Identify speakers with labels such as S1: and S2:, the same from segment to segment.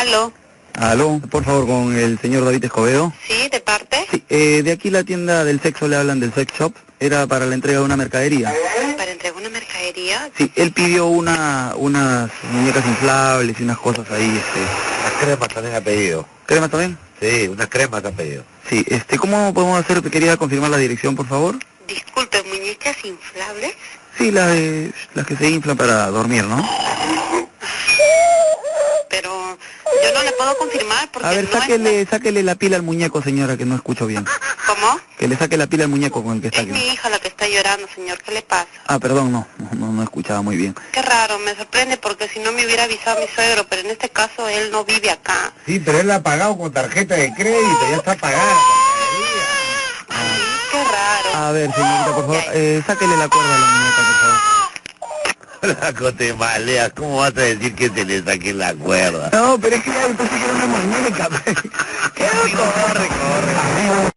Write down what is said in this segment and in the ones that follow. S1: Aló,
S2: Aló, por favor, con el señor David Escobedo.
S1: sí, de parte,
S2: Sí, eh, de aquí la tienda del sexo le hablan del sex shop. Era para la entrega de una mercadería.
S1: para entregar una mercadería.
S2: Sí, él pidió una, unas muñecas inflables y unas cosas ahí. Este.
S3: Las cremas también ha pedido.
S2: ¿Cremas también?
S3: Sí, unas cremas ha pedido.
S2: Sí, este, ¿cómo podemos hacer? Quería confirmar la dirección, por favor.
S1: Disculpe, muñecas inflables.
S2: Sí, las, de- las que se inflan para dormir, ¿no?
S1: pero yo no le puedo confirmar porque
S2: A ver,
S1: no
S2: sáquele, sáquele la pila al muñeco, señora, que no escucho bien.
S1: está- ¿Cómo?
S2: Que le saque la pila al muñeco con el que está
S1: Es
S2: aquí.
S1: mi hija la que está llorando, señor, ¿qué le pasa?
S2: Ah, perdón, no, no, no escuchaba muy bien.
S1: Qué raro, me sorprende porque si no me hubiera avisado mi suegro, pero en este caso él no vive acá.
S3: Sí, pero él la ha pagado con tarjeta de crédito, ya está pagada.
S1: Qué raro.
S2: A ver, señorita, por favor, eh, sáquele la cuerda a la muñeca, por favor.
S3: Flaco, te maleas, ¿cómo vas a decir que se le saque la cuerda?
S2: No, pero es que ya pensé que era una muñeca. pues. ¡Qué corre, corre!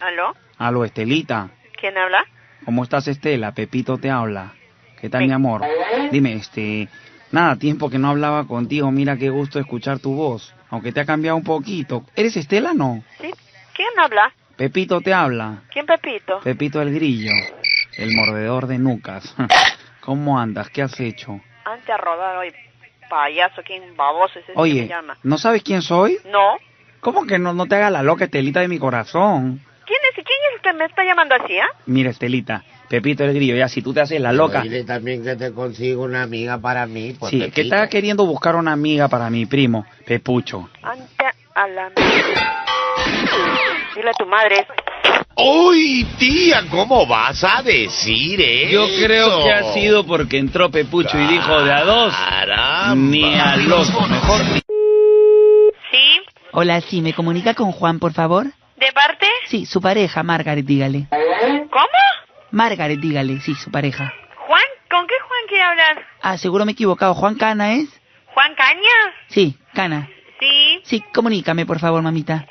S4: ¿Aló?
S5: Aló, Estelita.
S4: ¿Quién habla?
S5: ¿Cómo estás, Estela? Pepito te habla. ¿Qué tal,
S4: Sí.
S5: mi amor? Dime, este... Nada, tiempo que no hablaba contigo. Mira qué gusto escuchar tu voz. Aunque te ha cambiado un poquito. ¿Eres Estela o no?
S4: ¿Sí? ¿Quién habla?
S5: Pepito te habla.
S4: ¿Quién Pepito?
S5: Pepito el grillo. El mordedor de nucas. ¿Cómo andas? ¿Qué has hecho?
S4: Antes a rodar hoy, payaso, ¿quién baboso es ese que me
S5: Oye,
S4: llama?
S5: ¿no sabes quién soy?
S4: No.
S5: ¿Cómo que no, no te haga la loca Estelita de mi corazón?
S4: ¿Quién es, quién es el que me está llamando así, ah?
S5: Mira, Estelita, Pepito el grillo, ya si tú te haces la loca...
S6: Dile también que te consigo una amiga para mí. Pues
S5: Sí,
S6: te
S5: que estaba
S6: pico.
S5: queriendo buscar una amiga para mi primo, Pepucho.
S4: Antes a la... Dile a tu madre.
S7: Uy, tía, ¿cómo vas a decir eso?
S5: Yo creo que ha sido porque entró Pepucho y dijo de a dos,
S7: Caramba.
S5: ni a los mejor. ni-
S4: ¿Sí?
S8: Hola, sí, me comunica con Juan, por favor.
S4: ¿De parte?
S8: Sí, su pareja, Margaret, dígale.
S4: ¿Cómo?
S8: Margaret, dígale, sí, su pareja.
S4: ¿Juan? ¿Con qué Juan quiere hablar?
S8: Ah, seguro me he equivocado. ¿Juan Cana es?
S4: ¿Juan Caña?
S8: Sí, Cana.
S4: Sí.
S8: Sí, comunícame, por favor, mamita.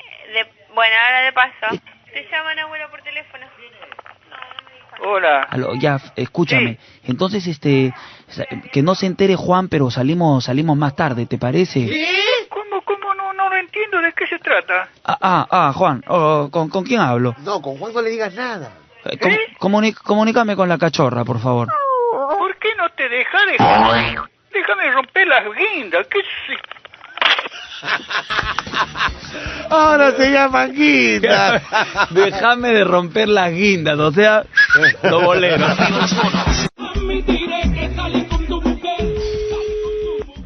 S4: bueno, ahora de paso. Te llaman abuela por teléfono. Hola.
S5: Aló, ya, f- escúchame. Entonces, este, sa- que no se entere Juan, pero salimos salimos más tarde, ¿te parece?
S4: ¿Cómo, cómo? No, no lo entiendo. ¿De qué se trata?
S5: Ah, ah, ah, Juan, oh, ¿con, ¿con quién hablo?
S6: No, con Juan no le digas nada.
S5: Eh, com- comuni- comunícame con la cachorra, por favor.
S4: ¿Por qué no te deja dejar? Déjame romper las guindas. ¿Qué se...
S3: Ahora se llama Quinta.
S5: Déjame de romper las guindas, o sea, los boleros.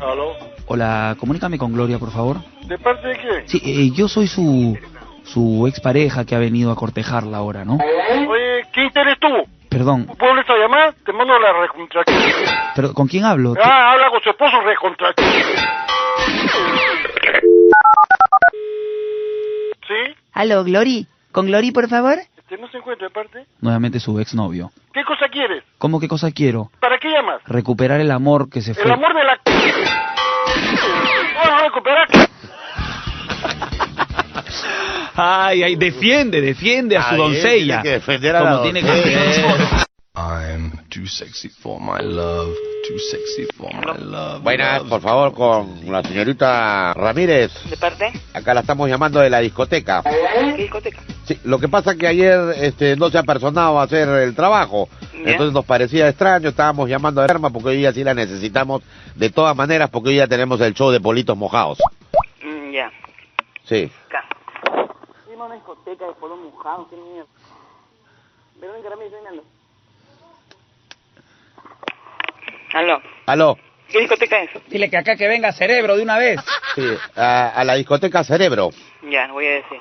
S9: ¿Aló?
S5: Hola, comunícame con Gloria, por favor.
S9: ¿De parte de quién?
S5: Sí, eh, yo soy su su expareja que ha venido a cortejarla ahora, ¿no?
S9: Oye, ¿quién eres tú?
S5: Perdón,
S9: ¿Vuelves a llamar? Te mando la recontra...
S5: pero ¿con quién hablo?
S9: Ah, habla con su esposo recontra... ¿Sí?
S8: Aló, Glory. ¿Con Glory, por favor?
S9: Este no se encuentra de parte.
S5: Nuevamente su exnovio.
S9: ¿Qué cosa quieres?
S5: ¿Cómo qué cosa quiero?
S9: ¿Para qué llamas?
S5: Recuperar el amor que se fue.
S9: El amor de la... Vamos a recuperar...
S5: Ay, ay, defiende, defiende a su
S3: Ay, él tiene
S5: doncella.
S3: que defender a la
S5: Como tiene que
S3: doncella.
S5: defender.
S7: I'm too sexy for my love, too sexy for my love.
S3: Buenas, por favor, con la señorita Ramírez.
S4: ¿De parte?
S3: Acá la estamos llamando de la
S9: ¿Eh?
S3: discoteca.
S4: ¿Qué discoteca?
S3: Sí, lo que pasa que ayer este, no se ha personado a hacer el trabajo.
S4: Ya.
S3: Entonces nos parecía extraño, estábamos llamando a Derma porque hoy día sí la necesitamos de todas maneras porque hoy día tenemos el show de Politos Mojados.
S4: Mm, ya.
S3: Sí.
S4: Acá. Dime una discoteca de polo mojado. ¿Qué mierda? Verónica Ramírez, venga. Aló.
S3: Aló.
S4: ¿Qué discoteca es?
S5: Dile que acá que venga cerebro de una vez.
S3: Sí, a, a la discoteca Cerebro.
S4: Ya, voy a decir.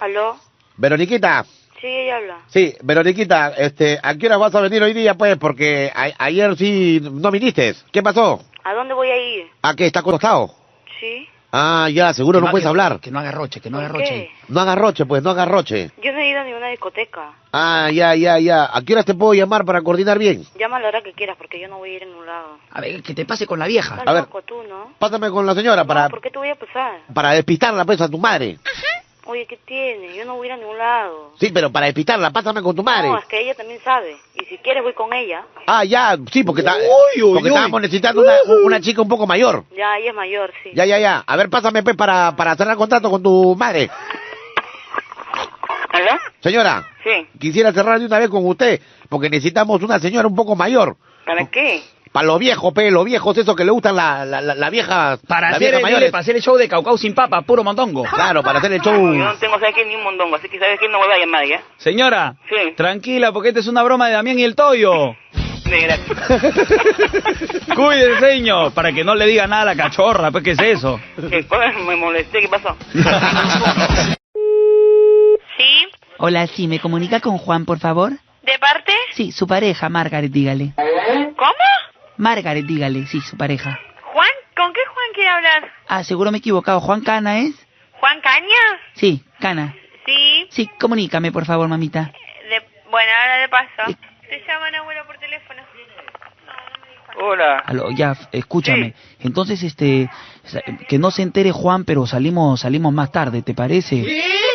S4: ¿Aló?
S3: Veroniquita,
S4: Sí, ella habla.
S3: sí, Veroniquita, este, ¿a qué hora vas a venir hoy día pues? Porque a- ayer sí no viniste. ¿Qué pasó?
S4: ¿A dónde voy a ir?
S3: ¿A qué está acostado?
S4: Sí.
S3: Ah, ya, seguro no, puedes hablar.
S5: Que no haga roche, que no haga
S4: ¿Por
S5: roche.
S4: qué?
S3: No agarroche, pues, no agarroche.
S4: Yo no he ido a ninguna discoteca.
S3: Ah, ya, ya, ya. ¿A qué horas te puedo llamar para coordinar bien?
S4: Llama a la hora que quieras porque yo no voy a ir a ningún lado.
S5: A ver, que te pase con la vieja.
S4: Estás
S3: A ver.
S4: loco tú, ¿no?
S3: Pásame con la señora para,
S4: No, ¿Por qué te voy a pasar?
S3: para despistarla pues a tu madre.
S4: Oye, ¿qué tiene? Yo no voy a ir a ningún lado.
S3: Sí, pero para despistarla, pásame con tu madre.
S4: No, es que ella también sabe. Y si quieres voy con ella.
S3: Ah, ya, sí, porque, está-
S10: Uy, uy,
S3: porque
S10: uy.
S3: estábamos necesitando una, una chica un poco mayor.
S4: Ya, ella es mayor, sí.
S3: Ya, ya, ya. A ver, pásame pues para, para cerrar contrato con tu madre.
S4: ¿Aló?
S3: Señora,
S4: Sí.
S3: quisiera cerrar de una vez con usted, porque necesitamos una señora un poco mayor.
S4: ¿Para qué?
S3: Para los viejos, pe, los viejos esos que le gustan la, la, la, la vieja,
S5: Para
S3: la
S5: hacer,
S3: vieja
S5: el, dile, para hacer el show de Caucao sin papa, puro mondongo.
S3: Claro, para hacer el
S4: Yo
S3: show.
S4: no tengo, ¿sabes qué? Ni un mondongo, así que ¿sabes qué? No voy a llamar, ¿ya?
S5: Señora,
S4: Sí.
S5: tranquila, porque esta es una broma de Damián y el Toyo.
S4: Mira.
S5: Cuídense, señor, para que no le diga nada a la cachorra, pues, ¿qué es eso?
S4: ¿Qué cosa? pues, Me molesté, ¿qué pasó?
S1: Sí,
S8: Hola, sí, ¿me comunica con Juan, por favor?
S1: ¿de parte?
S8: Sí, su pareja, Margaret, dígale.
S1: ¿Cómo?
S8: Margaret, dígale, sí, su pareja.
S1: ¿Juan? ¿Con qué Juan quiere hablar?
S8: Ah, seguro me he equivocado. ¿Juan Cana es?
S1: ¿Juan Caña?
S8: Sí, Cana.
S1: Sí.
S8: Sí, comunícame, por favor, mamita.
S1: De- bueno, ahora le paso. Te llaman abuelo por teléfono.
S4: Hola.
S5: Aló, ya, f- escúchame. Entonces, este, sa- que no se entere Juan, pero salimos salimos más tarde, ¿te parece?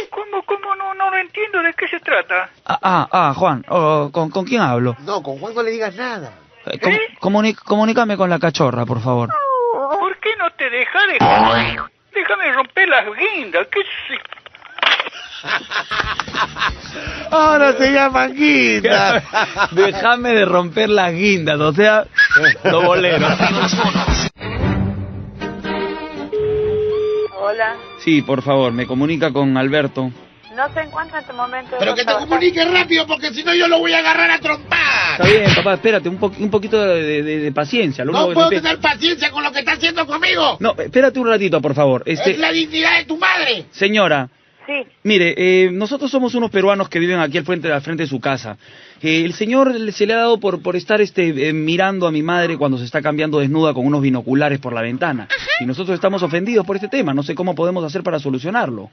S4: ¿Cómo, cómo? No, no lo entiendo, ¿de qué se trata?
S5: Ah, ah, ah, Juan, oh, ¿con, ¿con quién hablo?
S11: No, con Juan no le digas nada.
S5: Eh, com- comuni- comunícame con la cachorra, por favor.
S9: ¿Por qué no te deja de... Déjame romper las guindas, ¿qué se...
S3: Ahora se llaman guindas.
S5: Déjame de romper las guindas, o sea, los boleros.
S4: Hola.
S5: Sí, por favor, me comunica con Alberto.
S4: No se encuentra en este momento.
S10: Pero que te comunique rápido porque si no yo lo voy a agarrar a trompadas.
S5: Está bien, papá, espérate, un, po- un poquito de, de- de paciencia. lo
S10: No
S5: único que
S10: puedo
S5: te-
S10: tener paciencia con lo que está haciendo conmigo.
S5: No, espérate un ratito, por favor. Este,
S10: Es la dignidad de tu madre.
S5: Señora,
S4: Sí.
S5: mire, eh, nosotros somos unos peruanos que viven aquí al frente, al frente de su casa. Eh, el señor le- se le ha dado por, por estar este, eh, mirando a mi madre cuando se está cambiando desnuda con unos binoculares por la ventana. Y nosotros estamos ofendidos por este tema. No sé cómo podemos hacer para solucionarlo.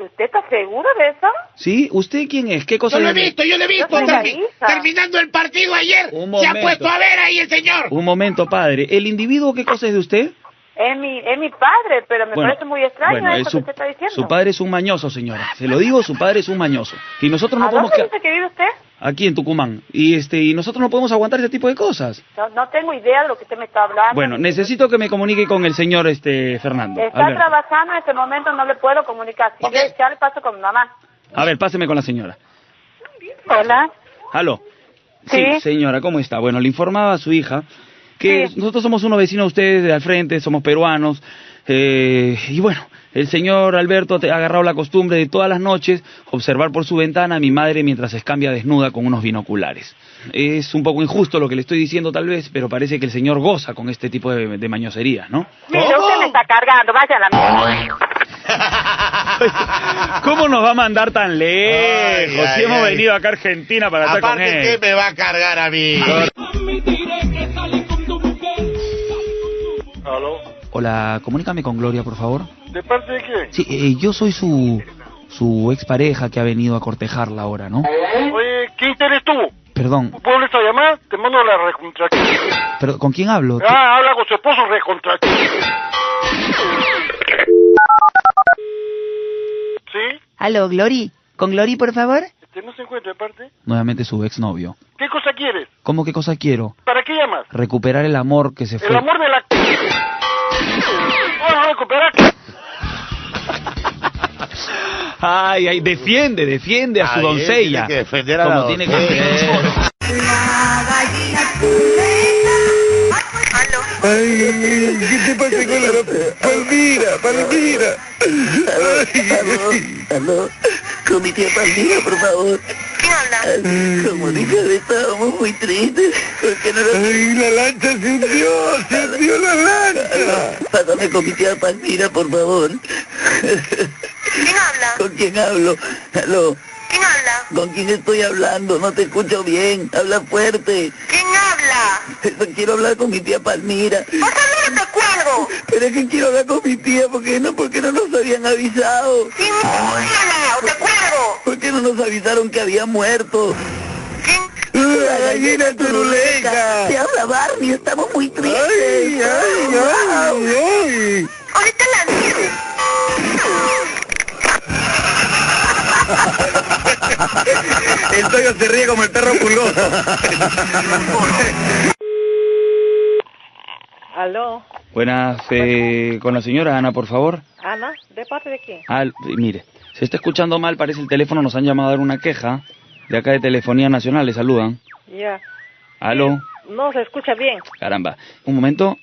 S4: ¿Usted está seguro de eso?
S5: ¿Sí? ¿Usted quién es? ¿Qué cosa
S10: Yo lo he
S5: le-
S10: visto, yo lo he visto.
S4: Yo soy la
S10: Termi-
S4: hija.
S10: terminando el partido ayer,
S5: Un
S10: se ha
S5: momento.
S10: puesto a ver ahí el señor.
S5: Un momento, padre. ¿El individuo qué cosa es de usted?
S4: Es mi, es mi padre, pero me
S5: Bueno,
S4: parece muy extraño
S5: bueno,
S4: eso
S5: es su,
S4: que usted está diciendo.
S5: su padre es un mañoso, señora. Se lo digo, su padre es un mañoso. Y nosotros no
S4: ¿A
S5: podemos...
S4: dónde
S5: que-
S4: dice que vive usted?
S5: Aquí en Tucumán. Y, este, y nosotros no podemos aguantar este tipo de cosas.
S4: No, no tengo idea de lo que usted me está hablando.
S5: Bueno, necesito que me comunique con el señor este Fernando.
S4: Está
S5: A ver,
S4: trabajando en este momento, no le puedo comunicar. Así
S10: Ok.
S4: que ya le paso con mi mamá.
S5: a ver, páseme con la señora.
S4: Hola.
S5: ¿Aló?
S4: Sí.
S5: señora, ¿cómo está? Bueno, le informaba a su hija que
S4: Sí.
S5: nosotros somos unos vecinos de ustedes de al frente, somos peruanos. eh, y bueno, el señor Alberto te- ha agarrado la costumbre de todas las noches observar por su ventana a mi madre mientras se escambia desnuda con unos binoculares. Es un poco injusto lo que le estoy diciendo tal vez, pero parece que el señor goza con este tipo de, de mañoserías, ¿no?
S4: Mira, usted me está cargando, vaya a la mierda.
S5: ¿Cómo nos va a mandar tan
S11: Ay,
S5: lejos? si
S11: ay,
S5: hemos
S11: ay.
S5: venido acá a Argentina para estar con
S11: Aparte, ¿qué
S5: él.
S11: me va a cargar a mí?
S9: ¿Aló?
S5: Hola, comunícame con Gloria, por favor.
S9: ¿De parte de quién?
S5: Sí, eh, yo soy su su expareja que ha venido a cortejarla ahora, ¿no?
S9: Oye, ¿quién eres tú?
S5: Perdón,
S9: ¿Puedo esta llamada? Te mando la recontra...
S5: pero ¿con quién hablo?
S9: Ah, habla con su esposo recontra... ¿Sí?
S8: Aló, Glory. ¿Con Glory, por favor?
S9: Este no se encuentra de parte.
S5: Nuevamente su exnovio.
S9: ¿Qué cosa quieres?
S5: ¿Cómo qué cosa quiero?
S9: ¿Para qué llamas?
S5: Recuperar el amor que se
S9: El
S5: fue.
S9: amor de la... Vamos a recuperar.
S5: Ay, ay, defiende, defiende a
S3: Ay,
S5: su
S3: él tiene
S5: doncella.
S3: que defender a la
S5: Como tiene que
S3: doncella.
S5: defender.
S10: Ay, ¿qué te pasa con la Palmira, Palmira?
S2: Aló, con mi tía Palmira, por favor.
S1: ¿Quién habla?
S2: Como dije, estábamos muy tristes porque no lo...
S10: Ay, la lancha se hundió, se hundió la lancha.
S2: Pásame con mi tía Palmira, por favor.
S1: ¿Quién habla?
S2: ¿Con quién hablo? Aló,
S1: ¿Quién habla?
S2: ¿con quién estoy hablando? No te escucho bien, habla fuerte.
S1: ¿Quién habla?
S2: Quiero hablar con mi tía Palmira.
S1: ¡Vos hablar te cuelgo!
S2: Pero es que quiero hablar con mi tía porque no, porque no nos habían avisado.
S1: ¿Quién habla o te cuelgo?
S2: Porque no nos avisaron que había muerto.
S1: ¿Quién?
S2: La gallina turuleca. Te habla Barney, estamos muy tristes.
S10: Ay, ay, ay, ay.
S1: Ahorita la
S2: El Toyo se ríe como el perro pulgoso.
S4: Aló,
S5: Buenas, eh, con la señora Ana, por favor.
S4: Ana, ¿de parte de quién?
S5: Ah, mire, se está escuchando mal, parece el teléfono, nos han llamado a dar una queja. De acá de Telefonía Nacional, le saludan.
S4: Ya,
S5: Aló,
S4: no se escucha bien.
S5: caramba. Un momento.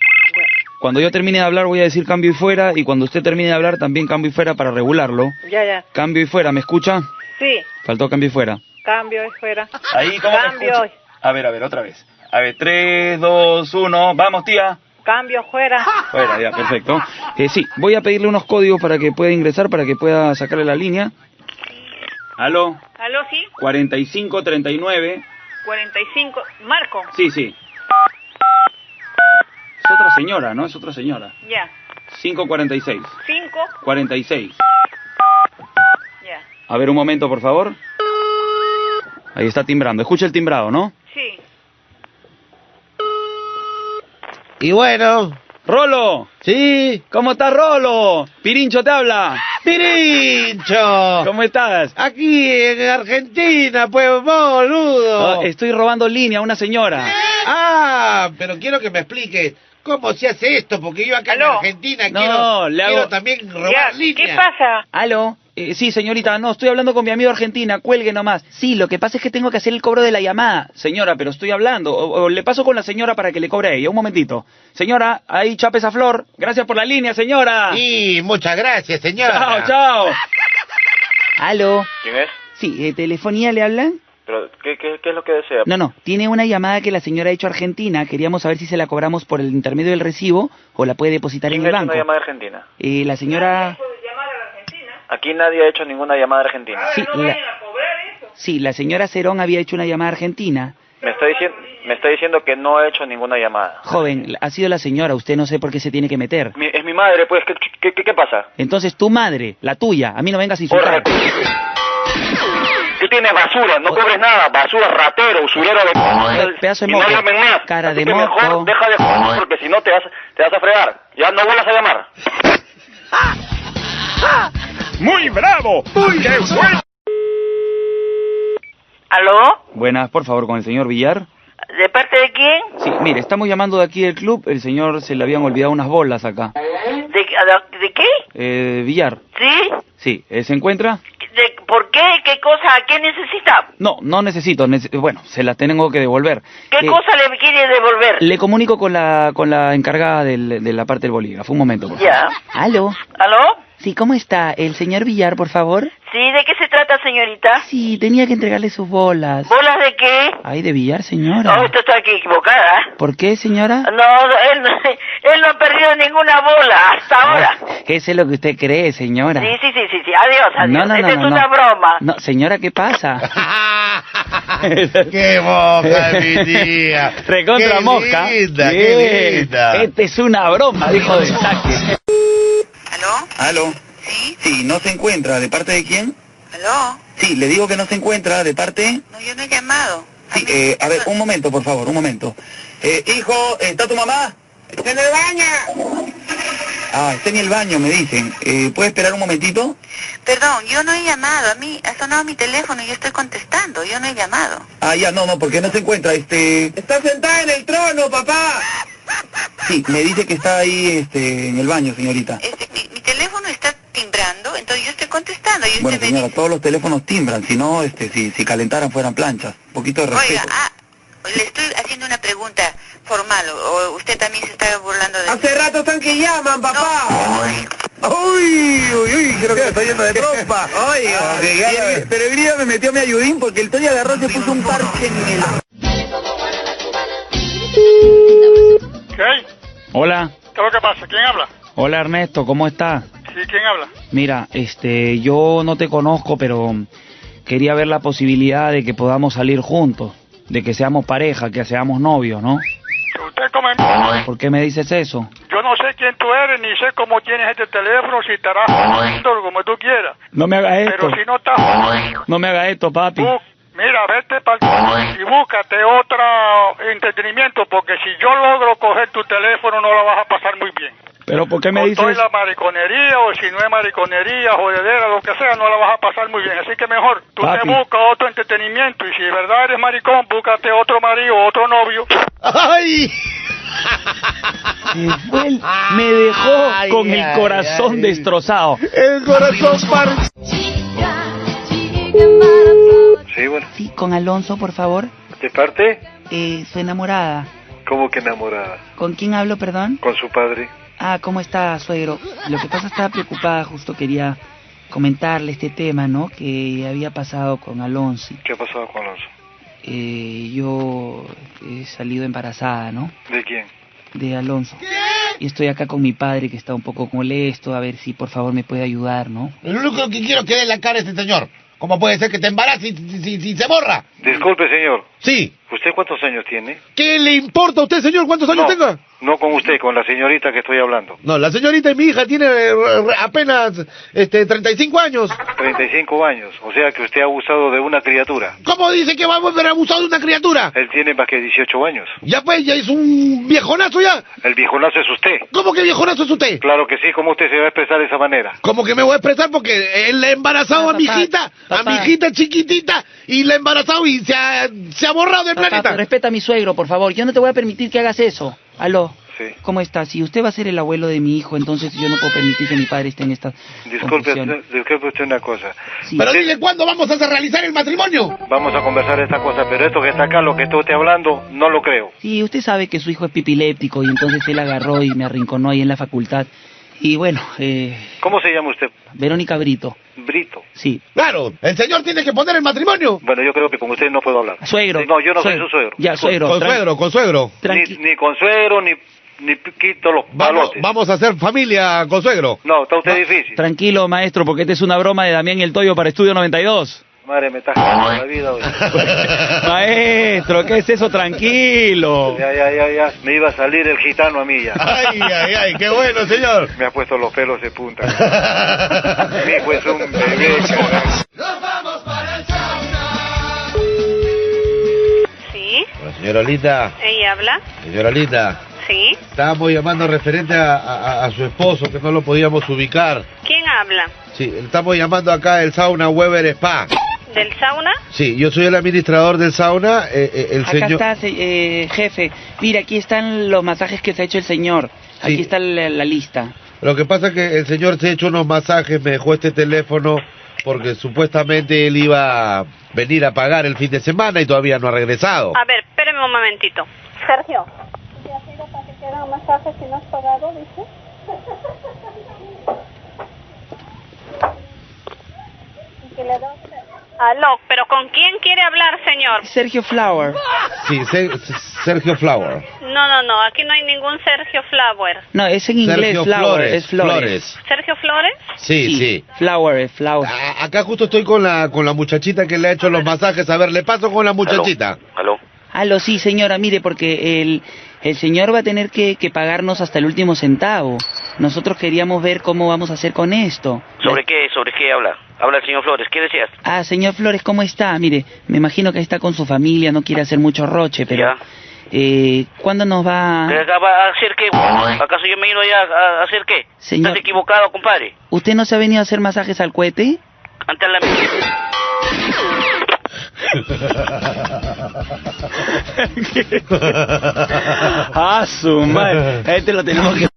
S5: Cuando yo termine de hablar voy a decir cambio y fuera, y cuando usted termine de hablar también cambio y fuera para regularlo.
S4: Ya, ya.
S5: Cambio y fuera, ¿me escucha?
S4: Sí,
S5: Faltó cambio y fuera.
S4: cambio y fuera.
S5: Ahí, ¿cómo se
S4: Cambio,
S5: escucha? A ver, a ver, otra vez. A ver, tres, dos, uno. Vamos, tía.
S4: cambio fuera.
S5: Fuera, ya, perfecto. Eh, sí, voy a pedirle unos códigos para que pueda ingresar, para que pueda sacarle la línea. Aló,
S4: Aló, sí,
S5: 4539.
S4: 45. Marco,
S5: Sí, sí. Es otra señora, ¿no? Es otra señora.
S4: ya.
S5: 546.
S4: 5,
S5: 46.
S4: ya.
S5: A ver, un momento, por favor. Ahí está timbrando. Escucha el timbrado, ¿no?
S4: Sí,
S5: Y bueno. Rolo. Sí. ¿Cómo estás, Rolo? Pirincho te habla. Pirincho. ¿Cómo estás? Aquí en Argentina, pues, boludo. Oh, estoy robando línea a una señora.
S3: Ah, pero quiero que me expliques cómo se hace esto, porque yo acá en Argentina
S5: No,
S3: quiero,
S5: le hago-
S3: quiero también robar línea.
S4: pasa?
S8: ¿Aló?
S5: sí, señorita, no, estoy hablando con mi amigo argentina, cuelgue nomás.
S8: Sí, lo que pasa es que tengo que hacer el cobro de la llamada.
S5: Señora, pero estoy hablando. O- o le paso con la señora para que le cobre a ella. Un momentito. Señora, ahí chapa esa flor. Gracias por la línea, señora.
S3: Y muchas gracias, señora.
S5: Chao, chao.
S8: ¿Aló?
S9: ¿Quién es?
S8: Sí, eh, ¿telefonía le hablan?
S9: ¿Pero qué, qué, qué es lo que desea?
S8: No, no, tiene una llamada que la señora ha hecho a Argentina. Queríamos saber si se la cobramos por el intermedio del recibo o la puede depositar en
S9: ¿Quién
S8: el
S9: ha hecho
S8: banco.
S9: una llamada argentina?
S8: Eh, la señora...
S9: Aquí nadie ha hecho ninguna llamada argentina.
S8: Sí, la... Sí, la señora Cerón había hecho una llamada a Argentina.
S9: Me está, diciendo, me está diciendo que no ha hecho ninguna llamada.
S8: Joven, ha sido la señora, usted no sé por qué se tiene que meter.
S9: Mi- es mi madre, pues, ¿qué, qué, qué, qué pasa?
S8: Entonces, tu madre, la tuya, a mí no vengas a insultar.
S9: ¿Qué tienes basura? No cobres nada. Basura, ratero, usurero de...
S8: Pedazo de
S9: y no
S8: moco.
S9: llamen más.
S8: Cara
S9: Así
S8: de
S9: que
S8: moco.
S9: mejor deja de joder porque si no te vas, te vas a fregar. Ya no vuelvas a llamar.
S5: Muy bravo. Muy bueno.
S4: ¿Aló?
S5: Buenas, por favor, con el señor Villar.
S4: ¿De parte de quién?
S5: Sí, mire, estamos llamando de aquí del club. El señor se le habían olvidado unas bolas acá.
S4: ¿De, de qué?
S5: Eh, Villar.
S4: ¿Sí?
S5: Sí, eh, ¿se encuentra?
S4: ¿De, ¿Por qué? ¿Qué cosa? ¿Qué necesita?
S5: No, no necesito. nece- bueno, se las tengo que devolver.
S4: ¿Qué
S5: Eh,
S4: cosa le quiere devolver?
S5: Le comunico con la con la encargada del- de la parte del bolígrafo. Un momento, por favor.
S4: Ya.
S8: ¿Aló?
S4: ¿Aló?
S8: Sí, ¿cómo está? ¿El señor Villar, por favor?
S4: ¿Sí? ¿De qué se trata, señorita?
S8: Sí, tenía que entregarle sus bolas.
S4: ¿Bolas de qué?
S8: Ay, de Villar,
S4: No,
S8: señora.
S4: usted está aquí equivocada.
S8: ¿Por qué, señora?
S4: No, él, él no ha perdido ninguna bola
S8: Ah,
S4: hasta ahora.
S8: Ese es lo que usted cree, señora.
S4: Sí, sí, sí, sí, sí. Adiós, adiós.
S8: No, no, no,
S4: Esta es
S8: no,
S4: una
S8: no.
S4: broma.
S8: No, señora, ¿qué pasa?
S3: ¡Qué boca, mi tía!
S5: Recontra
S3: ¡Qué
S5: mosca.
S3: linda, qué
S5: Bien.
S3: linda!
S5: Esta es una broma, dijo de saque.
S2: ¿Aló? Sí. Sí, no se encuentra. ¿De parte de quién?
S1: ¿Aló?
S2: Sí, le digo que no se encuentra. ¿De parte?
S1: No, yo no he llamado.
S2: Sí, eh, a ver, un momento, por favor, un momento. Eh, hijo, ¿está tu mamá?
S1: ¡Se me baña!
S2: Ah, está en el baño, me dicen. Eh, ¿Puede esperar un momentito?
S1: Perdón, yo no he llamado. A mí ha sonado mi teléfono y yo estoy contestando. Yo no he llamado.
S2: Ah, ya, no, no, porque no se encuentra, este...
S1: ¡Está sentada en el trono, papá!
S2: Sí, me dice que está ahí, este, en el baño, señorita.
S1: Mi teléfono está timbrando, entonces yo estoy contestando. Y
S2: Bueno,
S1: usted me
S2: señora, todos los teléfonos timbran, si no, este, si, si calentaran fueran planchas. Un poquito de
S1: dice,
S2: respeto.
S1: oiga, ah, le estoy haciendo una pregunta formal. O, o usted también se está burlando de
S12: Hace rato están que llaman, papá.
S2: Uy, uy, uy, creo que me estoy yendo de trompa. Oiga, pero el día me metió mi ayudín porque el Toño agarró y se puso un parche en el...
S13: ¿Qué?
S5: Hola,
S13: ¿Qué es lo que pasa? ¿Quién habla?
S5: hola Ernesto, ¿cómo está?
S13: Sí, ¿quién habla?
S5: Mira, este, yo no te conozco, pero quería ver la posibilidad de que podamos salir juntos, de que seamos pareja, que seamos novios, ¿no?
S13: Usted come mierda.
S5: ¿Por qué me dices eso?
S13: Yo no sé quién tú eres, ni sé cómo tienes este teléfono, si estarás jodiendo, como tú quieras.
S5: No me hagas esto.
S13: Pero si no estás jodiendo,
S5: No me hagas esto, papi.
S13: tú Mira, vete para y búscate otro entretenimiento, porque si yo logro coger tu teléfono no la vas a pasar muy bien.
S5: Pero ¿por qué me
S13: O
S5: dices?
S13: estoy la mariconería, o si no es mariconería, jodedera, lo que sea, no la vas a pasar muy bien. Así que mejor, tú
S5: Papi.
S13: te buscas otro entretenimiento, y si de verdad eres maricón, búscate otro marido, otro novio.
S6: ¡Ay!
S5: Me, fue el- me dejó
S2: Ay,
S5: con
S2: ay,
S5: el corazón
S2: ay.
S5: destrozado.
S6: El corazón parche.
S14: Sí, bueno.
S8: Sí, con Alonso, por favor.
S14: ¿De parte?
S8: Eh, su enamorada.
S14: Como que enamorada.
S8: ¿Con quién hablo, perdón?
S14: Con su padre.
S8: Ah, ¿cómo está, suegro? Lo que pasa, estaba preocupada, justo quería comentarle este tema, ¿no? Que había pasado con Alonso.
S14: ¿Qué ha pasado con Alonso?
S8: Eh, yo he salido embarazada, ¿no?
S14: ¿De quién?
S8: De Alonso. Y estoy acá con mi padre que está un poco molesto, a ver si por favor me puede ayudar, ¿no?
S6: Lo único que quiero es que dé la cara a este señor. ¿Cómo puede ser que te embarace y si, si- si se borra?
S14: Disculpe, señor.
S6: Sí.
S14: ¿Usted cuántos años tiene?
S6: ¿Qué le importa a usted, señor, cuántos años
S14: No.
S6: tenga?
S14: No con usted, con la señorita que estoy hablando.
S6: No, la señorita y mi hija tiene eh, re- apenas este 35 años.
S14: 35 años. O sea que usted ha abusado de una criatura.
S6: ¿Cómo dice que va a volver a abusar de una criatura?
S14: Él tiene más que 18 años.
S6: Ya pues, ya es un viejonazo ya.
S14: El viejonazo es usted.
S6: ¿Cómo que viejonazo es usted?
S14: Claro que sí, ¿cómo usted se va a expresar de esa manera?
S6: Como que me voy a expresar porque él le ha
S5: Ah,
S6: embarazado a mi hijita, a mi hijita chiquitita, y la ha embarazado y se ha, se ha borrado del
S8: Papá,
S6: planeta.
S8: respeta a mi suegro, por favor. Yo no te voy a permitir que hagas eso. Aló.
S14: Sí.
S8: ¿Cómo estás? Si usted va a ser el abuelo de mi hijo, entonces yo no puedo permitir que mi padre esté en estas
S14: Disculpe,
S8: condiciones.
S14: usted- disculpe usted una cosa.
S6: Pero
S14: Usted-
S6: dile cuándo vamos a realizar el matrimonio.
S14: Vamos a conversar esta cosa, pero esto que está acá, lo que está usted hablando, no lo creo.
S8: Sí, usted sabe que su hijo es pipiléptico y entonces él agarró y me arrinconó ahí en la facultad. Y bueno, eh,
S14: ¿Cómo se llama usted?
S8: Verónica Brito.
S14: Brito.
S8: Sí.
S6: Claro, el señor tiene que poner el matrimonio.
S14: Bueno, yo creo que con usted no puedo hablar.
S8: Suegro.
S14: No, yo no
S8: Suegro.
S14: soy su suegro.
S8: Ya, suegro, Con- con tran- suegro,
S6: con suegro.
S14: Ni, ni con suegro, ni, ni quito los
S6: Vamos,
S14: palotes.
S6: vamos a hacer familia con suegro.
S14: No, está usted difícil.
S5: Tranquilo, maestro, porque esta es una broma de Damián El Toyo para Estudio 92.
S14: Madre, me está jodiendo la vida hoy.
S5: Maestro, ¿qué es eso? Tranquilo.
S14: Ya, ya, ya, ya. Me iba a salir el gitano a mí ya.
S6: Ay, ay, ay, qué bueno, señor.
S14: Me ha puesto los pelos de punta. Mi hijo es un bebé, carajo.
S4: Sí,
S3: Señora Olita,
S4: ella habla.
S3: señora Olita,
S4: Sí.
S3: estábamos llamando referente a, a- a su esposo que no lo podíamos ubicar.
S4: ¿Quién habla?
S3: Sí, estamos llamando acá el sauna Weber Spa.
S4: ¿Del sauna?
S3: Sí, yo soy el administrador del sauna, eh, eh, el
S8: Acá
S3: señor...
S8: está, se- eh, jefe. Mira, aquí están los masajes que se ha hecho el señor. Aquí está la, la lista.
S3: Lo que pasa es que el señor se ha hecho unos masajes, me dejó este teléfono porque supuestamente él iba a venir a pagar el fin de semana y todavía no ha regresado.
S4: A ver, espéreme un momentito. Sergio.
S15: para que te haga un masaje si no has pagado, dice?
S4: Que le da- Aló, pero ¿con quién quiere hablar, señor?
S8: Sergio Flower.
S3: Sí, Se- Sergio Flower.
S4: No, no, no, aquí no hay ningún Sergio Flower.
S8: No, es en inglés
S3: Sergio
S8: Flower,
S3: Flores,
S8: es Flores.
S3: Flores.
S4: ¿Sergio Flores?
S3: Sí, sí.
S8: Flower, es Flower.
S3: A- acá justo estoy con la con la muchachita que le ha hecho los masajes. A ver, le paso con la muchachita.
S9: Aló.
S8: Aló, sí, señora, mire, porque el, el señor va a tener que, que pagarnos hasta el último centavo. Nosotros queríamos ver cómo vamos a hacer con esto.
S9: ¿Sobre qué? ¿Sobre qué habla? Habla el señor Flores. ¿Qué decías?
S8: Ah, señor Flores, ¿cómo está? Mire, me imagino que está con su familia, no quiere hacer mucho roche, pero... Eh, ¿Cuándo nos va...?
S9: ¿Te acaba- a ¿Hacer qué? ¿Acaso yo me he ido allá a- a hacer qué?
S8: Señor-
S9: Estás equivocado, compadre.
S8: ¿Usted no se ha venido a hacer masajes al cohete?
S9: Ante la
S5: Ah, su madre. Este lo tenemos que...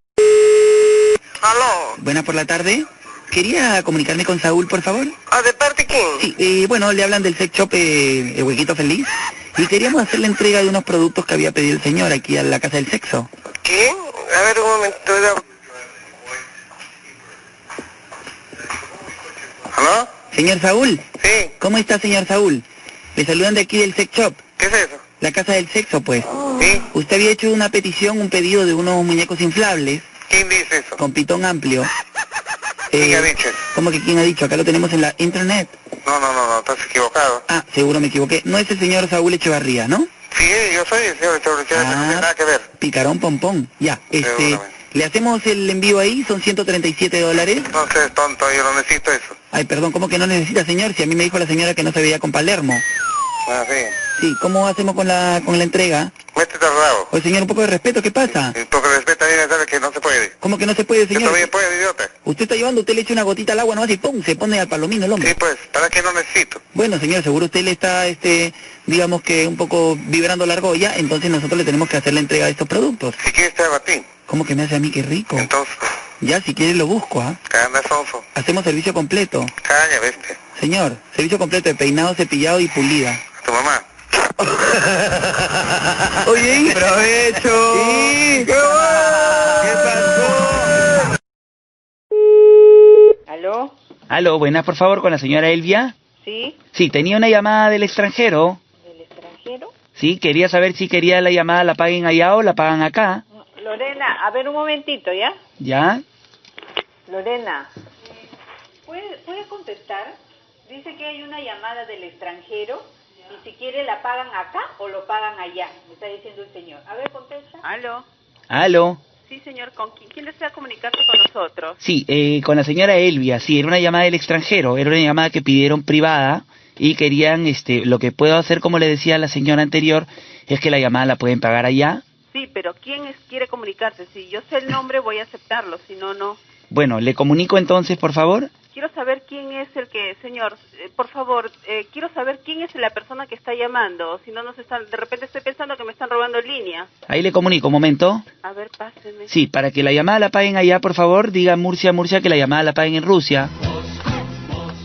S2: Buenas por la tarde. Quería comunicarme con Saúl, por favor. ¿Ah, de parte quién? Sí, eh, bueno, le hablan del sex shop eh, el Huequito Feliz. Y queríamos hacer la entrega de unos productos que había pedido el señor aquí a la Casa del Sexo.
S7: ¿Qué? A ver, un momento. ya.
S2: ¿Aló? Señor Saúl. Sí. ¿Cómo está, señor Saúl? Le saludan de aquí del sex shop. ¿Qué es eso? La Casa del Sexo, pues. Sí. Usted había hecho una petición, un pedido de unos muñecos inflables. ¿Quién dice eso? Con pitón amplio.
S7: ¿Quién ha
S2: dicho? ¿Cómo que quién ha dicho? Acá lo tenemos en la internet.
S7: No, no, no, no, estás equivocado.
S2: Ah, seguro me equivoqué. No es el señor Saúl Echevarría, ¿no?
S7: Sí, yo soy el señor Echevarría, no tiene nada que ver.
S2: Ah, Picarón pompón. Ya, este...
S7: Seguramente.
S2: Le hacemos el envío ahí, son 137 dólares.
S7: No seas tonto, yo no necesito eso.
S2: Ay, perdón, ¿cómo que no necesita, señor? Si a mí me dijo la señora que no se veía con Palermo.
S5: Ah, sí.
S2: Sí, ¿cómo hacemos con la con la entrega?
S5: Métete al rabo.
S2: Oye, señor, un poco de respeto, ¿qué pasa?
S5: Porque respeta bien, sabe que no se puede.
S2: ¿Cómo que no se puede, señor?
S5: todavía puede, idiota.
S2: Usted está llevando, usted le echa una gotita al agua nomás y ¡pum! se pone al palomino el hombre.
S5: Sí, pues, ¿para qué no necesito?
S2: Bueno, señor, seguro usted le está, este, digamos que un poco vibrando la argolla, entonces nosotros le tenemos que hacer la entrega de estos productos.
S5: Si quieres te hago a ti.
S2: ¿Cómo que me hace a mí qué rico?
S5: Entonces,
S2: Ya, si quiere lo busco, ¿ah?
S5: anda sonso.
S2: Hacemos servicio completo.
S5: Calla, bestia.
S2: Señor, servicio completo de peinado, cepillado y pulida.
S5: A tu mamá.
S7: Oye, provecho. ¿Qué
S4: ¿Aló?
S8: Aló, buenas, por favor, con la señora Elvia.
S4: ¿Sí?
S8: Sí, tenía una llamada del extranjero.
S4: ¿Del extranjero?
S8: Sí, quería saber si quería la llamada la paguen allá o la pagan acá.
S4: Lorena, a ver un momentito, ¿ya?
S8: ¿Ya?
S4: Lorena. ¿Puede, puede contestar? Dice que hay una llamada del extranjero y si quiere la pagan acá o lo pagan allá, me está diciendo el señor. A ver, contesta. ¿Aló?
S8: Aló.
S4: Sí, señor, ¿con quién, quién desea comunicarse con nosotros?
S8: Sí, eh, con la señora Elvia. Sí, era una llamada del extranjero. Era una llamada que pidieron privada y querían, este, lo que puedo hacer, como le decía la señora anterior, es que la llamada la pueden pagar allá.
S4: Sí, pero ¿quién es- quiere comunicarse? Si yo sé el nombre, voy a aceptarlo, si no, no.
S8: Bueno, le comunico entonces, por favor.
S4: Quiero saber quién es el que, señor, eh, por favor, eh, quiero saber quién es la persona que está llamando, si no nos están, de repente estoy pensando que me están robando línea.
S8: Ahí le comunico, un momento.
S4: A ver, páseme.
S8: Sí, para que la llamada la paguen allá, por favor, diga Murcia, Murcia, que la llamada la paguen en Rusia.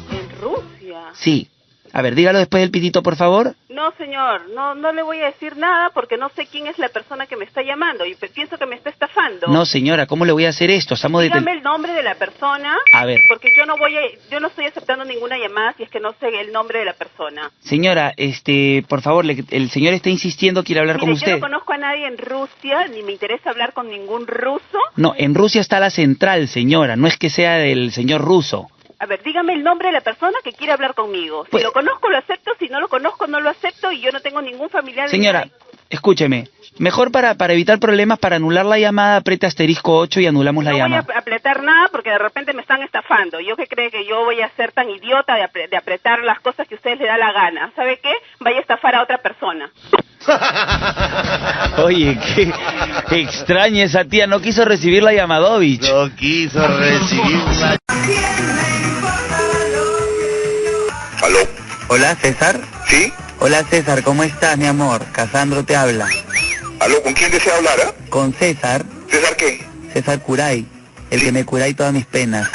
S4: ¿En Rusia?
S8: Sí. A ver, dígalo después del pitito, por favor.
S4: No, señor, no, no le voy a decir nada porque no sé quién es la persona que me está llamando y pe- pienso que me está estafando.
S8: No, señora, ¿cómo le voy a hacer esto? Estamos Ah. de...
S4: Dígame el nombre de la persona.
S8: A ver.
S4: Porque yo no voy a, yo no estoy aceptando ninguna llamada si es que no sé el nombre de la persona.
S8: Señora, este, por favor, le- el señor está insistiendo, quiere hablar
S4: Mire,
S8: con
S4: Yo
S8: usted.
S4: no conozco a nadie en Rusia, ni me interesa hablar con ningún ruso.
S8: No, en Rusia está la central, señora, no es que sea del señor ruso.
S4: A ver, dígame el nombre de la persona que quiere hablar conmigo. Si
S8: Pues-
S4: lo conozco, lo acepto. Si no lo conozco, no lo acepto. Y yo no tengo ningún familiar.
S8: Señora, escúcheme, mejor para, para evitar problemas, para anular la llamada, apriete asterisco 8 y anulamos la
S4: No voy a
S8: llamada.
S4: ap- apretar nada porque de repente me están estafando. ¿Yo qué cree que yo voy a ser tan idiota de, apre- de apretar las cosas que a ustedes les da la gana? ¿Sabe qué? Vaya a estafar a otra persona.
S8: Oye, qué extraña esa tía, no quiso recibir la llamadovich. No quiso recibir la...
S2: ¿Aló? Hola, César. ¿Sí? Hola, César, ¿cómo estás, mi amor? Casandro te habla.
S5: ¿Aló? ¿Con quién desea hablar, ah?
S2: Con César,
S5: ¿César qué?
S2: César Curay, el que me curáis todas mis penas.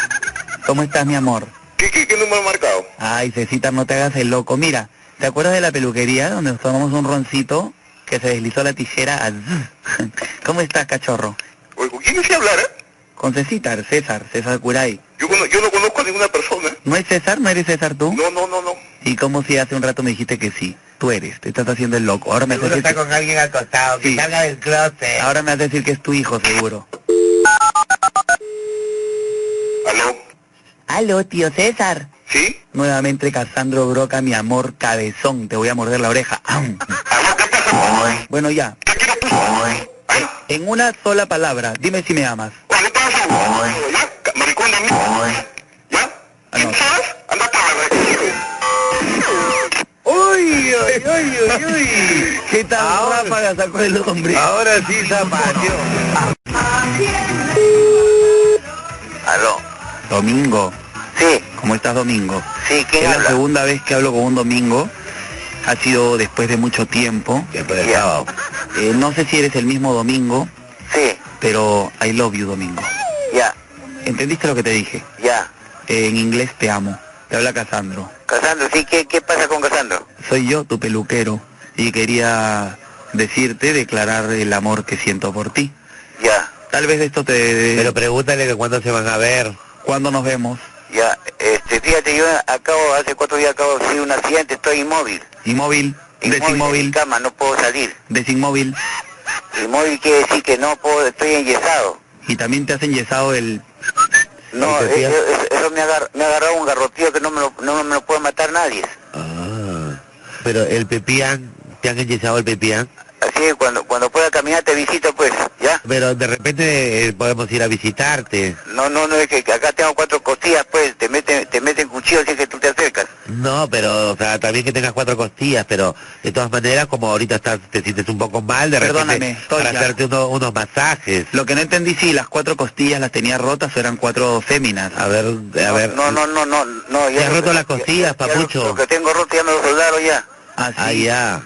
S2: ¿Cómo estás, mi amor?
S5: ¿Qué, qué, qué número ha marcado?
S2: Ay, Cecita, no te hagas el loco. Mira, ¿te acuerdas de la peluquería donde nos tomamos un roncito que se deslizó la tijera? a zzz? ¿Cómo estás, cachorro?
S5: Oye, ¿con quién desea hablar, ah?
S2: Con Cecita, César, César Curay.
S5: Yo, cono- yo no conozco a ninguna persona.
S2: ¿No es César? ¿No eres César tú?
S5: No, no, no, no.
S2: ¿Y cómo si hace un rato me dijiste que sí? Tú eres, te estás haciendo el loco. Ahora me haces
S7: Seguro
S2: decir
S7: está con alguien al costado, que
S2: Sí.
S7: salga del closet.
S2: Ahora me vas a decir que es tu hijo, seguro. ¿Aló? Aló, tío César.
S5: ¿Sí?
S2: Nuevamente Casandro Broca, mi amor cabezón. Te voy a morder la oreja. Ahm. bueno, ya. En una sola palabra, dime si me amas.
S7: Uy, uy, uy, uy, uy. ¿Qué tal ráfaga sacó el hombre? Ahora sí zapateó.
S2: Aló. Domingo. Sí. ¿Cómo estás, Domingo? Sí, ¿quién Es la segunda vez que hablo con un domingo. Ha sido después de mucho tiempo. Después del sábado. Eh, no sé si eres el mismo domingo. Sí. Pero I love you, domingo. Ya. ¿Entendiste lo que te dije? Eh,
S5: Ya.
S2: en inglés te amo. Te habla Casandro.
S5: Casandro, ¿sí? ¿Qué, qué pasa con Casandro?
S2: Soy yo, tu peluquero. Y quería decirte, declarar el amor que siento por ti.
S5: Ya,
S2: Tal vez esto te... Pero pregúntale que cuándo se van a ver. ¿Cuándo nos vemos?
S5: ya. Este, fíjate, yo acabo, hace cuatro días acabo de sufrir un accidente, estoy inmóvil.
S2: Inmóvil,
S5: Inmóvil en
S2: desinmóvil,
S5: cama, no puedo salir.
S2: desinmóvil.
S5: Inmóvil quiere decir que no puedo, estoy enyesado.
S2: Y también te has enyesado el...
S5: No,
S2: ¿Y te
S5: eh,
S2: fías?
S5: eh, eso, me, agar- me ha agarrado un garrotío que no me lo, no me lo puede matar nadie.
S7: Pero el pepián, ¿te han enyesado el pepián?
S10: Así que cuando, cuando pueda caminar te visito, pues, ¿ya?
S7: Pero de repente eh, podemos ir a visitarte.
S10: No, no, no, es que acá tengo cuatro costillas, pues, te meten, te meten cuchillo si es que tú te acercas.
S7: No, pero, o sea, también que tengas cuatro costillas, pero de todas maneras, como ahorita estás, te sientes un poco mal, de
S2: Perdóname,
S7: repente,
S2: soy
S7: para
S2: ya.
S7: hacerte uno- unos masajes.
S2: Lo que no entendí si las cuatro costillas las tenía rotas o eran cuatro féminas.
S7: A ver, a ver.
S10: No, no, no, no, no,
S2: Te has roto las costillas, papucho.
S10: Lo que tengo roto ya me lo soldaron ya.
S2: Ah, ya.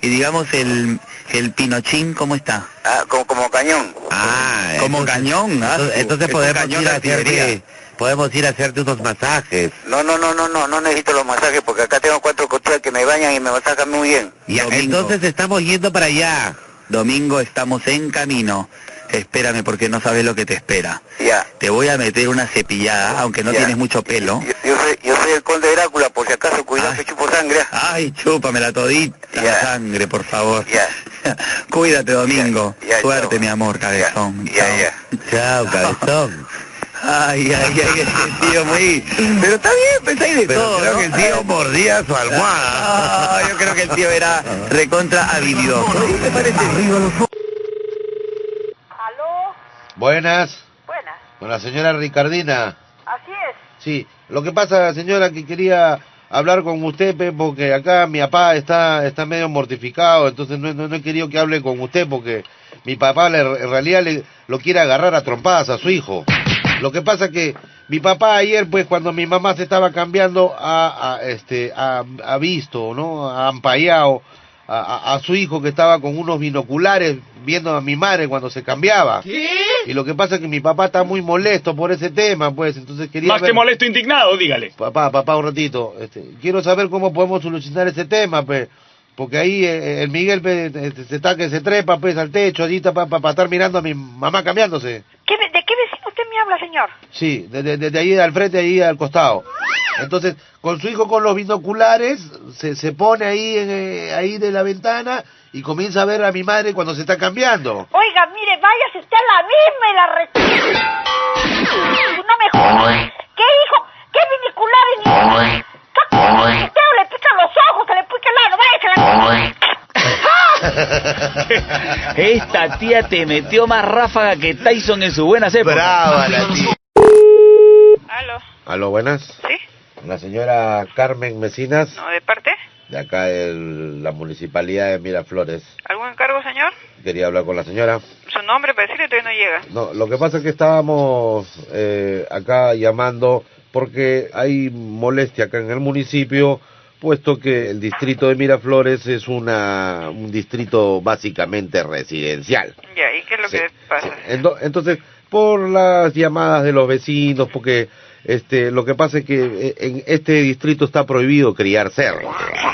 S2: Y digamos el, el pinochín, ¿cómo está?
S10: Ah, como, como cañón.
S7: Ah,
S2: Como cañón, ah,
S7: Entonces,
S2: su-
S7: entonces
S2: es un
S7: podemos
S2: cañón
S7: ir a
S2: de artillería.
S7: hacerte, podemos ir a hacerte unos masajes.
S10: No, no, no, no, no, no necesito los masajes porque acá tengo cuatro costillas que me bañan y me masajan muy bien.
S2: Ya, entonces estamos yendo para allá. Domingo estamos en camino. Espérame porque no sabes lo que te espera.
S10: Ya.
S2: Te voy a meter una cepillada, aunque no
S10: Ya.
S2: tienes mucho pelo. Ah.
S10: Yo soy, yo soy el conde de Drácula, por si acaso, cuidado que chupo sangre.
S2: Ay, chúpamela todita, la sangre, por favor. Cuídate, Domingo. Suerte, mi amor, cabezón.
S7: Chao, cabezón.
S2: Ay, ay, ay, ese tío muy... Pero está bien, pensáis de todo, creo que el tío mordía su
S10: Ah,
S2: almohada. yo creo que el tío era recontra habilidoso. ¿Te parece?
S3: Buenas.
S4: Buenas.
S3: Con la señora Ricardina.
S4: Así es.
S3: Sí, lo que pasa, señora, que quería hablar con usted, pe, porque acá mi papá está, está medio mortificado, entonces no, no- no he querido que hable con usted, porque mi papá le- en realidad le, lo quiere agarrar a trompadas a su hijo. Lo que pasa que mi papá ayer, pues cuando mi mamá se estaba cambiando, ha, ha, este, ha, ha visto, ¿no? Ha ampallado a, a- a su hijo que estaba con unos binoculares viendo a mi madre cuando se cambiaba. Y lo que pasa es que mi papá está muy molesto por ese tema, pues, entonces quería...
S5: Más que
S3: ver-
S5: molesto, indignado, dígale.
S3: Papá, papá, un ratito. Este, quiero saber cómo podemos solucionar ese tema, pues. Porque ahí eh, el Miguel pe, este, se está que se trepa, pues, al techo, allí para estar mirando a mi mamá cambiándose.
S4: ¿Qué ve- ¿De qué vecino usted me habla, señor?
S3: Sí, desde de, de ahí al frente, ahí al costado. Entonces, con su hijo con los binoculares, se, se pone ahí, en, eh, ahí de la ventana y comienza a ver a mi madre cuando se está cambiando.
S4: Oiga, mire, vaya, si está la misma y la re... No me jodas. ¿Qué hijo? ¿Qué viniculares ni... ¿Qué? Usted le pica los ojos, que le pica el ano, vaya, que la...
S8: Esta tía te metió más ráfaga que Tyson en su buena épocas.
S3: Brava la tía.
S9: Aló,
S3: Aló, buenas.
S9: ¿Sí?
S3: La señora Carmen Mecinas,
S9: no, ¿de parte?
S3: de acá de la municipalidad de Miraflores.
S9: ¿Algún encargo, señor?
S3: Quería hablar con la señora.
S9: Su nombre para decirle todavía no llega.
S3: No, lo que pasa es que estábamos eh, acá llamando porque hay molestia acá en el municipio, puesto que el distrito de Miraflores es una, un distrito básicamente residencial.
S9: Ya, ¿y qué es lo que pasa?
S3: Ento- Entonces, por las llamadas de los vecinos, porque este, lo que pasa es que eh, en este distrito está prohibido criar cerros. ¿no?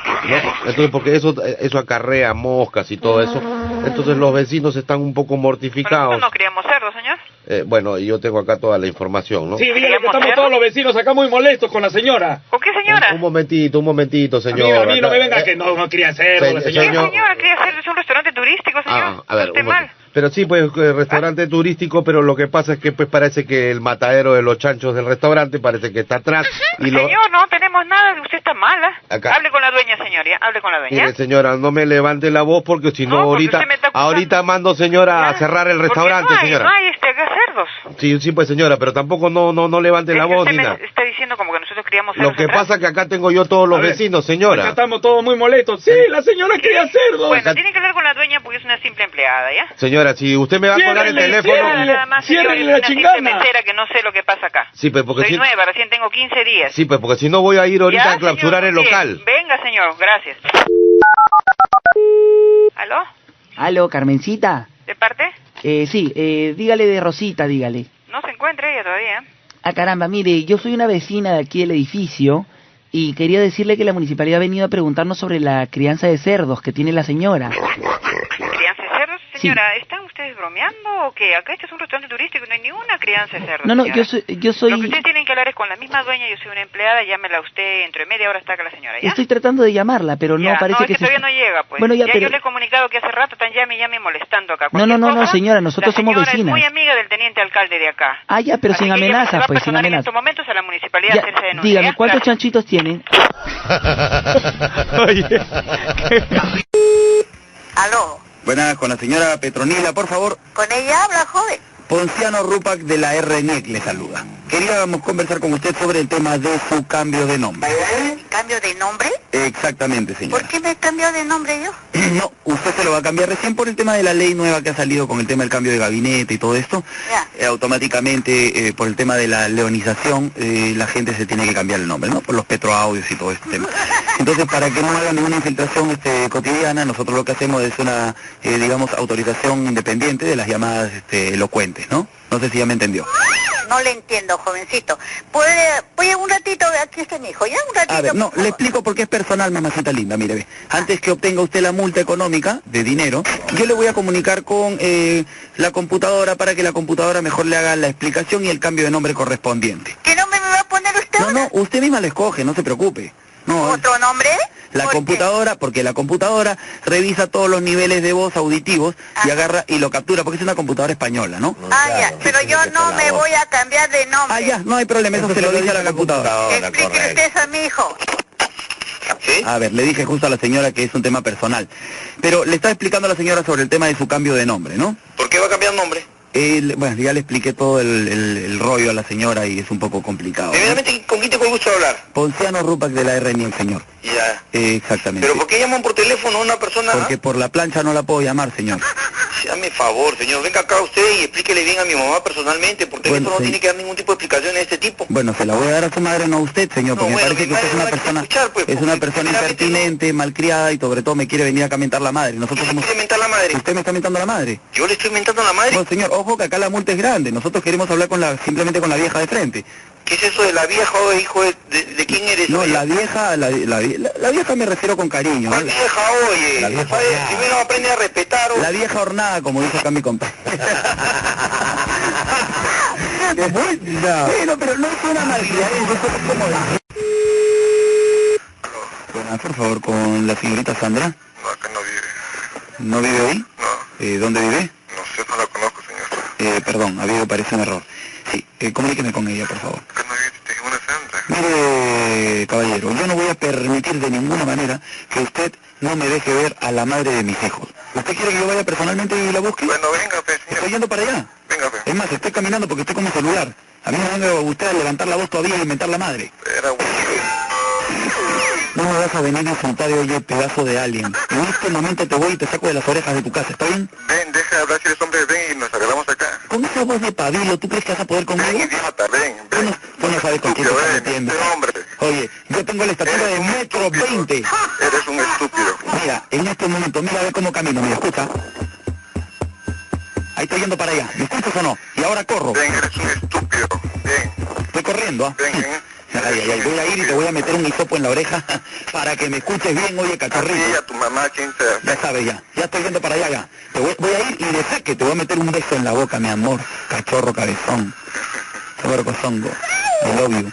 S3: Entonces, porque eso, eh, eso acarrea moscas y todo eso. Entonces, los vecinos están un poco mortificados.
S9: No criamos cerdos, señor.
S3: Eh, bueno, yo tengo acá toda la información, ¿no?
S5: Sí, dígale que estamos todos los vecinos acá muy molestos con la señora.
S9: ¿Con qué señora?
S3: Un momentito, un momentito,
S5: A mí,
S3: señor.
S5: a mí no
S3: Acá-
S5: me venga
S3: eh,
S5: que no, no cría cerdos, la
S3: se-
S5: señora.
S3: señor-
S9: Señor, quería hacer es un restaurante turístico, señor.
S3: Ah, a ver,
S9: Usted
S3: un
S9: mal. Ah.
S3: momento. Pero sí, pues eh, restaurante turístico, pero lo que pasa es que pues parece que el matadero de los chanchos del restaurante parece que está atrás y lo
S9: Señor, no tenemos nada, usted está mala.
S3: Acá.
S9: Hable con la dueña, señor, ya, hable con la dueña.
S3: Mire, este señora, no me levante la voz porque si no,
S9: No, porque
S3: ahorita
S9: usted me está acusando.
S3: ahorita mando señora a cerrar el
S9: Porque
S3: restaurante,
S9: no hay,
S3: señora.
S9: No hay este, acá cerdos.
S3: Sí, sí, pues señora, pero tampoco no no no levante la voz
S9: este usted
S3: ni nada.
S9: me está diciendo como que nosotros criamos cerdos.
S3: Lo que
S9: atrás.
S3: pasa es que acá tengo yo todos los
S5: A ver,
S3: vecinos,
S5: Acá
S3: señora.
S5: estamos todos muy molestos. Sí, la señora quería cerdos.
S9: Bueno, tiene que hablar con la dueña porque es una simple empleada, ¿ya?
S3: Señora, si usted me va a colgar el
S9: Ciérrenle,
S3: teléfono.
S9: ciérrenle, Nada más, señor,
S5: ciérrenle
S9: es
S5: la
S9: una simple
S5: chingana.
S9: mesera que no sé lo que pasa acá.
S3: Sí, pues porque
S9: Soy
S3: si
S9: nueva, recién tengo 15 días.
S3: Sí, pues porque si no voy a ir ahorita
S9: Ya,
S3: a clausurar
S9: señor, sí.
S3: el local.
S9: Venga, señor, gracias. ¿Aló?
S8: Aló, Carmencita.
S9: ¿De parte?
S8: Eh, sí, eh, dígale de Rosita, dígale.
S9: No se encuentra ella todavía.
S8: Ah, caramba, mire, yo soy una vecina de aquí del edificio y quería decirle que la municipalidad ha venido a preguntarnos sobre la crianza de cerdos que tiene la señora.
S9: ¿Crianza de cerdos? Señora, ¿están ustedes bromeando o qué? Acá este es un restaurante turístico y no hay ninguna crianza de cerdos.
S8: No, no,
S9: señora.
S8: yo soy... Yo
S9: Lo que
S8: soy
S9: ustedes tienen que hablar es con la misma dueña, yo soy una empleada, llámela usted, entre media hora está acá la señora, ¿ya?
S8: estoy tratando de llamarla, pero no
S9: Ya,
S8: parece
S9: es que,
S8: que... se-
S9: todavía no llega, pues.
S8: Bueno, ya, pero-
S9: yo le he comunicado que hace rato están llame y llame molestando acá.
S8: No, no, no, no, señora, nosotros
S9: La
S8: somos
S9: señora
S8: vecinas.
S9: Es muy amiga del teniente alcalde de acá.
S8: Ah, ya, pero
S9: Así
S8: sin
S9: que ella se
S8: amenazas,
S9: va a
S8: pues, sin
S9: personar En
S8: amenazas.
S9: estos momentos a la municipalidad a
S8: Ya,
S9: hacerse denuncia.
S8: dígame,
S9: ¿ya?
S8: ¿cuántos
S9: Gracias.
S8: chanchitos tienen?
S3: Oye.
S16: Aló,
S2: Buenas, con la señora Petronila, por favor.
S17: Con ella habla, joven.
S2: Ponciano Rupac de la RNIEC le saluda. Queríamos conversar con usted sobre el tema de su cambio de nombre.
S17: ¿Cambio de nombre?
S2: Exactamente, señora.
S17: ¿Por qué me he cambiado de nombre yo?
S2: No, usted se lo va a cambiar recién por el tema de la ley nueva que ha salido con el tema del cambio de gabinete y todo esto. Eh, automáticamente, eh, por el tema de la leonización, eh, la gente se tiene que cambiar el nombre, ¿no? Por los petroaudios y todo este tema. Entonces, para que no hagan ninguna infiltración este, cotidiana, nosotros lo que hacemos es una, eh, digamos, autorización independiente de las llamadas este, elocuentes, ¿no? No sé si ya me entendió.
S17: No le entiendo, jovencito. ¿Puede, puede un ratito, aquí está mi hijo, ya un ratito.
S2: A ver, no, le explico por qué es personal, mamacita linda, mire, ve. Antes que obtenga usted la multa económica de dinero, yo le voy a comunicar con eh, la computadora para que la computadora mejor le haga la explicación y el cambio de nombre correspondiente.
S17: ¿Qué nombre me va a poner usted?
S2: No, no, usted misma le escoge, no se preocupe. No,
S17: ¿Otro nombre?
S2: La computadora, porque la computadora revisa todos los niveles de voz auditivos y agarra y lo captura, porque es una computadora española, ¿no?
S17: Ah, ya, pero yo no me voy a cambiar de nombre.
S2: Ah, ya, no hay problema, eso se lo dice a la computadora.
S17: Explíquele usted a mi hijo.
S2: A ver, le dije justo a la señora que es un tema personal. Pero le está explicando a la señora sobre el tema de su cambio de nombre, ¿no?
S7: ¿Por qué va a cambiar nombre?
S2: Él- bueno, ya le expliqué todo el, el- el rollo a la señora y es un poco complicado. ¿no?
S7: Primeramente, ¿con quién tengo el gusto de hablar?
S2: Ponciano Rupac de la RN, señor.
S7: Ya.
S2: Eh, exactamente.
S7: ¿Pero por qué llaman por teléfono a una persona?
S2: Porque por la plancha no la puedo llamar, señor.
S7: Dame favor, señor, venga acá usted y explíquele bien a mi mamá personalmente, por teléfono no
S2: sí.
S7: tiene que dar ningún tipo de explicación de este tipo.
S2: Bueno, se la voy a dar a su madre, no a usted, señor, porque me parece que usted es una persona
S7: pues,
S2: es una persona impertinente, malcriada y sobre todo me quiere venir acá a mentar la madre. Nosotros somos...
S7: la madre?
S2: ¿Usted me está mentando la madre?
S7: Yo le estoy mentando a la madre.
S2: No, señor, ojo que acá la multa es grande. Nosotros queremos hablar con la simplemente con la vieja de frente.
S7: ¿Qué es eso de la vieja o hijo de, de- de quién eres?
S2: No, la vieja, la, la- la- la vieja me refiero con cariño. ¿no? La,
S7: vieja, oye,
S2: La vieja
S7: padre, primero aprende a respetar. o-
S2: la vieja hornada, como dice acá mi compa. Bueno, pero no suena mal, Buenas, por favor, con la señorita Sandra. no vive. ¿No vive ahí? No. ¿Dónde vive? No sé, no la conozco, señor. Eh, perdón, ha habido, parece un error. Sí, eh, comuníqueme con ella, por favor. Mire, caballero, yo no voy a permitir de ninguna manera que usted no me deje ver a la madre de mis hijos. ¿Usted quiere que yo vaya personalmente y la busque? Bueno, venga, pues, Estoy yendo para allá. Venga, pues. Es más, estoy caminando porque estoy con mi celular. A mí no me va a gustar levantar la voz todavía y inventar la madre. No me vas a venir a insultar, oye, pedazo de alien. En este momento te voy y te saco de las orejas de tu casa, ¿está bien?
S18: Ven, deja de hablar si eres hombre, ven y nos arreglamos acá.
S2: Con esa voz de pabilo, ¿tú crees que vas a poder conmigo?
S18: Idiota, ven,
S2: Tú no, tú no sabes con quién te estás metiendo. Oye, yo tengo la estatura de metro veinte.
S18: eres un estúpido.
S2: Mira, en este momento, mira a ver cómo camino, mira, escucha. Ahí estoy yendo para allá, ¿me escuchas o no? Y ahora corro. Ven, eres un estúpido, ven. Estoy corriendo, ¿ah? Ay, ay, ay, voy a ir y te voy a meter un hisopo en la oreja para que me escuches bien, oye, catorrito.
S18: tu mamá, quién
S2: Ya sabes, ya. Ya estoy yendo para allá, ya. Te voy, voy a ir y de saque te voy a meter un beso en la boca, mi amor. Cachorro cabezón. Sabor cozongo. I love you.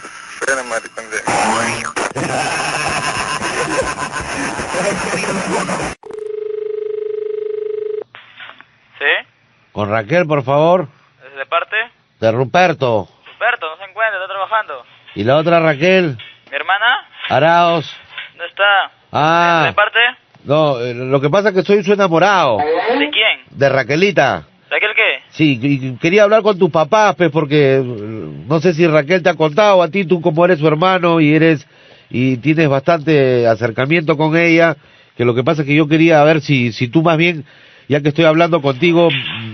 S19: ¿Sí?
S3: Con Raquel, por favor,
S19: ¿De parte?
S3: de Ruperto.
S19: Humberto, no se encuentra, está trabajando.
S3: Y la otra Raquel,
S19: ¿Mi hermana?
S3: Araos.
S19: ¿No está?
S3: Ah.
S19: ¿Ah? ¿De parte?
S3: No, eh, lo que pasa es que soy su enamorado.
S19: ¿De quién?
S3: De Raquelita.
S19: ¿Raquel qué?
S3: Sí, y- y quería hablar con tus papás, pues, porque eh, no sé si Raquel te ha contado a ti, tú como eres su hermano y eres y tienes bastante acercamiento con ella, que lo que pasa es que yo quería ver si, si tú más bien, ya que estoy hablando contigo,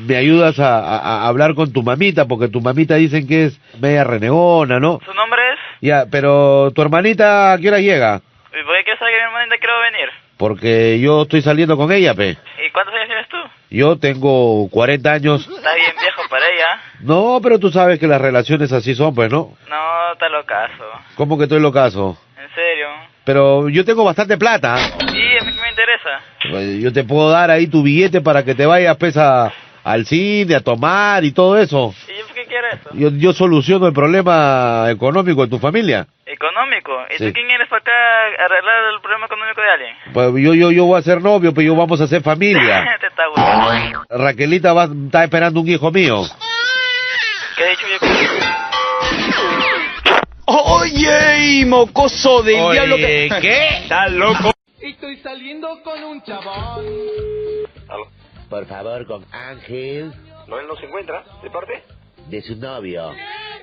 S3: me ayudas a, a- a hablar con tu mamita, porque tu mamita dicen que es media renegona, ¿no?
S19: ¿Su nombre es?
S3: Ya, pero tu hermanita, ¿a qué hora llega?
S19: ¿Y por qué quieres saber que mi hermanita quiere venir?
S3: Porque yo estoy saliendo con ella, pe.
S19: ¿Y cuántos años tienes tú?
S3: Yo tengo 40 años.
S19: Está bien viejo para ella.
S3: No, pero tú sabes que las relaciones así son, pues, ¿no?
S19: No, está locazo.
S3: ¿Cómo que estoy locazo?
S19: En serio.
S3: Pero yo tengo bastante plata.
S19: ¿Y a mí qué me interesa?
S3: Eh, Yo te puedo dar ahí tu billete para que te vayas pues, a- al cine, a tomar y todo eso.
S19: ¿Y yo por qué quiero eso?
S3: Yo, yo soluciono el problema económico de tu familia.
S19: ¿Económico? ¿Y
S3: Sí.
S19: tú quién eres para acá arreglar el problema económico de alguien?
S3: Pues yo, yo, yo voy a ser novio, pero yo vamos a ser familia.
S19: Te está gustando.
S3: Raquelita va, está esperando un hijo mío.
S19: ¿Qué has dicho viejo?
S20: Oye, mocoso del
S19: Oye,
S20: diablo que...
S19: ¿qué?
S20: Está loco.
S21: Estoy saliendo con un chabón.
S22: Por favor, con Ángel,
S23: No, él no se encuentra. ¿De parte?
S22: de su novio.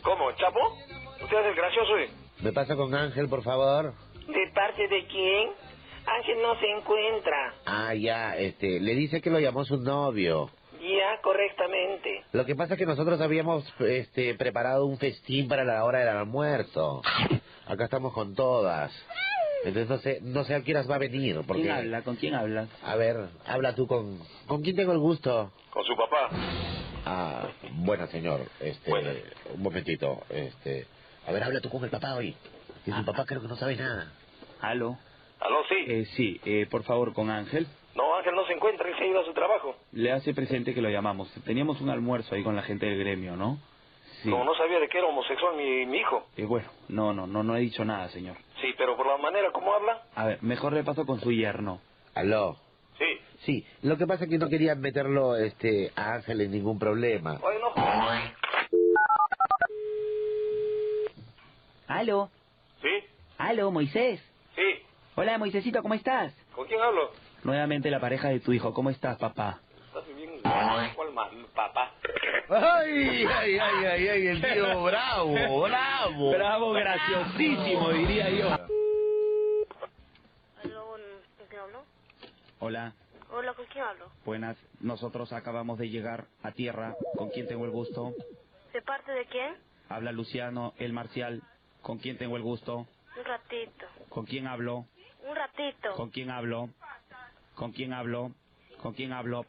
S23: ¿Cómo? ¿Chapo? ¿Usted es el gracioso? eh?
S22: ¿Me pasa con Ángel, por favor?
S8: ¿De parte de quién? Ángel no se encuentra.
S22: Ah, ya, este, le dice que lo llamó su novio.
S8: Ya, correctamente.
S22: Lo que pasa es que nosotros habíamos este, preparado un festín para la hora del almuerzo. Acá estamos con todas. Entonces no sé, no sé a qué horas va a venir. Porque...
S5: ¿Quién habla? ¿Con quién hablas?
S22: A ver, habla tú con... ¿Con quién tengo el gusto?
S23: Con su papá.
S22: Ah, bueno, señor. Este, Un momentito. Este, a ver, habla tú con el papá hoy. Que
S10: Ah,
S22: su papá creo que no sabe nada.
S5: ¿Aló?
S23: ¿Aló, sí?
S10: sí, eh, por favor, con Ángel.
S23: No, Ángel no se encuentra. Él se ha ido a su trabajo.
S10: Le hace presente que lo llamamos. Teníamos un almuerzo ahí con la gente del gremio, ¿no? Sí.
S23: No, no sabía de que era homosexual mi, mi hijo.
S10: Eh, bueno, no, no, no, no he dicho nada, señor.
S23: Sí, pero por la manera como habla.
S10: A ver, mejor repaso con su yerno.
S22: ¿Aló?
S23: Sí.
S22: Sí, lo que pasa es que no querían meterlo este, a Ángel en ningún problema.
S23: Oye, no.
S5: ¿Aló?
S23: ¿Sí?
S5: ¿Aló, Moisés?
S23: Sí.
S5: Hola, Moisésito, ¿cómo estás?
S23: ¿Con quién hablo?
S5: Nuevamente la pareja de tu hijo. ¿Cómo estás, papá?
S23: Estás bien. ¿Cuál más? Papá.
S20: Ay, ay, ay, ay, ay, el tío bravo, bravo.
S10: Bravo, graciosísimo, diría yo.
S7: ¿Con qué hablo?
S10: Hola,
S7: Hola, ¿con quién hablo?
S10: buenas. Nosotros acabamos de llegar a tierra. ¿Con quién tengo el gusto?
S7: ¿De parte de quién?
S10: Habla Luciano, el marcial. ¿Con quién tengo el gusto?
S7: Un ratito.
S10: ¿Con quién hablo?
S7: Un ratito.
S10: ¿Con quién hablo? ¿Con quién hablo? ¿Con quién hablo?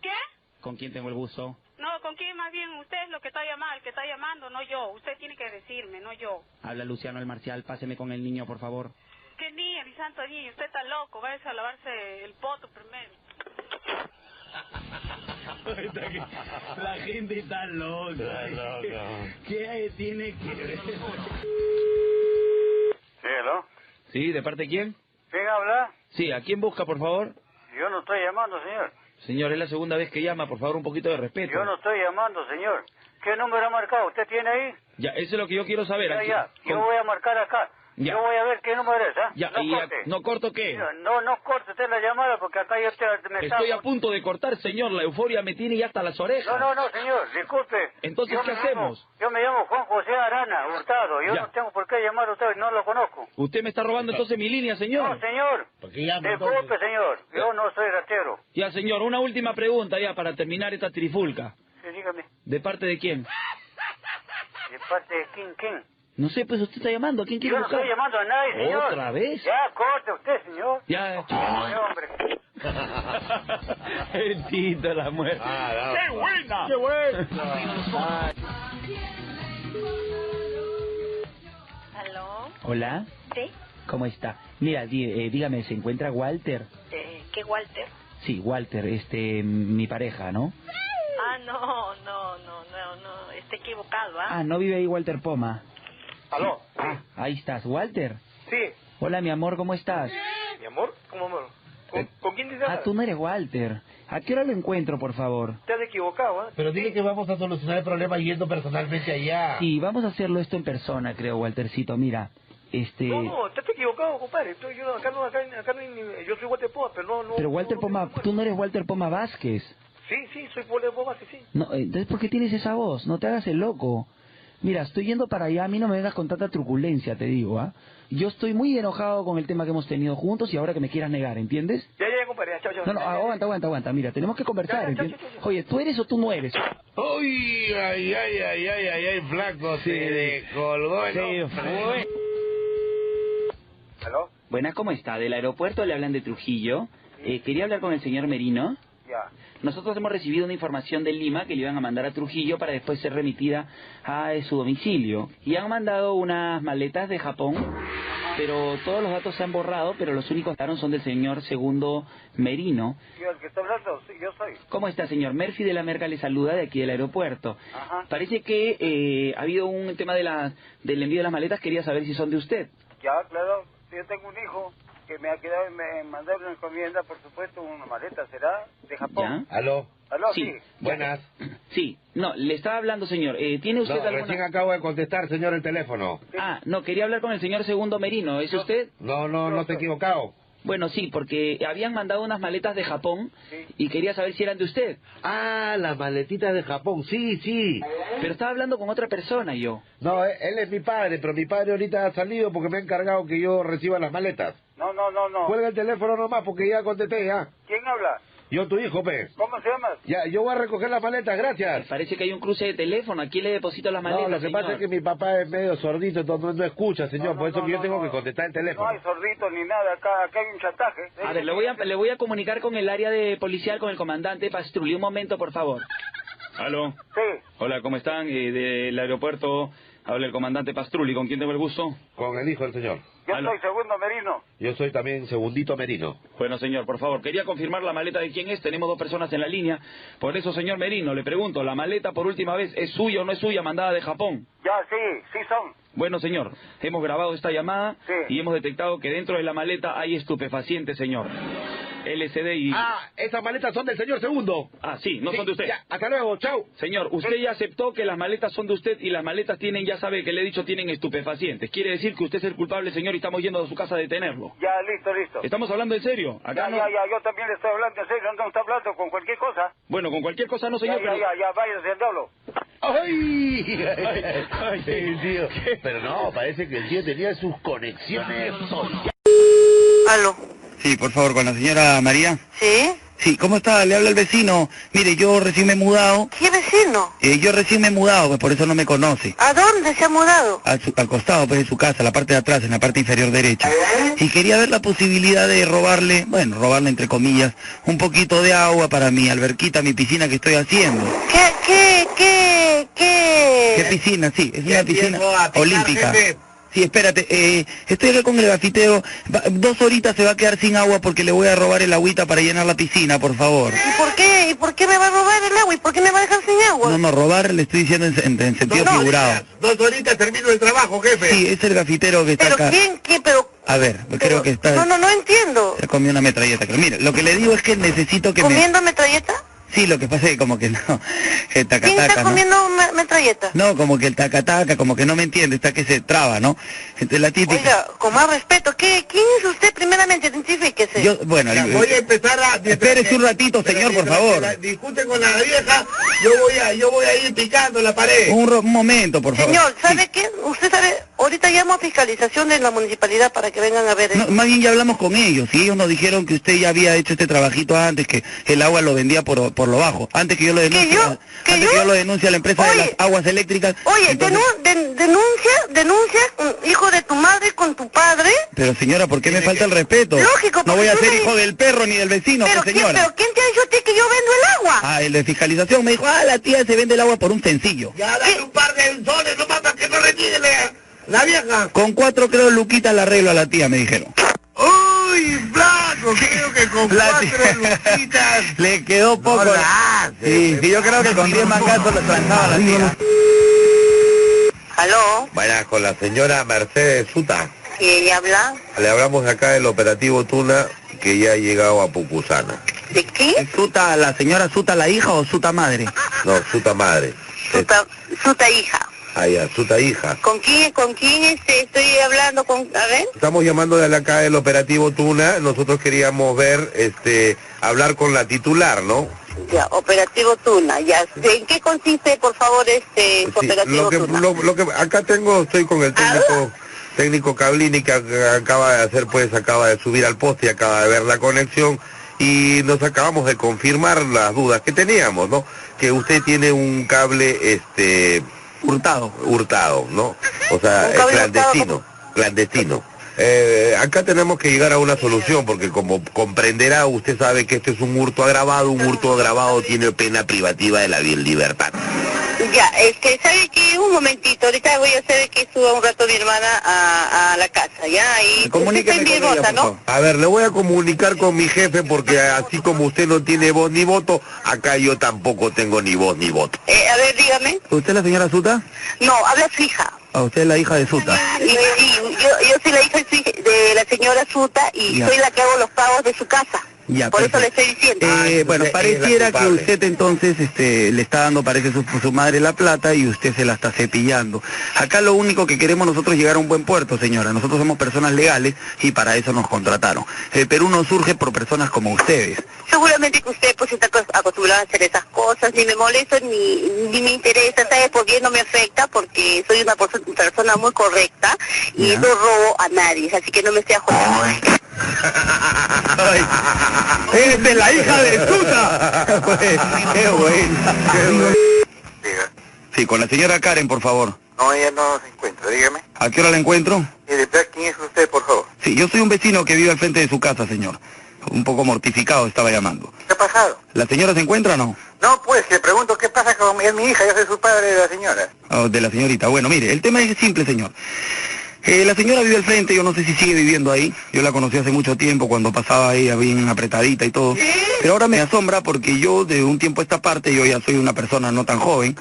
S4: ¿Qué?
S10: ¿Con quién tengo el gusto?
S4: No, ¿con quién más bien? Usted es lo que está llamando, el que está llamando, no yo. Usted tiene que decirme, no yo.
S10: Habla Luciano el Marcial, páseme con el niño, por favor.
S4: ¿Qué niño, mi santo niño? Usted está loco, váyase a lavarse el poto primero.
S10: La gente está loca.
S20: loca.
S10: ¿Qué tiene que ver?
S21: Sí, ¿no?
S10: Sí, ¿de parte de quién?
S21: ¿Quién habla?
S10: Sí, ¿a quién busca, por favor?
S21: Yo no estoy llamando, señor.
S10: Señor, es la segunda vez que llama, por favor, un poquito de respeto.
S21: Yo no estoy llamando, señor. ¿Qué número ha marcado? ¿Usted tiene ahí?
S10: Ya, eso es lo que yo quiero saber.
S21: Ya,
S10: aquí-
S21: ya. Yo
S10: con-
S21: voy a marcar acá.
S10: Ya.
S21: Yo voy a ver qué número es, ¿ah?
S10: Ya,
S21: no
S10: y ya-
S21: corte.
S10: ¿no corto qué?
S21: Mira, No, no corte usted la llamada porque acá yo te, me
S10: Estoy
S21: está-
S10: a punto de cortar, señor. La euforia me tiene ya hasta las orejas.
S21: No, no, no, señor, disculpe.
S10: Entonces,
S21: Yo
S10: ¿qué
S21: me llamo-
S10: hacemos?
S21: yo me llamo Juan José Arana Hurtado. Yo
S10: Ya.
S21: no tengo por qué llamar a usted, no lo conozco.
S10: Usted me está robando entonces mi línea, señor.
S21: No, señor. Disculpe, señor. Yo no soy ratero.
S10: Ya, señor, una última pregunta ya para terminar esta trifulca.
S21: Sí, dígame.
S10: ¿De parte de quién?
S21: ¿De parte de quién, quién?
S5: No sé, pues usted está llamando. ¿A quién quiere
S21: Yo no
S5: buscar?
S21: estoy llamando a nadie, señor.
S5: ¿Otra vez?
S21: Ya, corte usted, señor.
S10: Ya.
S21: Sí, hombre.
S10: El tito, la muerte.
S21: Ah,
S20: ¡Qué buena!
S10: ¡Qué buena!
S7: ¿Aló?
S5: Hola,
S7: ¿Sí?
S5: ¿cómo está? Mira, di- eh, dígame, ¿se encuentra Walter?
S7: Eh, ¿Qué Walter?
S5: Sí, Walter, este, mi pareja, ¿no?
S7: Ah, no, no, no, no, no, está equivocado, ¿ah?
S5: Ah, no vive ahí Walter Poma.
S21: ¿Aló?
S5: Ah, ahí estás, Walter.
S21: Sí.
S5: Hola, mi amor, ¿cómo estás?
S21: ¿Mi amor? ¿Cómo amor?
S22: Eh,
S21: ¿Con, con quién te
S5: Ah, tú no eres Walter. ¿A qué hora lo encuentro, por favor?
S21: Te has equivocado, ¿eh?
S22: Pero dile que vamos a solucionar el problema yendo personalmente allá.
S5: Sí, vamos a hacerlo esto en persona, creo, Waltercito. Mira, este...
S21: No, no, te has equivocado, compadre. Tú- Yo acá no, acá, acá ni- ni- yo soy Guatepoa, pero no, no.
S5: Pero Walter
S21: no-
S5: Poma, tú no eres Walter Poma Vázquez.
S21: Sí, sí, soy Guatepoa, sí, sí.
S5: No, eh, entonces, ¿por qué tienes esa voz? No te hagas el loco. Mira, estoy yendo para allá, a mí no me vengas con tanta truculencia, te digo, ¿ah? Yo estoy muy enojado con el tema que hemos tenido juntos y ahora que me quieras negar, ¿entiendes?
S21: Ya, ya, compadre, ya, chao, chao.
S5: No, no, aguanta, aguanta, aguanta, mira, tenemos que conversar, ¿entiendes? Oye, ¿tú eres o tú no eres?
S20: Uy, ay, ay, ay, ay, ay, ay, flaco, se descolgó el
S5: Se
S20: hombre.
S5: fue.
S21: ¿Aló?
S5: Buenas, ¿cómo está? Del aeropuerto le hablan de Trujillo. Eh, quería hablar con el señor Merino.
S21: Ya.
S5: Nosotros hemos recibido una información de Lima que le iban a mandar a Trujillo para después ser remitida a eh, su domicilio. Y han mandado unas maletas de Japón, pero todos los datos se han borrado, pero los únicos que quedaron son del señor Segundo Merino.
S21: Yo, el que está hablando, sí, yo soy.
S5: ¿Cómo está, señor? Murphy de la Merca le saluda de aquí del aeropuerto.
S21: Ajá.
S5: Parece que eh, ha habido un tema de la- del envío de las maletas. Quería saber si son de usted.
S21: Ya, claro, yo tengo un hijo que me ha quedado, me mandaron una encomienda, por supuesto, una maleta, ¿será? De Japón.
S5: ¿Ya?
S22: ¿Aló?
S21: ¿Aló?
S5: Sí.
S21: Sí.
S22: Buenas.
S8: Sí, no, le estaba hablando, señor. Eh, ¿Tiene usted
S22: No,
S8: alguna...?
S22: recién acabo de contestar, señor, el teléfono.
S8: Ah, no, quería hablar con el señor Segundo Merino, ¿es usted?
S22: No, no, no te he equivocado.
S8: Bueno, sí, porque habían mandado unas maletas de Japón y quería saber si eran de usted.
S22: Ah, las maletitas de Japón, sí, sí.
S8: Pero estaba hablando con otra persona yo.
S22: No, eh, él es mi padre, pero mi padre ahorita ha salido porque me ha encargado que yo reciba las maletas.
S21: No, no, no, no.
S22: Cuelga el teléfono nomás porque ya contesté, ya.
S21: ¿Quién habla?
S22: Yo tu hijo, pe.
S21: ¿Cómo se llama?
S22: Ya, yo voy a recoger las maletas, gracias.
S8: Parece que hay un cruce de teléfono, aquí le deposito las maletas,
S22: No, lo que
S8: señor.
S22: pasa es que mi papá es medio sordito, entonces no, no escucha, señor. por eso que yo tengo que contestar el
S21: No
S22: teléfono.
S21: hay sorditos ni nada, acá, acá hay un chataje.
S8: A ver, le voy a, le voy a comunicar con el área de policial, con el comandante Pastrulli. Un momento, por favor.
S5: Aló.
S21: Sí.
S5: Hola, ¿cómo están? Eh, del aeropuerto habla el comandante Pastrulli. ¿Con quién tengo el gusto?
S22: Con el hijo del señor.
S21: Yo soy segundo merino.
S22: Yo soy también segundito merino.
S5: Bueno, señor, por favor, quería confirmar la maleta de quién es. Tenemos dos personas en la línea. Por eso, señor Merino, le pregunto, la maleta por última vez, ¿es suya o no es suya, mandada de Japón?
S21: Ya, sí, sí son.
S5: Bueno, señor, hemos grabado esta llamada y hemos detectado que dentro de la maleta hay estupefacientes, señor. LCD y...
S22: Ah, esas maletas son del señor segundo.
S5: Ah, sí, no
S22: Sí,
S5: son de usted.
S22: ya, hasta luego, chau.
S5: Señor, usted ya aceptó que las maletas son de usted y las maletas tienen, ya sabe que le he dicho, tienen estupefacientes. Quiere decir que usted es el culpable, señor, y estamos yendo a su casa a detenerlo.
S21: Ya, listo, listo.
S5: ¿Estamos hablando en serio? Acá
S21: ya,
S5: no...
S21: ya, ya, yo también le estoy hablando en serio, no está hablando con cualquier cosa.
S5: Bueno, con cualquier cosa no, señor,
S21: ya,
S5: pero...
S21: ya, ya, ya, váyase al diablo.
S22: ¡Ay!
S21: Ay, ay,
S22: El tío. Pero no, parece que el tío tenía sus conexiones sociales.
S2: Aló. Sí, por favor, con la señora María.
S1: ¿Sí?
S2: Sí, ¿cómo está? Le habla el vecino. Mire, yo recién me he mudado.
S1: ¿Qué vecino?
S2: Eh, yo recién me he mudado, pues por eso no me conoce.
S1: ¿A dónde se ha mudado?
S2: Al, su- al costado, pues de su casa, la parte de atrás, en la parte inferior derecha. Y quería ver la posibilidad de robarle, bueno, robarle entre comillas, un poquito de agua para mi alberquita, mi piscina que estoy haciendo.
S1: ¿Qué, qué, qué, qué?
S2: ¿Qué piscina? Sí, es una piscina
S1: a picar,
S2: olímpica.
S1: jefe.
S2: Sí, espérate, eh, estoy acá con el gafiteo. Va- dos horitas se va a quedar sin agua porque le voy a robar el agüita para llenar la piscina, por favor.
S1: ¿Y por qué? ¿Y por qué me va a robar el agua? ¿Y por qué me va a dejar sin agua?
S2: No, no, robar le estoy diciendo en, en- en sentido
S1: No, no,
S2: figurado.
S1: Dos horitas termino el trabajo, jefe.
S2: Sí, es el gafitero que está
S1: ¿Pero
S2: acá.
S1: quién? ¿Qué? Pero...
S2: A ver, creo que está...
S1: No, no, no entiendo.
S2: Se comió una metralleta. Pero mira, lo que le digo es que necesito que
S1: ¿Comiendo metralleta?
S2: me... Sí, lo que pasa es que como que no... El
S1: ¿Quién está
S2: tacataca, ¿no?
S1: comiendo me- metralleta?
S2: No, como que el tacataca, como que no me entiende, está que se traba, ¿no? Entonces, la típica...
S1: Oiga, con más respeto, ¿qué, ¿quién es usted primeramente? Identifíquese.
S2: Yo, bueno,
S1: eh, Ya,
S2: el-
S1: voy a
S2: empezar a... Espérese un ratito, señor, por favor.
S10: Discute con la vieja, yo voy a, yo voy a ir picando la pared.
S2: Un, ro- un momento, por favor.
S1: Señor, ¿sabe qué? Usted sabe, ahorita llamo a fiscalización de la municipalidad para que vengan a ver.
S2: No, más bien ya hablamos con ellos y ellos nos dijeron que usted ya había hecho este trabajito antes, que el agua lo vendía por, por lo bajo, antes que yo lo denuncie, antes que yo lo denuncie a la empresa de las aguas eléctricas.
S1: Oye,
S2: Entonces,
S1: denun- den- denuncia, denuncia, mm, hijo de tu madre con tu padre.
S2: Pero señora, ¿por qué me falta el respeto?
S1: Lógico,
S2: no
S1: porque
S2: voy a
S1: tú
S2: ser
S1: me-
S2: hijo del perro ni del vecino,
S1: pero,
S2: pues,
S1: ¿quién,
S2: señora.
S1: pero ¿quién te ha dicho a ti que yo vendo el agua?
S2: Ah, el de fiscalización me dijo, ah, la tía se vende el agua por un sencillo.
S10: Ya dale un par de soles nomás para que no retire la, la vieja.
S2: Con cuatro, creo, Luquita la arreglo a la tía, me dijeron.
S10: Uy, flaco, creo que con
S2: La
S10: cuatro lucitas.
S2: Le quedó poco.
S10: la
S2: sí, sí, yo creo que con diez mangazos lo trancaba la tía.
S1: ¿Aló?
S7: Vaya con la señora Mercedes Suta.
S1: ¿Y ella habla?
S7: Le hablamos acá del operativo Tuna que ya ha llegado a Pucusana.
S1: ¿De qué?
S2: ¿Suta, la señora Suta la hija o Suta madre?
S7: No, Suta madre.
S1: Suta, suta hija.
S7: Allá, Suta hija.
S1: ¿Con quién, con quién este, estoy hablando? Con, a ver.
S7: Estamos llamando de acá del operativo Tuna. Nosotros queríamos ver, este, hablar con la titular, ¿no?
S1: Ya, operativo Tuna, ya. ¿En qué consiste, por favor, este
S7: Sí,
S1: operativo
S7: lo que,
S1: Tuna?
S7: lo- lo que- acá tengo, estoy con el técnico,
S1: Ah.
S7: técnico Cablini que ac- acaba de hacer, pues, acaba de subir al poste y acaba de ver la conexión y nos acabamos de confirmar las dudas que teníamos, ¿no? Que usted tiene un cable, este,
S2: hurtado,
S7: hurtado, ¿no? O sea,
S1: Un cable
S7: eh, clandestino, clandestino. Eh, acá tenemos que llegar a una solución porque como comprenderá usted sabe que esto es un hurto agravado, un hurto agravado tiene pena privativa de la libertad.
S1: Ya, este, ¿sabe qué? Un momentito, ahorita voy a hacer que suba un rato mi hermana a, a la casa, ¿ya?
S2: Eh,
S1: Y usted está en Virgosa, ¿no?
S7: A ver, le voy a comunicar con mi jefe porque así como usted no tiene voz ni voto, acá yo tampoco tengo ni voz ni voto.
S1: Eh, a ver, dígame.
S2: ¿Usted es la señora Suta?
S1: No, habla su hija.
S2: ¿A usted es la hija de Suta?
S10: Ah,
S1: Y, sí, yo, yo soy la hija de su hija- de la señora Suta y
S2: Ya.
S1: soy la que hago los pagos de su casa.
S2: Ya,
S24: Por eso le
S2: perfecto.
S24: estoy diciendo.
S2: Eh, bueno,
S24: Ah, entonces ella es
S2: pareciera
S24: la
S2: que
S24: culpable.
S2: usted entonces este, le está dando, parece su, su madre la plata y usted se la está cepillando. Acá lo único que queremos nosotros es llegar a un buen puerto, señora. Nosotros somos personas legales y para eso nos contrataron. El Perú no surge por personas como ustedes.
S24: Seguramente que usted pues está acos- acostumbrado a hacer esas cosas, ni me molesto, ni, ni me interesa, ¿sabes? Por bien no me afecta porque soy una perso- persona muy correcta y no robo a nadie, así que no me esté
S2: Ah.
S24: jodiendo.
S10: ¡Eres de la hija de puta!
S2: ¡Qué buena! Sí, con la señora Karen, por favor.
S7: No, ella no se encuentra, dígame.
S2: ¿A qué hora la encuentro?
S7: Mire, vea ¿quién es usted, por favor?
S2: Sí, yo soy un vecino que vive al frente de su casa, señor. Un poco mortificado estaba llamando.
S7: ¿Qué ha pasado?
S2: ¿La señora se encuentra o no?
S7: No, pues, le pregunto qué pasa con es mi hija, yo soy su padre de la señora.
S2: Oh, de la señorita. Bueno, mire, el tema es simple, señor. Eh, la señora vive al frente, yo no sé si sigue viviendo ahí. Yo la conocí hace mucho tiempo cuando pasaba ella bien apretadita y todo. Pero ahora me asombra porque yo de un tiempo a esta parte, yo ya soy una persona no tan joven.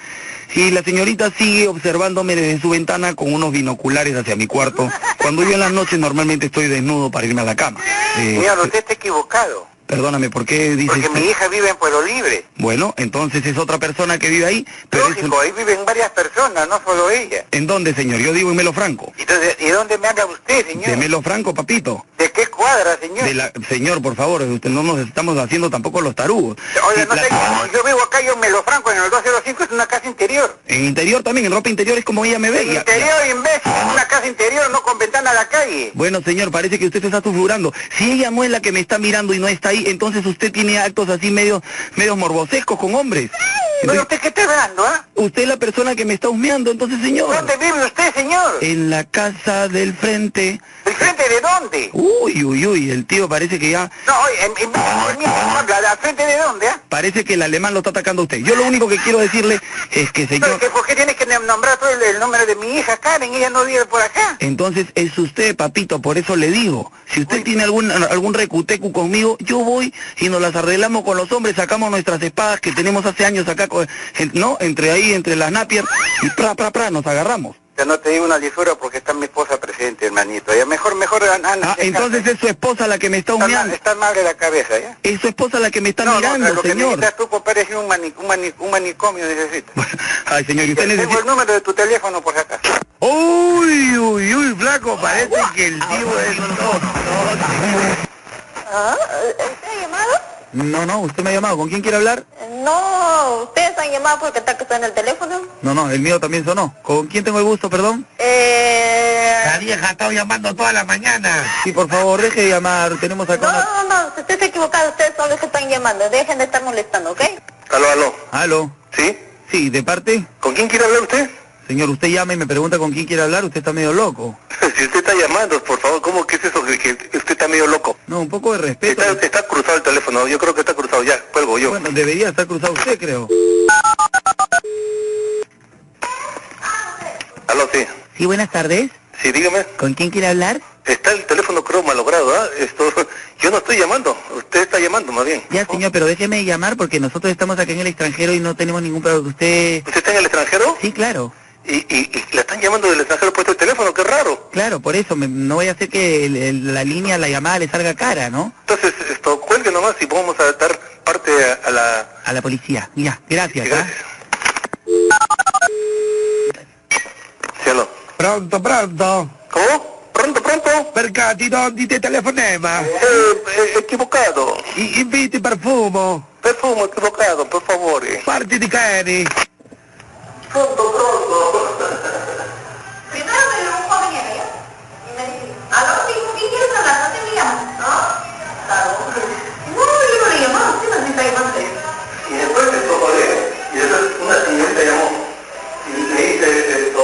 S2: Y la señorita sigue observándome desde su ventana con unos binoculares hacia mi cuarto. Cuando yo en las noches normalmente estoy desnudo para irme a la cama. Eh,
S7: Señor, usted está equivocado,
S2: Perdóname, ¿por qué dices?
S7: porque mi hija vive en Pueblo Libre.
S2: Bueno, entonces es otra persona que vive ahí. Pero es un-
S7: Lógico, ahí viven varias personas, no solo ella.
S2: ¿En dónde, señor? Yo digo en Melo Franco.
S7: Entonces, ¿y dónde me habla usted, señor?
S2: De Melo Franco, papito.
S7: ¿De qué cuadra, señor?
S2: De la- señor, por favor, usted no nos estamos haciendo tampoco los tarugos.
S7: Oye, no sé, yo vivo acá, yo me lo franco, en el 205 es una casa interior.
S2: En interior también, en ropa interior es como ella me ve. ya- ya.
S7: Interior, imbécil, es una casa interior, no con ventana a la calle.
S2: Bueno, señor, parece que usted se está sufragando. Si ella no es la que me está mirando y no está ahí, entonces usted tiene actos así medio, medios morbosescos con hombres. ¿Pero
S7: usted qué está hablando, ah?
S2: Usted es la persona que me está husmeando, entonces, señor.
S7: ¿Dónde vive usted, señor?
S2: En la casa del frente.
S7: ¿El frente de dónde?
S2: Uy, uy, uy, el tío parece que ya...
S7: No, oye, em- em- em- em- habla, ¿al frente de dónde, ah?
S2: Parece que el alemán lo está atacando a usted. Yo lo único que quiero decirle es que, señor...
S7: Entonces, ¿por qué tiene que nombrar todo el, el nombre de mi hija Karen? Ella no vive por acá.
S2: Entonces es usted, papito, por eso le digo. Si usted tiene algún algún recutecu conmigo, yo voy y nos las arreglamos con los hombres, sacamos nuestras espadas que tenemos hace años acá, co- en- ¿no? Entre ahí, entre las napier, y pra, pra, pra, nos agarramos.
S7: Ya no te digo una lisura porque está mi esposa presente, hermanito. Ya mejor, mejor, an- an-
S2: Ah,
S7: deja-
S2: entonces es su esposa la que me está
S7: Está mal-
S2: humeando.
S7: Está mal de la cabeza, ¿ya?
S2: Es su esposa la que me está
S7: No, no,
S2: mirando,
S7: lo que
S2: señor.
S7: necesitas tú, compadre, es un, mani- un mani- un manicomio necesitas.
S2: Ay, señor, y usted
S7: Tengo
S2: necesita...
S7: el número de tu teléfono por acá.
S10: Uy, uy, uy, flaco, parece que el tío es...
S1: Ah, ¿Usted ha llamado?
S2: No, no, usted me ha llamado. ¿Con quién quiere hablar?
S1: No, Oh, ustedes han llamado porque está que suena el teléfono.
S2: No, no, el mío también sonó. ¿Con quién tengo el gusto, perdón?
S1: Eh...
S2: La vieja ha estado llamando toda la mañana. Sí, por favor, deje de llamar. Tenemos acá
S1: No,
S2: una-
S1: no, no, no, usted está equivocado, ustedes son los que están llamando, dejen de estar molestando, ¿ok?
S2: Aló, aló. Aló. ¿Sí? Sí, ¿de parte? ¿Con quién quiere hablar usted? Señor, usted llama y me pregunta con quién quiere hablar, usted está medio loco.
S7: Si usted está llamando, por favor, ¿cómo que es eso? Que, que usted está medio loco.
S2: No, un poco de respeto.
S7: Está, está cruzado el teléfono, yo creo que está cruzado, ya, cuelgo yo.
S2: Bueno, debería estar cruzado usted, creo.
S7: Aló, sí.
S2: Sí, buenas tardes.
S7: Sí, dígame.
S2: ¿Con quién quiere hablar?
S7: Está el teléfono creo malogrado, ¿ah? Esto, yo no estoy llamando, usted está llamando más bien.
S2: Ya, señor, pero déjeme llamar porque nosotros estamos acá en el extranjero y no tenemos ningún problema. ¿Usted...
S7: ¿Usted está en el extranjero?
S2: Sí, claro.
S7: Y, y, y la están llamando del extranjero por este teléfono, qué raro.
S2: Claro, por eso, me- no voy a hacer que el- el- la línea, la llamada le salga cara, ¿no?
S7: Entonces, esto, cuelgue nomás y vamos a dar parte a, a la...
S2: A la policía. Ya, gracias, ¿ah?
S7: Cielo.
S10: Pronto, pronto.
S7: ¿Cómo? Pronto, pronto. Eh,
S10: Percati, donde te telefonema?
S7: equivocado.
S10: I, inviti perfumo.
S7: Perfumo equivocado, por favor. eh.
S10: Parti di cani.
S1: Pronto, pronto. Primero me dio un joven allá y me dice, aló, sí, ¿con quién quieres hablar? No te llamas. ¿No? Claro. No, yo no le llamaba, usted no me está llamando.
S7: Y después esto, joder, y después una señorita llamó y me dice esto,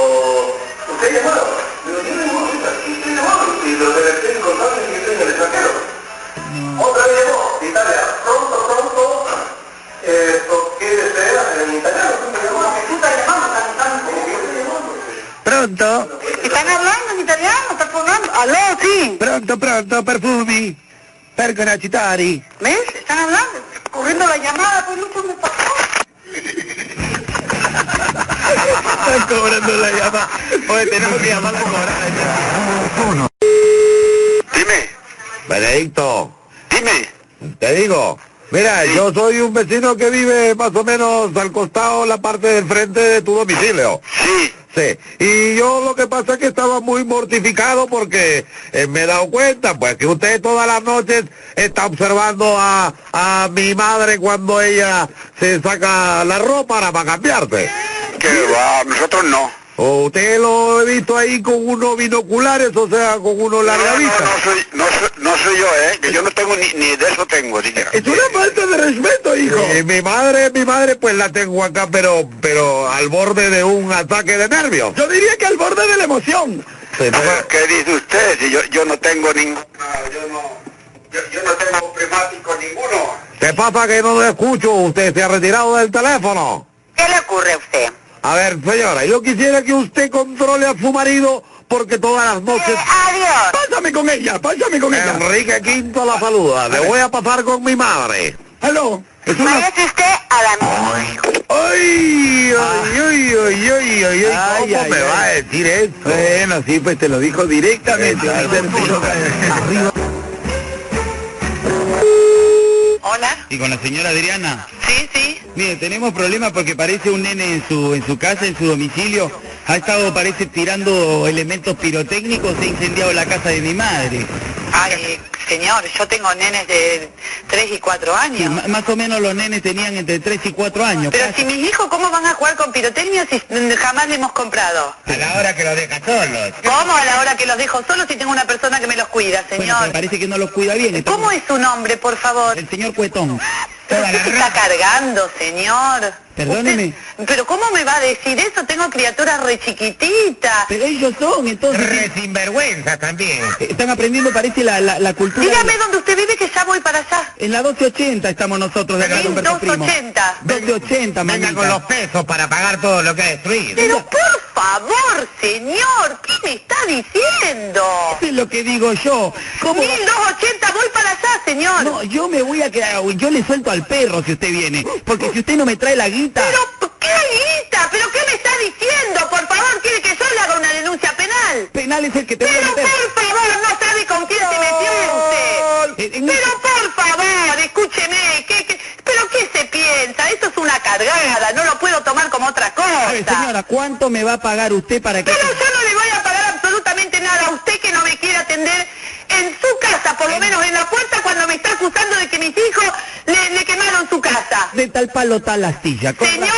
S7: ¿usted ha llamado? Digo, yo no he llamado, ahorita, sí, estoy llamando. Y lo que le estoy contando es que estoy en el extranjero.
S10: Mm.
S7: Otra vez llamó, de Italia, pronto, pronto, esto, ¿qué desea? En italiano, tú me llamaste. Tú estás llamando, estás llamando. Yo estoy llamando.
S10: Pronto?
S1: Están hablando en italiano, están formando. Aló, sí.
S10: Pronto, pronto, perfumi. Perconacitari.
S1: ¿Ves? Están hablando, corriendo la llamada, pues mucho me pasó.
S10: Están cobrando la llamada. Oye, tenemos que llamar a cobrar.
S25: Benedicto.
S7: Dime. Te digo, mira, yo soy un vecino que vive más o menos al costado, la parte del frente de tu domicilio. Sí. Sí. Y yo lo que pasa es que estaba muy mortificado porque eh, me he dado cuenta, pues, que usted todas las noches está observando a, a mi madre cuando ella se saca la ropa para cambiarse.
S18: Que va, nosotros no.
S7: O usted lo he visto ahí con unos binoculares, o sea, con unos larga vista.
S18: No soy, no soy yo, ¿eh? Que yo no tengo ni, ni de eso tengo siquiera.
S7: Es una falta de respeto, hijo. Eh, mi madre, mi madre, pues la tengo acá, pero, pero al borde de un ataque de nervios. Yo diría que al borde de la emoción.
S18: ¿Qué dice usted? Si yo, yo no tengo ningún... Yo, yo no tengo primático ninguno.
S7: ¿Qué pasa que no lo escucho? Usted se ha retirado del teléfono.
S17: ¿Qué le ocurre a usted?
S7: A ver, señora, yo quisiera que usted controle a su marido porque todas las noches...
S17: adiós.
S7: Pásame con ella, pásame con ella. Enrique Quinto la saluda. Le voy a pasar con mi madre. Hello. Es una-
S17: usted a la
S7: ¡Ay! ¡Ay, ay, ay, ay, ay! Ah. ay cómo me va a decir eso?
S2: Eh,
S7: Bueno, sí, pues te lo dijo
S18: Eh,
S7: directamente.
S2: Hola. Y con la señora Adriana. Sí, sí. Mire, tenemos problemas porque parece un nene en su, en su casa, en su domicilio. Ha estado, parece, tirando elementos pirotécnicos. Se ha incendiado la casa de mi madre.
S1: Ay, señor, yo tengo nenes de 3 y 4 años.
S2: Sí, ma- más o menos los nenes tenían entre 3 y 4 años.
S1: Pero si mis hijos, ¿cómo van a jugar con pirotecnia si mm, jamás le hemos comprado?
S2: A la hora que los deja solos.
S1: ¿Cómo a la hora que los dejo solos si tengo una persona que me los cuida, señor?
S2: Parece que no los cuida bien. Está-
S1: ¿Cómo es su nombre, por favor?
S2: El señor Cuetón.
S1: Pero usted se está cargando, señor.
S2: Perdóneme.
S1: ¿Pero cómo me va a decir eso? Tengo criaturas re chiquititas.
S2: Pero ellos son, entonces...
S1: Re sinvergüenza también.
S2: Están aprendiendo, parece, la, la, la cultura...
S1: Dígame dónde usted vive que ya voy para allá.
S2: En la 1280 estamos nosotros de acá,
S1: Sí,
S2: Humberto Primo.
S1: 1280.
S2: 1280, manita. con los pesos para pagar todo lo que ha destruido.
S1: Pero por favor, señor, ¿qué me está diciendo?
S2: Eso es lo que digo yo. ¿Cómo?
S1: 1280, voy para allá, señor.
S2: No, yo me voy a quedar, yo le suelto al perro si usted viene, porque si usted no me trae la guita...
S1: ¿Qué guita? ¿Pero qué me está diciendo? Por favor, quiere que yo le haga una denuncia penal.
S2: Penal es el que te
S1: Pero por favor, no sabe con quién se metió usted.
S2: este-
S1: Pero por favor, escúcheme, ¿qué, qué- pero qué se piensa? Eso es una cargada, no lo puedo tomar como otra cosa.
S2: A ver, señora, ¿cuánto me va a pagar usted para que...
S1: Pero yo no le voy a pagar absolutamente nada a usted que no me quiere atender en su casa, por lo menos en la puerta, cuando me está acusando de que mis hijos le, le quemaron su casa.
S2: De tal palo, tal astilla. con
S1: Señor,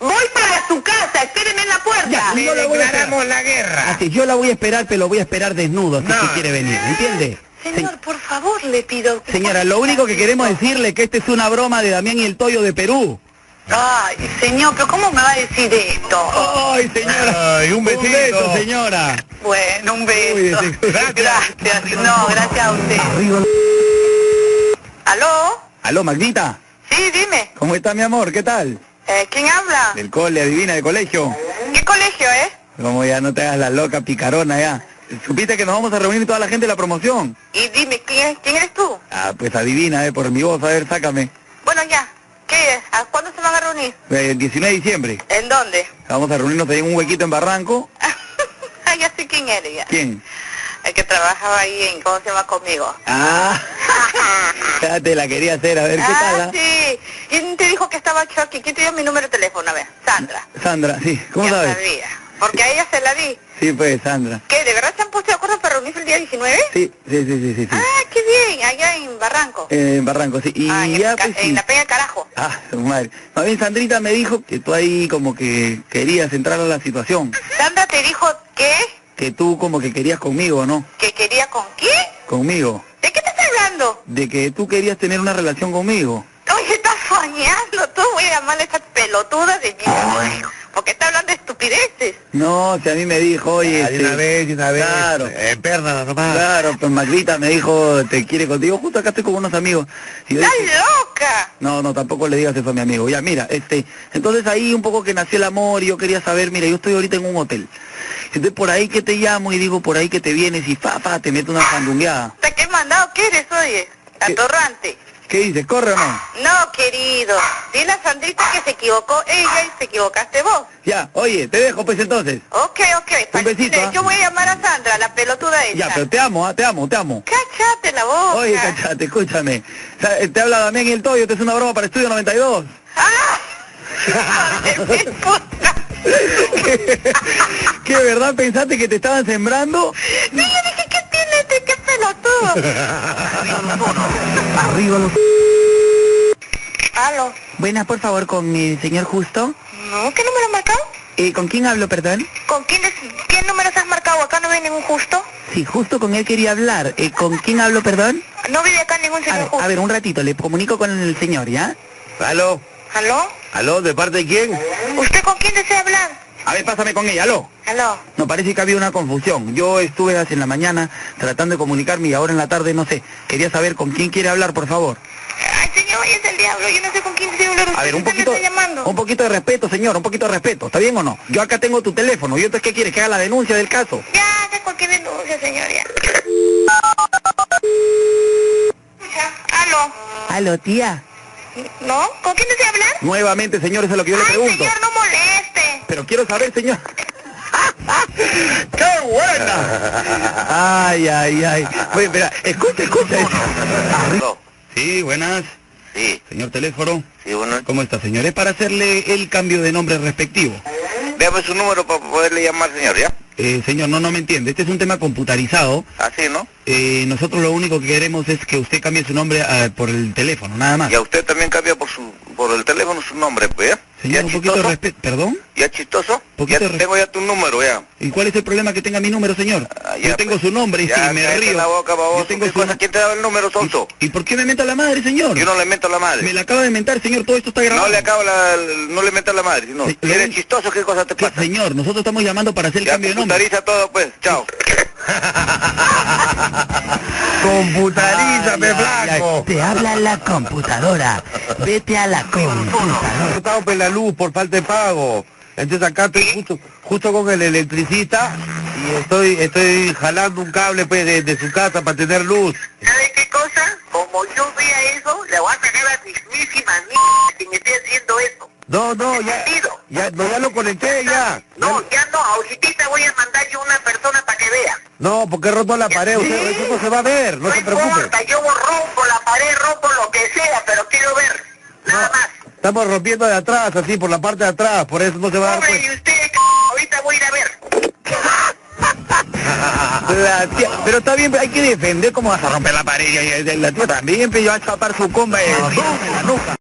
S1: voy para su casa, espérenme en la puerta.
S2: Le declaramos
S1: la guerra.
S2: Así, yo la voy a esperar, pero lo voy a esperar desnudo, si usted quiere venir, ¿entiende?
S1: Señor, por favor, le pido...
S2: Señora, lo único que queremos decirle es que esta es una broma de Damián y el Toyo de Perú.
S1: Ay, señor, pero ¿cómo me va a decir esto?
S2: Ay, señora.
S7: Ay, un
S2: besito. señora.
S1: Bueno, un beso. Gracias. No, gracias a usted. ¿Aló?
S2: Aló, Magnita.
S1: Sí, dime.
S2: ¿Cómo está, mi amor? ¿Qué tal?
S1: Eh, ¿Quién habla?
S2: Del cole, adivina, del colegio.
S1: ¿Qué colegio es?
S2: Como ya no te hagas la loca picarona ya. ¿Supiste que nos vamos a reunir toda la gente de la promoción?
S1: Y dime, ¿quién, es- quién eres tú?
S2: Ah, pues adivina, eh, por mi voz, a ver, sácame.
S1: Bueno, ya. ¿Qué es? ¿A cuándo se van a reunir?
S2: Eh, El 19 de diciembre.
S1: ¿En dónde?
S2: Vamos a reunirnos ahí en un huequito en Barranco.
S1: Ah, ya sé quién eres ya.
S2: ¿Quién?
S1: El que trabajaba ahí en, ¿cómo se llama conmigo?
S2: Ah, ya te la quería hacer, a ver, ¿qué tal?
S1: ah,
S2: ah?
S1: sí. ¿Quién te dijo que estaba Chucky? ¿Quién te dio mi número de teléfono? A ver, Sandra.
S2: Sandra, sí, ¿cómo
S1: ya
S2: sabes?
S1: sabía. Porque a ella se la di.
S2: Sí, pues, Sandra.
S1: ¿Qué? ¿De verdad se han puesto de acuerdo para reunirse el día 19?
S2: Sí, sí, sí, sí, sí. sí.
S1: Ah, qué bien. Allá en Barranco.
S2: Eh, en Barranco, sí. Y ya, pues, sí.
S1: En la peña carajo.
S2: Ah, su madre. Más bien, Sandrita me dijo que tú ahí como que querías entrar a la situación.
S1: Sandra te dijo que,
S2: Que tú como que querías conmigo, ¿no?
S1: que quería con quién.
S2: Conmigo.
S1: ¿De qué te estás hablando?
S2: De que tú querías tener una relación conmigo.
S1: Oye, estás soñando. Tú voy a llamarle a esa pelotuda de mí. Porque está hablando de estupideces.
S2: No, si a mí me dijo, oye...
S7: Ah, de una
S2: vez, una vez. Claro. En pernas nomás. Claro, pues Magrita me dijo, te quiere contigo. Justo acá estoy con unos amigos. Y yo
S1: ¡Estás
S2: dije,
S1: loca!
S2: No, no, tampoco le digas eso a mi amigo. Ya, mira, este, entonces ahí un poco que nació el amor y yo quería saber, mira, yo estoy ahorita en un hotel. Entonces por ahí que te llamo y digo, por ahí que te vienes y fa, fa, te meto una fandungueada.
S1: ¿Hasta qué mandado que eres, oye? Atorrante.
S2: ¿Qué dice? ¿Corre o no?
S1: No, querido. Dile a Sandrita que se equivocó ella y se equivocaste vos.
S2: Ya, oye, te dejo pues entonces.
S1: Ok, ok. Un
S2: besito, ¿ah?
S1: Yo voy a llamar a Sandra, la pelotuda esa.
S2: Ya, pero te amo, ah, te amo, te amo.
S1: Cállate la voz.
S2: Oye, cachate, escúchame. O sea, eh, Te habla Damián y el Toyo, te es una broma para Estudio 92. ¿Qué, ¿Qué verdad pensaste que te estaban sembrando?
S1: No, yo dije, ¿qué tiene este? ¿Qué pelotudo?
S2: Arriba los...
S1: Aló.
S2: Buenas, por favor, con el señor Justo.
S1: No, ¿qué número has marcado?
S2: Eh, ¿Con quién hablo, perdón?
S1: ¿Con quién, es- qué números has marcado? Acá no vive ningún justo.
S2: Sí, justo con él quería hablar. Eh, ¿Con quién hablo, perdón?
S1: No vive acá ningún
S2: A
S1: señor
S2: ver,
S1: justo.
S2: a ver, un ratito, le comunico con el señor, ¿ya?
S7: Aló,
S1: ¿Aló?
S7: aló, ¿de parte de quién?
S1: ¿Usted con quién desea hablar?
S2: A ver, pásame con ella, aló.
S1: ¿Aló?
S2: No, parece que había una confusión. Yo estuve hace en la mañana tratando de comunicarme y ahora en la tarde no sé. Quería saber con quién quiere hablar, por favor.
S1: Ay, señor, es el diablo. Yo no sé con quién deseo hablar.
S2: A ver, un
S1: ¿Usted
S2: poquito,
S1: me está llamando?
S2: un poquito de respeto, señor, un poquito de respeto. ¿Está bien o no? Yo acá tengo tu teléfono. ¿Y entonces qué quieres? ¿Que haga la denuncia del caso?
S1: Ya, haga cualquier denuncia, señor, ya. ¿Aló?
S2: Aló, tía.
S1: ¿No? ¿Con quién desea hablar?
S2: Nuevamente, señor, eso es lo que yo le pregunto.
S1: Señor, no moleste.
S2: Pero quiero saber, señor. ¡Qué buena! Ay, ay, ay. Oye, espera, escucha, escucha. Sí, buenas. Sí. Señor teléfono. Sí, buenas. ¿Cómo está, señor? Es para hacerle el cambio de nombre respectivo.
S18: Déjame su número para poderle llamar, señor, ¿ya?
S2: Eh, señor, no, no me entiende. Este es un tema computarizado.
S18: Así, ¿no?
S2: Eh, nosotros lo único que queremos es que usted cambie su nombre ah, por el teléfono, nada más.
S18: Y a usted también cambia por su por el teléfono su nombre, pues, ¿ya?
S2: Señor, un poquito de respeto. ¿Perdón?
S18: ¿Ya chistoso? Ya
S2: Poquito de
S18: tengo ya tu número, ya.
S2: ¿Y cuál es el problema que tenga mi número, señor?
S18: Ah, ya, pues,
S2: Yo tengo su nombre y
S18: Ya,
S2: sí, me
S18: cállate
S2: río.
S18: la boca, baboso.
S2: Yo tengo
S18: ¿Qué
S2: su
S18: cosa? ¿Quién te daba el número, sonso?
S2: ¿Y por qué me menta la madre, señor?
S18: Yo no le meto la madre.
S2: Me la acaba de mentar, señor, todo esto está grabado.
S18: No le acabo la, no le metas la madre, sino,
S2: Sí,
S18: si eres chistoso, ¿qué cosa te pasa?
S2: Señor, nosotros estamos llamando para hacer el cambio de nombre.
S18: Computariza todo, pues, chao.
S2: Computarízame, blanco. Te habla la computadora. Vete a la computadora.
S7: Cortado por la luz por falta de pago. Entonces acá estoy justo, justo con el electricista y estoy, estoy jalando un cable pues, de, de su casa para tener luz.
S1: ¿Sabe qué cosa? Como yo vea eso, le voy a sacar a mismísima mierda que me esté haciendo eso.
S7: No, no, ya, ya, no, ya lo conecté ya.
S1: No, ya no, ahorita voy a mandar yo una persona para que vea.
S7: No, porque he roto la pared, usted- eso no se va a ver, no se preocupe.
S1: Hasta yo rompo la pared, rompo lo que sea, pero quiero ver.
S7: Estamos rompiendo de atrás, así, por la parte de atrás, por eso no pues. se va a dar cuenta.
S1: Y usted, c- ahorita voy a ir a ver.
S2: La tía, pero está bien, pero hay que defender cómo vas a romper la pared. ya, ya, ya, La tía también, pero va a chapar su comba eh, en la nuca.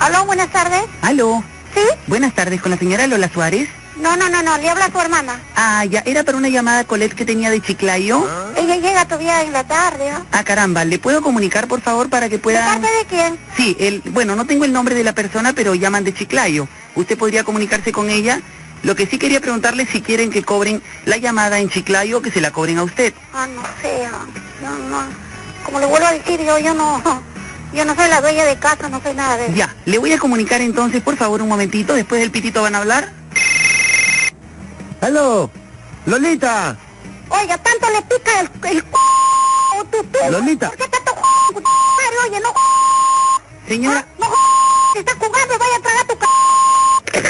S10: Aló, buenas tardes.
S2: Aló. ¿Sí? Buenas tardes, con la señora Lola Suárez.
S10: No, no, no, no, le habla a su hermana. Ah.
S2: Ah, ya, era para una llamada Colette que tenía de Chiclayo.
S10: Ella llega todavía en la tarde. ¿ah?
S2: Ah, caramba, ¿le puedo comunicar, por favor, para que pueda...?
S10: ¿De parte de quién?
S2: Sí, el, bueno, no tengo el nombre de la persona, pero llaman de Chiclayo. Usted podría comunicarse con ella. Lo que sí quería preguntarle es si quieren que cobren la llamada en Chiclayo o que se la cobren a usted.
S10: Ah, no sé. ah, Yo no. Como le vuelvo a decir, yo, yo no. Yo no soy la dueña de casa, no soy nada de eso.
S2: Ya, le voy a comunicar entonces, por favor, un momentito. Después del pitito van a hablar.
S7: ¡Aló! ¡Lolita!
S10: Oiga, tanto le pica el, el c... tú, tú.
S2: Lolita.
S10: ¿Por qué tanto c... madre? Oye, no c...
S2: Señora.
S10: No c... si estás jugando, vaya a tragar tu c...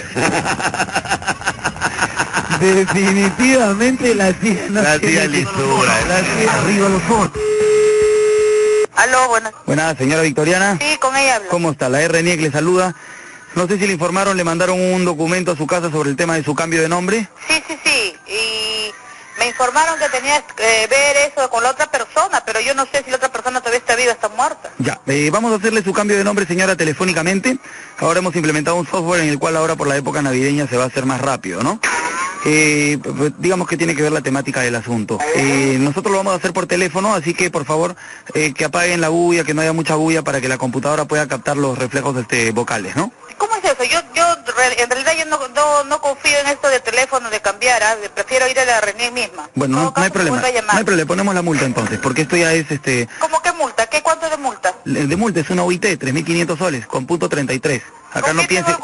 S2: Definitivamente la tía no La tía lisura. La tía arriba los ojos.
S1: Aló, buenas.
S2: Buenas, señora Victoriana.
S1: Sí, con ella hablo.
S2: ¿Cómo está? La RNIEC le saluda. No sé si le informaron, le mandaron un documento a su casa sobre el tema de su cambio de nombre.
S1: Sí, sí, sí. Y me informaron que tenías que ver eso con la otra persona, pero yo no sé si la otra persona todavía está viva o está muerta.
S2: Ya, eh, vamos a hacerle su cambio de nombre, señora, telefónicamente. Ahora hemos implementado un software en el cual ahora por la época navideña se va a hacer más rápido, ¿no? Eh, p- p- digamos que tiene que ver la temática del asunto. Eh, nosotros lo vamos a hacer por teléfono, así que por favor eh, que apaguen la bulla, que no haya mucha bulla para que la computadora pueda captar los reflejos este, vocales, ¿no?
S1: ¿Cómo es eso? Yo, yo re- en realidad yo no, no, no confío en esto de teléfono, de cambiar, ¿ah? De- prefiero ir a la reunión misma.
S2: Bueno, no, no hay problema.
S1: otra llamada.
S2: No hay problema, le ponemos la multa entonces, porque esto ya es este
S1: ¿Cómo que multa? ¿Qué cuánto de multa?
S2: le- de multa, es una UIT, 3.500 soles, con punto 33. Acá no piense...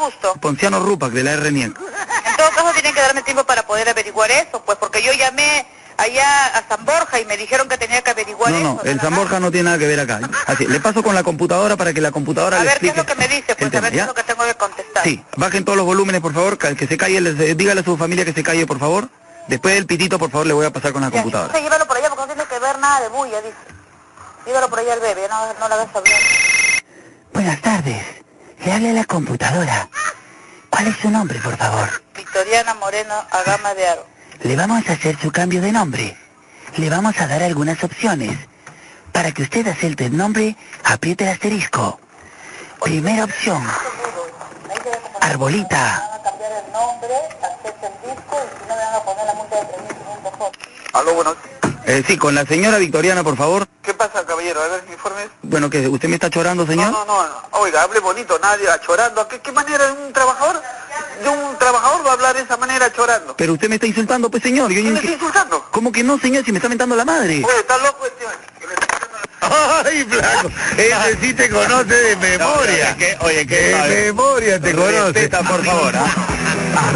S2: Ponciano Rupac, de la RNIEC.
S1: En todo caso tienen que darme tiempo para poder averiguar eso, pues porque yo llamé allá a San Borja y me dijeron que tenía que averiguar
S2: No, no,
S1: eso.
S2: el San Borja no tiene nada que ver acá. Así, le paso con la computadora para que la computadora
S1: A
S2: le
S1: ver, ¿qué es
S2: explique.
S1: lo que me dice? Pues
S2: el tema,
S1: a ver, ¿qué
S2: ¿ya?
S1: es lo que tengo que contestar?
S2: Sí, bajen todos los volúmenes, por favor, ca- que se calle, les- eh, dígale a su familia que se calle, por favor. Después del pitito, por favor, le voy a pasar con la computadora.
S10: Entonces llévalo por allá porque no tiene que ver nada de bulla, dice. Llévalo por allá al bebé, no, no la ves hablar.
S2: Buenas tardes. Le habla la computadora. ¿Cuál es su nombre, por favor?
S1: Victoriana Moreno Agama de Aro.
S2: Le vamos a hacer su cambio de nombre. Le vamos a dar algunas opciones. Para que usted acepte el nombre, apriete el asterisco. Primera opción. Arbolita.
S18: Aló, bueno.
S2: Eh, sí, con la señora Victoriana, por favor.
S18: ¿Qué pasa, caballero? A ver, informes.
S2: Bueno, que usted me está chorando, señor.
S18: No, no, no. Oiga, hable bonito, nadie chorando. ¿Qué, qué manera de un trabajador? De un trabajador va a hablar de esa manera chorando.
S2: Pero usted me está insultando, pues, señor. Yo, me está insultando? ¿Cómo que no, señor? Si me está mentando la madre.
S18: Oye, está loco este hombre.
S7: Ay, flaco, ese sí te conoce de memoria. oye, que de memoria te conoce. por favor. ¿ah?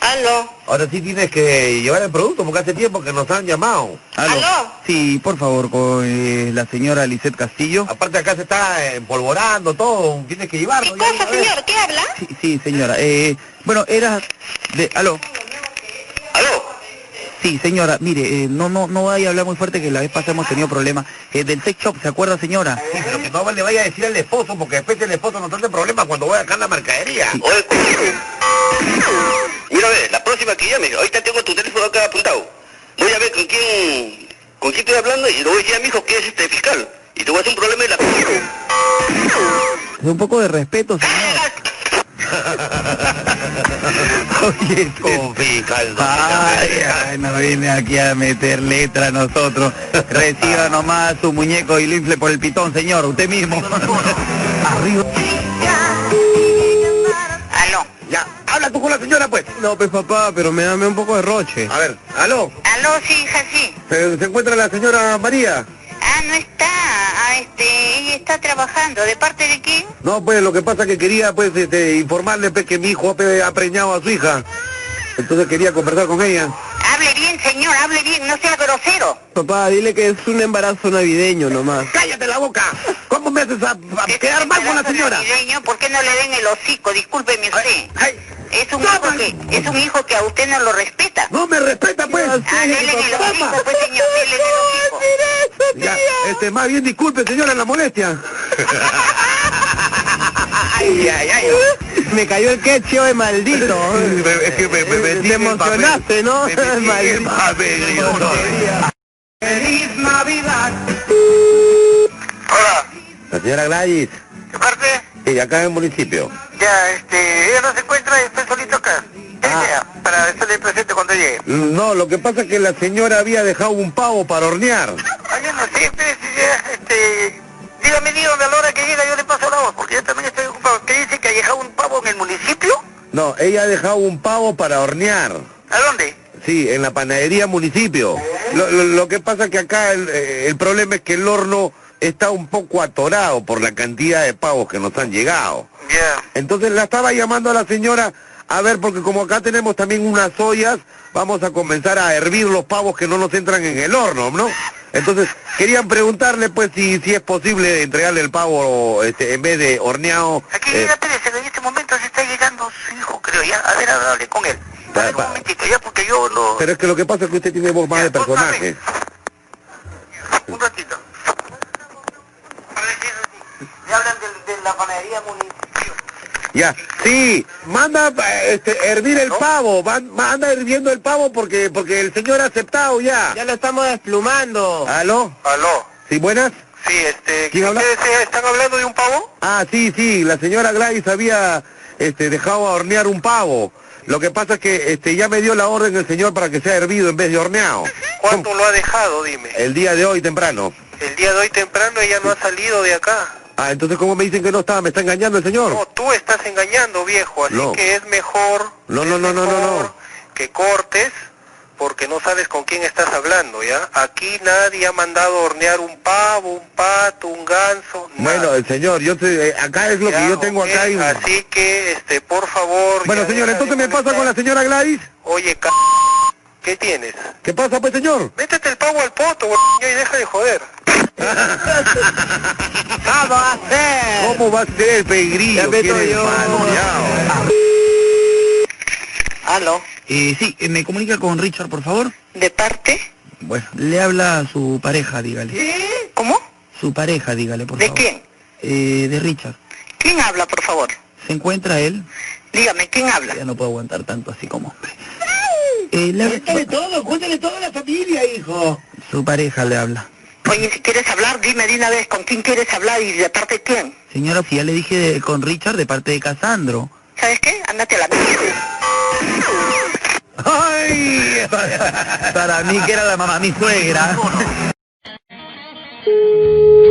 S1: Aló.
S7: Ahora sí tienes que llevar el producto porque hace tiempo que nos han llamado.
S2: Aló. Sí, por favor, con eh, la señora Lisette Castillo.
S7: Aparte acá se está eh, empolvorando todo, tienes que llevarlo. ya de una vez.
S1: ¿Qué habla?
S2: Sí, sí, señora. Eh, bueno, era de... Aló.
S18: ¿Aló?
S2: Sí, señora, mire, eh, no, no, no vaya a hablar muy fuerte que la vez pasada hemos tenido problemas. Eh, del sex shop, ¿se acuerda, señora?
S7: Sí, pero que no le vaya a decir al esposo porque después el esposo nos trae problemas cuando voy a sacar la mercadería.
S18: Oye, mira, a ver, la próxima que llame, ahorita tengo tu teléfono acá apuntado. Voy a ver con quién, con quién estoy hablando y le voy a decir a mi hijo que es este fiscal. Y te voy a hacer un problema de la...
S2: Es un poco de respeto, señora. Oye,
S7: confiscal.
S2: Ay, ay, no viene aquí a meter letra a nosotros. Reciba nomás su muñeco y lo infle por el pitón, señor, usted mismo. Arriba.
S1: Aló.
S7: Ya, habla tú con la señora, pues. No, pues papá, pero me dame un poco de roche. A ver, aló.
S1: Aló, sí, hija, sí.
S7: ¿Se, se encuentra la señora María?
S1: Ah, no está. Ah, este, ella está trabajando. ¿De parte de quién?
S7: No, pues lo que pasa es que quería pues este, informarle pues, que mi hijo pues, ha preñado a su hija. Entonces quería conversar con ella.
S1: Hable bien, señor, hable bien, no sea grosero.
S7: Papá, dile que es un embarazo navideño nomás. ¡Cállate la boca! ¿Cómo me haces a, a quedar mal con la señora?
S1: Navideño, ¿por qué no le den el hocico? Discúlpeme usted. Es un hijo que es un hijo que a usted no lo respeta.
S7: No me respeta, pues.
S1: Ah, denle el hocico, pues, señor, denle el hocico.
S7: Ya, este, más bien disculpe, señora, la molestia.
S1: ay, ay, ay. oh.
S7: Me cayó el quecho, de maldito. es que me, me metí Te emocionaste, ¿no? maldito. eh.
S1: Feliz Navidad.
S7: La señora Gladys. ¿Parte? Sí, acá en el municipio.
S18: Ya, este, ella no se encuentra y estoy solito acá. para estarle presente cuando llegue.
S7: No, lo que pasa es que la señora había dejado un pavo para hornear.
S18: Oye, no sé, pues, ya, este, dígame, dígame a la hora que llega yo le paso la voz, porque yo también estoy ocupado. ¿Usted dice que ha dejado un pavo en el municipio?
S7: No, ella ha dejado un pavo para hornear.
S18: ¿A dónde?
S7: Sí, en la panadería municipio. Lo, lo- lo que pasa que acá el, eh, el problema es que el horno está un poco atorado por la cantidad de pavos que nos han llegado. Entonces la estaba llamando a la señora, a ver, porque como acá tenemos también unas ollas, vamos a comenzar a hervir los pavos que no nos entran en el horno, ¿no? Entonces, querían preguntarle pues si, si es posible entregarle el pavo este, en vez de horneado. eh,
S18: en este momento se está llegando su hijo, creo, ya. A ver, hable con él.
S7: pa- pa-
S18: Chico, ya, porque yo lo...
S7: Pero es que lo que pasa es que usted tiene voz más de personaje.
S18: Un ratito. Me hablan de, de la panadería municipal.
S7: Ya, sí, manda eh, este, hervir el pavo, van- manda hirviendo el pavo porque porque el señor ha aceptado ya. Ya lo estamos desplumando. ¿Aló?
S18: Aló.
S7: ¿Sí, buenas?
S18: Sí, este,
S7: ¿Quién habla?
S18: ¿ustedes eh, están hablando de un pavo?
S7: Ah, sí, sí, la señora Gladys había este, dejado a hornear un pavo. Lo que pasa es que este, ya me dio la orden el señor para que sea hervido en vez de horneado.
S18: ¿Cuánto lo ha dejado, dime?
S7: El día de hoy temprano.
S18: El día de hoy temprano ella no ha salido de acá.
S7: Ah, entonces ¿cómo me dicen que no estaba? ¿Me está engañando el señor?
S18: No, tú estás engañando, viejo, así
S7: No.
S18: que es mejor
S7: No, no, no, no, no, no.
S18: que cortes porque no sabes con quién estás hablando, ¿ya? Aquí nadie ha mandado a hornear un pavo, un pato, un ganso.
S7: Bueno, el señor, yo te- eh, acá es lo que yo tengo acá y...
S18: Así que, este, por favor,
S7: Bueno, señor, entonces me pasa con la señora Gladys.
S18: oye, c
S26: ¿Qué tienes?
S27: ¿Qué pasa, pues, señor?
S26: Métete el pavo al poto, güey, y deja de joder.
S28: ¿Cómo va a ser?
S27: ¿Cómo va a ser, pegrillo? ¿Quién es maleado?
S2: ¿Aló? Eh, sí, eh, me comunica con Richard, por favor.
S10: ¿De parte?
S2: Bueno, le habla a su pareja, dígale.
S10: ¿Cómo?
S2: Su pareja, dígale, por
S10: ¿De
S2: favor.
S10: quién?
S2: Eh, de Richard.
S10: ¿Quién habla, por favor?
S2: ¿Se encuentra él?
S10: Dígame, ¿quién habla?
S2: Ya no puedo aguantar tanto así como hombre. Eh, le habla-
S7: Cuéntale todo, cuéntale todo a la familia, hijo.
S2: Su pareja le habla.
S10: Oye, si quieres hablar, dime de una vez con quién quieres hablar y de parte de quién.
S2: Señora, si ya le dije de- con Richard de parte de Casandro.
S10: ¿Sabes qué? Ándate a la mierda.
S2: ¡Ay! Para mí que era la mamá, mi suegra.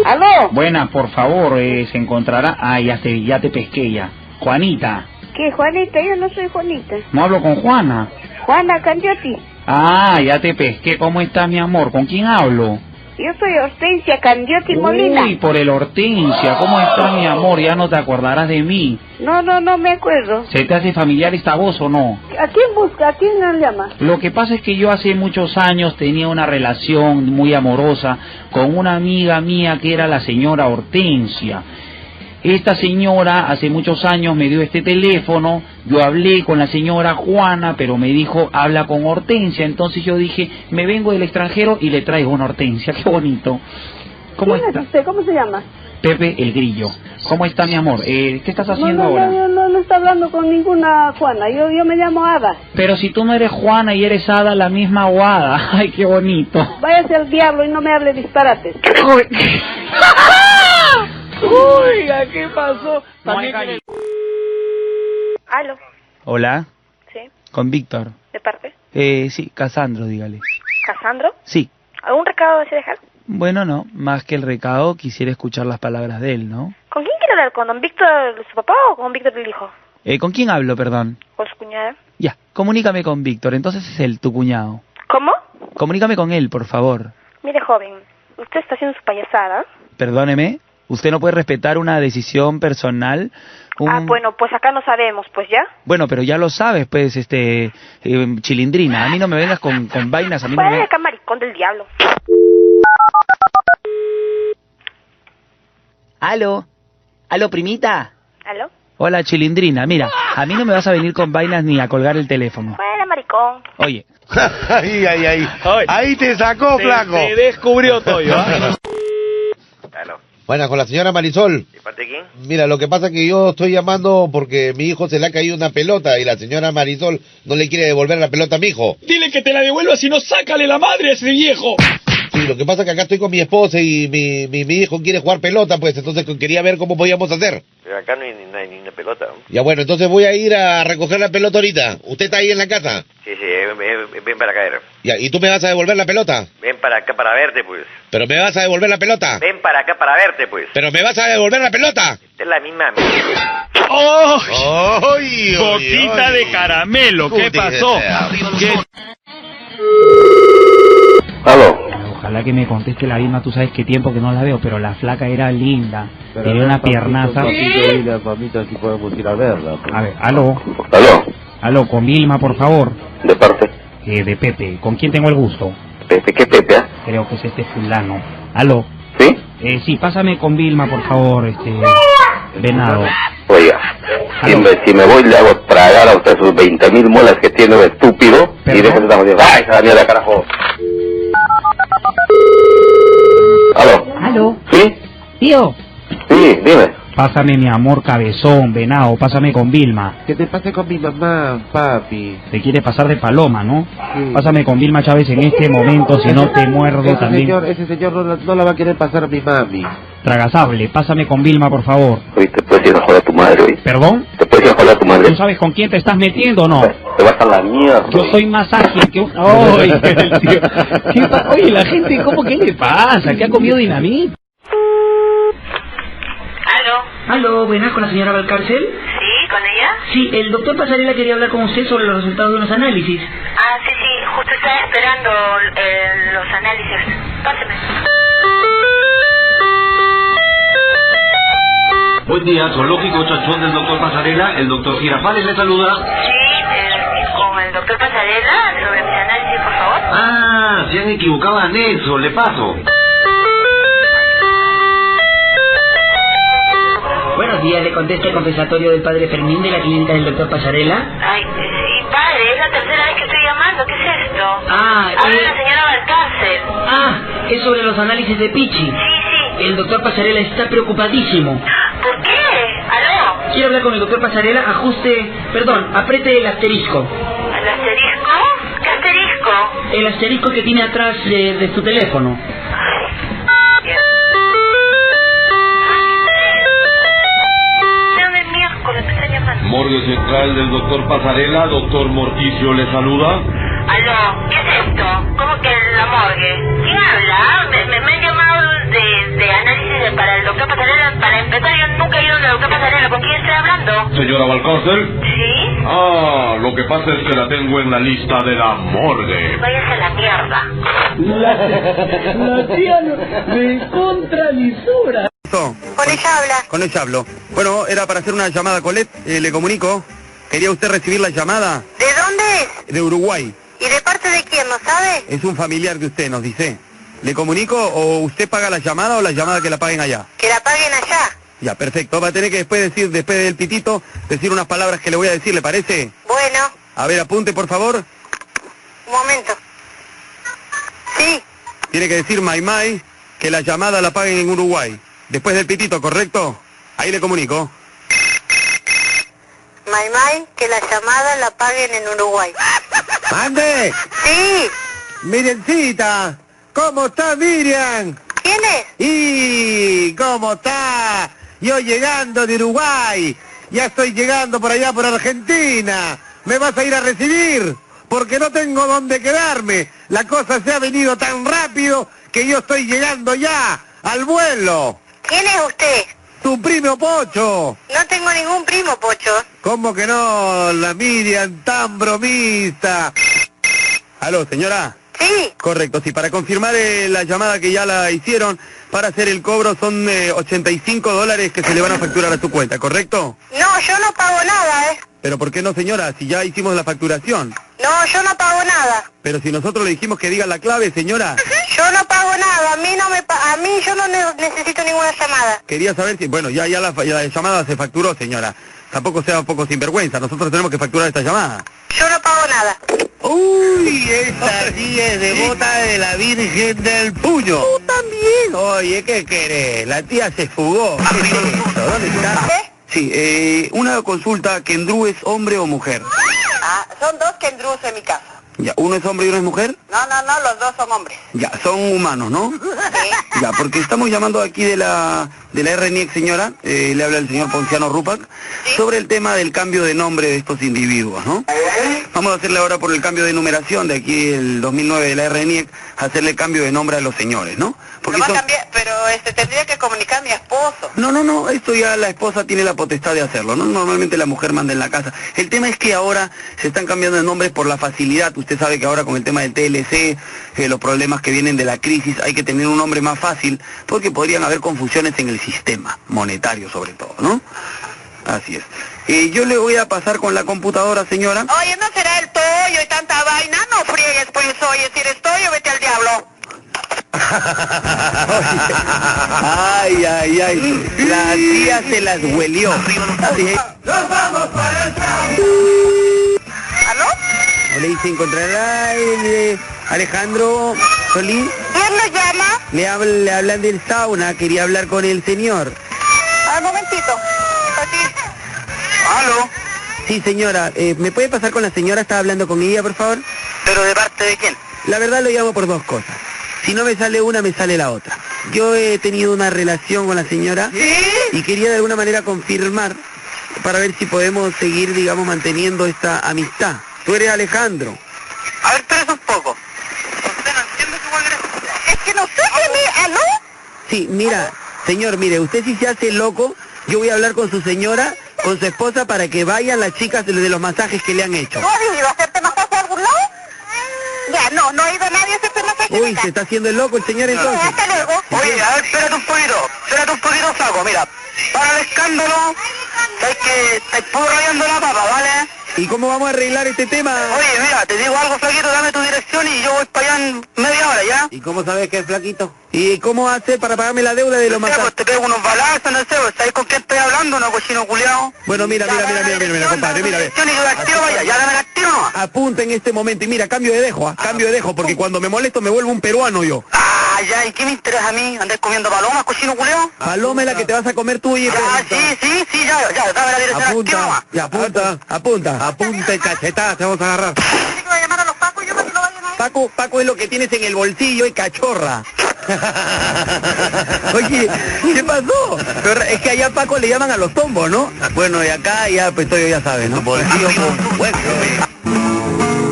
S4: ¿Aló?
S5: Buena, por favor, eh, se encontrará... Ah, ya te, ya te pesqué ya. Juanita.
S4: ¿Qué, Juanita? Yo no soy Juanita.
S5: No hablo con Juana.
S4: Juana Candioti.
S5: Ah, ya te pesqué. ¿Cómo estás, mi amor? ¿Con quién hablo?
S4: Yo soy Hortensia Candioti Molina.
S5: Uy, por el Hortensia. ¿Cómo estás, mi amor? Ya no te acordarás de mí.
S4: No, no, no me acuerdo.
S5: ¿Se te hace familiar esta voz o no?
S4: ¿A quién busca? ¿A quién le llama?
S5: Lo que pasa es que yo hace muchos años tenía una relación muy amorosa con una amiga mía que era la señora Hortensia. Esta señora hace muchos años me dio este teléfono, yo hablé con la señora Juana, pero me dijo, habla con Hortensia. Entonces yo dije, me vengo del extranjero y le traigo una Hortensia. Qué bonito. ¿Cómo
S4: ¿Quién es
S5: está?
S4: usted? ¿Cómo se llama?
S5: Pepe el Grillo. ¿Cómo está, mi amor? Eh, ¿Qué estás
S4: no,
S5: haciendo
S4: no,
S5: ahora?
S4: no, yo no, no está hablando con ninguna Juana. Yo, yo me llamo Ada.
S5: Pero si tú no eres Juana y eres Ada, la misma Guada. Ay, qué bonito.
S4: Váyase al diablo y no me hable disparates.
S5: Oiga, ¿qué pasó? También que le-
S4: ¿Aló?
S1: Hola,
S4: ¿Sí?
S1: con Víctor.
S4: ¿De parte?
S1: Eh, sí, Casandro, dígale.
S4: ¿Casandro?
S1: Sí.
S4: ¿Algún recado vas a dejar?
S1: Bueno, no, más que el recado quisiera escuchar las palabras de él, ¿no?
S4: ¿Con quién quiere hablar? ¿Con don Víctor, su papá, o con Víctor, el hijo?
S1: Eh, ¿Con quién hablo, perdón?
S4: ¿Con su Pues, cuñada?
S1: Ya, comunícame con Víctor, entonces es él, tu cuñado.
S4: ¿Cómo?
S1: Comunícame con él, por favor.
S4: Mire, joven, usted está haciendo su payasada.
S1: Perdóneme, usted no puede respetar una decisión personal. un-
S4: Ah, bueno, pues acá no sabemos, pues ya.
S1: Bueno, pero ya lo sabes, pues, este, eh, chilindrina, a mí no me vengas con, con vainas, a mí no
S4: Fuera
S1: me...
S4: de acá, maricón del diablo.
S8: Aló, aló, primita.
S4: ¿Aló?
S1: Hola, chilindrina, mira, a mí no me vas a venir con vainas ni a colgar el teléfono.
S4: Fuera, maricón.
S1: Oye.
S3: ahí, ahí, ahí. Ahí te sacó,
S8: Te-
S3: flaco.
S8: te
S1: descubrió Toyo,
S5: ¿eh?
S3: Buenas, con la señora Marisol.
S9: ¿De parte de quién?
S3: Mira, lo que pasa es que yo estoy llamando porque mi hijo se le ha caído una pelota y la señora Marisol no le quiere devolver la pelota a mi hijo.
S20: Dile que te la devuelva, si no, sácale la madre a ese viejo.
S3: Sí, lo que pasa es que acá estoy con mi esposa y mi, mi, mi hijo quiere jugar pelota, pues entonces quería ver cómo podíamos hacer.
S9: Pero acá no hay ni, no hay ni una pelota. ¿no?
S3: Ya bueno, entonces voy a ir a recoger la pelota ahorita. ¿Usted está ahí en la casa?
S9: Sí, sí, eh, eh, ven para acá. eh.
S3: Ya, ¿y tú me vas a devolver la pelota?
S9: Ven para acá para verte, pues.
S3: ¿Pero me vas a devolver la pelota?
S9: Ven para acá para verte, pues.
S3: ¿Pero me vas a devolver la pelota?
S9: Esta es la misma mierda.
S20: ¡Oh!
S3: ¡Ay!
S20: Boquita de caramelo, ¿qué
S1: Puta,
S20: pasó?
S1: sea.
S20: ¿Qué-
S5: Ojalá que me conteste la misma, tú sabes qué tiempo que no la veo, pero la flaca era linda. Tenía una piernaza.
S29: aquí podemos ir a verla.
S5: A ver, aló.
S29: Aló.
S5: Aló, con Vilma, por favor. ¿De parte? Eh, de Pepe. ¿Con quién tengo el gusto?
S22: Pepe, ¿qué Pepe? ah?
S5: Creo que es este fulano. Aló. ¿Sí? Eh, sí, pásame con Vilma, por favor, este... Venado.
S22: Oiga, si me, si me voy le hago tragar a usted sus 20 mil muelas que tiene de estúpido y déjese esa mierda. ¡Ay, esa mierda, carajo! ¿Aló?
S5: Aló.
S22: ¿Sí?
S5: Tío.
S22: Sí, dime.
S5: Pásame, mi amor, cabezón, venado, pásame con Vilma.
S29: Que te pase con mi mamá, papi.
S5: Te quiere pasar de paloma, ¿no? Pásame con Vilma Chávez en este momento, si no te muerdo
S29: ese
S5: también.
S29: Señor, ese señor no, la- no la va a querer pasar a mi mami.
S5: Tragasable, pásame con Vilma, por favor.
S22: Te puedes ir a joder a tu madre, oye.
S5: ¿Perdón?
S22: Te puedes ir a joder a tu
S5: ¿Tú
S22: madre.
S5: sabes con quién te estás metiendo o no?
S22: Te vas a la mierda.
S5: Yo soy más ágil que un... ¡Ay, el tío! ¿Qué pa- Oye, la gente, ¿cómo que le pasa? ¿Qué ha comido dinamita?
S23: ¿Aló?
S8: Aló, buenas, con la señora Valcárcel.
S23: ¿Sí? ¿Con ella?
S8: Sí, el doctor Pasarela quería hablar con usted sobre los resultados de unos análisis.
S23: Ah, sí, sí, justo estaba esperando eh, los análisis. Páseme.
S30: Buen día, zoológico chachón del doctor Pasarela, el doctor Girafales le saluda.
S23: Sí, eh, con el el doctor Pasarela sobre mis análisis, por favor?
S22: Ah, se han equivocado a Nelson, le paso.
S8: Buenos días, le contesta el confesatorio del padre Fermín de la clínica del doctor Pasarela.
S23: Ay, eh, y padre, es la tercera vez que estoy llamando, ¿qué es esto?
S8: Ah,
S23: Habla
S8: eh.
S23: la señora Valcárcel.
S8: Ah, es sobre los análisis de Pichi. Sí, sí. El doctor Pasarela está preocupadísimo.
S23: ¿Por qué? ¿Aló?
S8: Quiero hablar con el doctor Pasarela, ajuste, perdón, apriete el asterisco.
S23: ¿Al asterisco? ¿Qué asterisco?
S8: El asterisco que tiene atrás eh, de su teléfono.
S23: ¿De dónde miércoles me están llamando?
S3: Morgue central del doctor Pasarela, doctor Morticio le saluda.
S23: ¿Aló? ¿Qué es esto? ¿Cómo que la morgue? ¿Quién habla? Me, me, me han llamado de, de análisis de- para el doctor Pasarela. Para empezar, yo nunca he ido al doctor Pasarela. ¿Con quién estoy hablando?
S3: Señora Valcárcel.
S23: ¿Sí?
S3: Ah, lo que pasa es que la tengo en la lista de la morgue.
S23: Váyase a la mierda.
S8: La tía me contra lisura.
S2: Con ella habla. Con ella hablo. Bueno, era para hacer una llamada a Colette, eh, le comunico. ¿Quería usted recibir la llamada?
S1: ¿De dónde es?
S2: De Uruguay.
S1: ¿Y de parte de quién? ¿No sabe?
S2: Es un familiar de usted, nos dice. ¿Le comunico o usted paga la llamada o la llamada que la paguen allá?
S1: Que la paguen allá.
S2: Ya, perfecto. Va a tener que después decir, después del pitito, decir unas palabras que le voy a decir, ¿le parece?
S1: Bueno,
S2: A ver, apunte, por favor.
S1: un momento. Sí.
S2: Tiene que decir Mai Mai que la llamada la paguen en Uruguay. Después del pitito, ¿correcto? Ahí le comunico.
S1: Maimai, que la llamada la paguen en Uruguay.
S2: ¡Mande!
S1: Sí.
S2: Mirencita, ¿cómo está Miriam?
S1: ¿Quién es?
S2: ¿Y cómo está? Yo llegando de Uruguay, ya estoy llegando por allá por Argentina. ¿Me vas a ir a recibir? Porque no tengo dónde quedarme. La cosa se ha venido tan rápido que yo estoy llegando ya al vuelo.
S1: ¿Quién es usted?
S2: Tu primo Pocho.
S1: No tengo ningún primo, Pocho.
S2: ¿Cómo que no? La Miriam tan bromista. Aló, señora.
S1: Sí.
S2: Correcto, sí. Para confirmar eh, la llamada que ya la hicieron, para hacer el cobro son eh, 85 dólares que se le van a facturar a su cuenta, ¿correcto?
S1: No, yo no pago nada, ¿eh?
S2: Pero ¿por qué no, señora? Si ya hicimos la facturación.
S1: No, yo no pago nada.
S2: Pero si nosotros le dijimos que diga la clave, señora.
S1: Yo no pago nada. A mí no me pa- a mí yo no ne- necesito ninguna llamada.
S2: Quería saber si... Bueno, ya, ya la, fa- la llamada se facturó, señora. Tampoco sea un poco sinvergüenza. Nosotros tenemos que facturar esta llamada.
S1: Yo no pago nada.
S2: Uy, esta sí es devota de la Virgen del Puño. Tú también. Oye, ¿qué querés? La tía se fugó. ¿Qué es esto? ¿Dónde está? Sí, eh, una consulta, ¿Kendru es hombre o mujer?
S1: Ah, son dos Kendrus en mi casa.
S2: Ya, uno es hombre y uno es mujer.
S1: No, no, no, los dos son hombres.
S2: Ya, son humanos, ¿no? Ya, porque estamos llamando aquí de la de la RNIEC, señora, eh, le habla el señor Ponciano Rupac, sobre el tema del cambio de nombre de estos individuos, ¿no? Vamos a hacerle ahora por el cambio de numeración de aquí el 2009 de la RNIEC, hacerle cambio de nombre a los señores, ¿no? Porque son-
S1: pero este tendría que comunicar a mi esposo.
S2: no, no, no, esto ya la esposa tiene la potestad de hacerlo, ¿no? Normalmente la mujer manda en la casa. El tema es que ahora se están cambiando de nombres por la facilidad. Usted sabe que ahora con el tema del TLC, eh, los problemas que vienen de la crisis, hay que tener un nombre más fácil porque podrían haber confusiones en el sistema monetario sobre todo, ¿no? Así es. Eh, yo le voy a pasar con la computadora, señora.
S1: Oye, ¿no será el pollo y tanta vaina? No friegues, pues, oye, si eres pollo, vete al diablo.
S2: ay, ay, ay. La tía se las huelió. Sí.
S31: ¡Nos vamos para el
S2: Le dice encontrará el, eh, Alejandro Solín.
S1: ¿Quién lo llama?
S2: Le, habla- le hablan del sauna, quería hablar con el señor.
S1: A ver, momentito.
S2: ¿Aló? Sí, señora, eh, ¿me puede pasar con la señora? Estaba hablando con ella, por favor.
S1: ¿Pero de parte de quién?
S2: La verdad lo llamo por dos cosas. Si no me sale una, me sale la otra. Yo he tenido una relación con la señora y quería de alguna manera confirmar para ver si podemos seguir, digamos, manteniendo esta amistad. Tú eres Alejandro.
S1: A ver, pero un poco. Es que no sé si me... ¿Aló?
S2: Sí, mira, señor, mire, usted si se hace loco, yo voy a hablar con su señora, con su esposa, para que vayan las chicas de de los masajes que le han hecho.
S1: ¿No iba a hacerte masaje a algún lado? Ya, no, no ha ido nadie a hacerte masaje.
S2: Uy, se está haciendo el loco el señor entonces.
S1: Hasta luego.
S10: Oye, a ver, espérate un poquito, espérate un poquito, Saco, mira, para el escándalo, sabes que te puedo rayando la papa, ¿vale?
S7: ¿Y cómo vamos a arreglar este tema?
S10: Oye, mira, te digo algo, flaquito, dame tu dirección y yo voy para allá en media hora, ¿ya?
S7: ¿Y cómo sabes que es flaquito? ¿Y cómo hace para pagarme la deuda de los más?
S10: Te pego unos balazos, no sé, pues, ¿sabes con quién estoy hablando, no, cochino culiao?
S7: Bueno, mira, mira, mira, mira, mira, mira, compadre, mira, ve.
S10: Yo ni que la activo, vaya, ya dame la
S7: Apunta en este momento y mira, cambio de dejo, ah, cambio de dejo, porque cuando me molesto me vuelvo un peruano yo.
S10: Ah, ya, ¿y qué me interesa a mí? ¿Andás comiendo palomas, cochino culeo?
S7: Paloma es la que te vas a comer tú y
S10: Ah, sí, sí, sí, ya, ya, dame la dirección activa,
S7: Apunta,
S10: nomás.
S7: y apunta, apunta, apunta y cachetada, te vamos a agarrar. Paco, Paco es lo que tienes en el bolsillo y cachorra. Oye, ¿qué pasó? Pero es que allá Paco le llaman a los tombos, ¿no? Bueno, y acá ya, pues todo ya sabe, ¿no? Bolsillo con hueco, eh. Hola.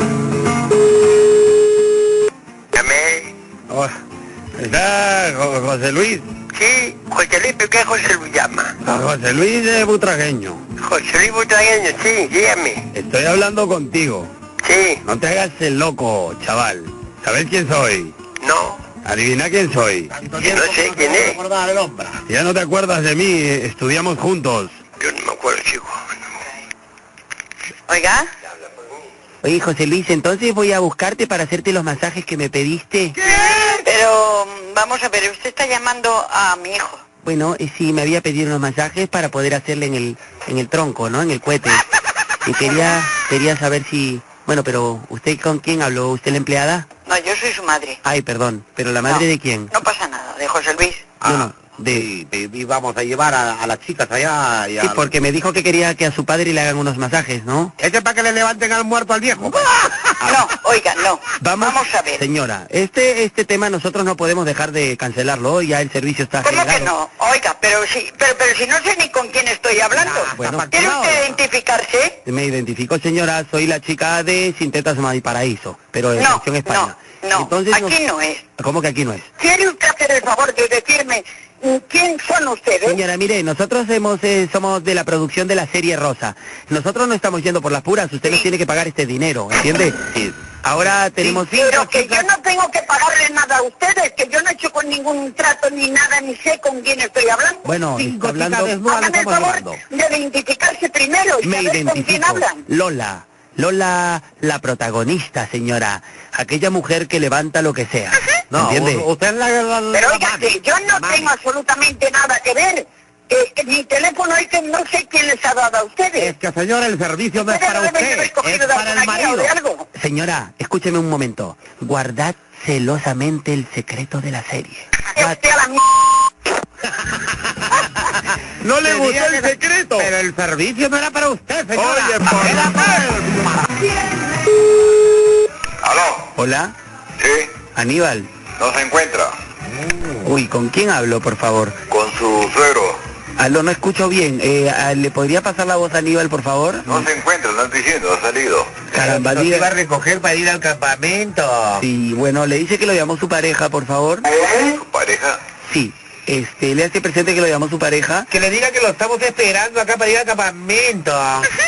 S7: Oh, ¿Está Jo- José Luis?
S32: Sí, José Luis, ¿pero qué José Luis llama?
S7: Ah, José Luis es butragueño.
S32: José Luis Butragueño, sí, dígame.
S7: Estoy hablando contigo.
S32: Sí.
S7: No te hagas el loco, chaval. ¿Sabes quién soy?
S32: No,
S7: Adivina quién soy.
S32: no sé quién es.
S7: Ya no te acuerdas de mí, eh, estudiamos juntos.
S32: Yo no me acuerdo, chico.
S10: Oiga.
S2: Oye, José Luis, entonces voy a buscarte para hacerte los masajes que me pediste.
S10: Pero, mm, vamos a ver, usted está llamando a mi hijo.
S2: Bueno, eh, sí, me había pedido unos masajes para poder hacerle en el, en el tronco, ¿no? En el cohete. Y quería, quería saber si... Bueno, pero ¿usted con quién habló? ¿Usted la empleada?
S10: No, yo soy su madre,
S2: Ay, perdón, pero ¿la madre de quién?
S10: no pasa nada, de José Luis.
S2: Ah,
S7: de, vamos a llevar a, las chicas allá y
S2: Sí, porque me dijo que quería que a su padre le hagan unos masajes, ¿no?
S7: Ese Este es para que le levanten al muerto al viejo. Ah,
S10: No, oiga, no.
S2: Vamos,
S10: a ver.
S2: Señora, este, este tema nosotros no podemos dejar de cancelarlo, ya el servicio está
S10: ¿Cómo que
S2: generado.
S10: no? Oiga, pero si, pero, pero si no sé ni con quién estoy hablando.
S2: bueno.
S10: ¿Quiere usted identificarse?
S2: Me identifico, señora, soy la chica de Sin Tetas Mami Paraíso, pero de
S10: No,
S2: Nación España.
S10: No,
S2: Entonces,
S10: aquí no es.
S2: ¿Cómo que aquí no es?
S10: ¿Quiere usted hacer el favor de decirme mm, quién son ustedes?
S2: Señora, mire, nosotros hemos, eh, somos de la producción de la serie Rosa. Nosotros no estamos yendo por las puras, usted nos tiene que pagar este dinero, ¿entiende? Ahora tenemos...
S10: Pero que yo no tengo que pagarle nada a ustedes, que yo no he hecho con ningún trato ni nada, ni sé con quién estoy hablando.
S2: Bueno, está hablando...
S10: Háganme el favor de identificarse primero y
S2: Me
S10: saber con quién
S2: identifico.
S10: hablan.
S2: Lola. Lola, la protagonista, señora. Aquella mujer que levanta lo que sea. No, ¿Entiende?
S7: Usted la,
S10: Pero oiga, que yo no tengo absolutamente nada que ver. Que, que mi teléfono es que no sé quién les ha dado a ustedes.
S7: que señora, el servicio no es para usted, es para el marido.
S2: Señora, escúcheme un momento. Guardad celosamente el secreto de la serie.
S7: No le gustó el secreto. Pero el servicio no era para usted, señora. Oye,
S32: Ah,
S7: por
S32: ¿Aló?
S2: Hola,
S32: Sí,
S2: Aníbal.
S32: no se encuentra.
S2: Uy, ¿con quién hablo, por favor?
S32: Con su suegro.
S2: Aló, no escucho bien. Eh, ah, ¿Le podría pasar la voz a Aníbal, por favor?
S32: No se encuentra, están diciendo, ha salido.
S2: Caramba,
S7: Nos
S2: diga-
S7: iba a recoger para ir al campamento.
S2: Sí, bueno, le dice que lo llamó su pareja, por favor.
S7: ¿Eh?
S32: ¿Su pareja?
S2: Sí, este, le hace presente que lo llamó su pareja.
S7: Que le diga que lo estamos esperando acá para ir al campamento.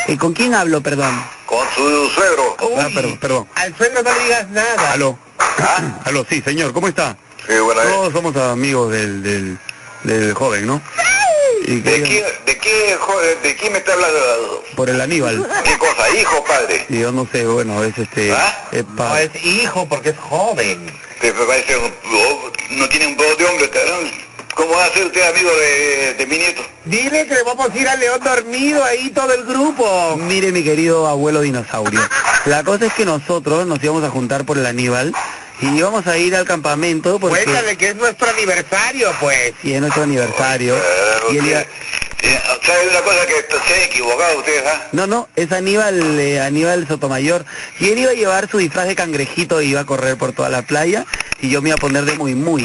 S2: Eh, ¿Con quién hablo, perdón?
S32: Con su suegro.
S7: Ah, perdón, perdón. Al suegro no le digas nada. Aló.
S32: ¿Ah?
S7: Aló, sí, señor, ¿cómo está?
S32: Sí, buena vez.
S7: Todos somos amigos del, del, del joven, ¿no? Y
S32: ¿De
S7: quería-
S32: qué, de qué, joder, de quién me está hablando?
S7: Por el Aníbal.
S32: ¿Qué cosa, hijo, padre?
S7: Y yo no sé, bueno, es este...
S32: ¿Ah?
S7: es pa-
S32: No, es
S7: hijo porque es joven.
S32: Te parece un- oh, no tiene un voz de hombre, cabrón. ¿Cómo va a ser usted amigo de, de mi nieto?
S7: Dile que vamos a ir al león dormido ahí todo el grupo.
S2: Mire, mi querido abuelo dinosaurio, la cosa es que nosotros nos íbamos a juntar por el Aníbal y íbamos a ir al campamento porque
S7: Cuéntale que es nuestro aniversario, pues.
S2: y es nuestro aniversario.
S7: Ah,
S2: Y él iba-
S32: Eh, ¿Sabe una cosa que esto- se han equivocado ustedes, ah?
S2: No, no, es Aníbal, eh, Aníbal Sotomayor. Y él iba a llevar su disfraz de cangrejito y iba a correr por toda la playa y yo me iba a poner de muy muy.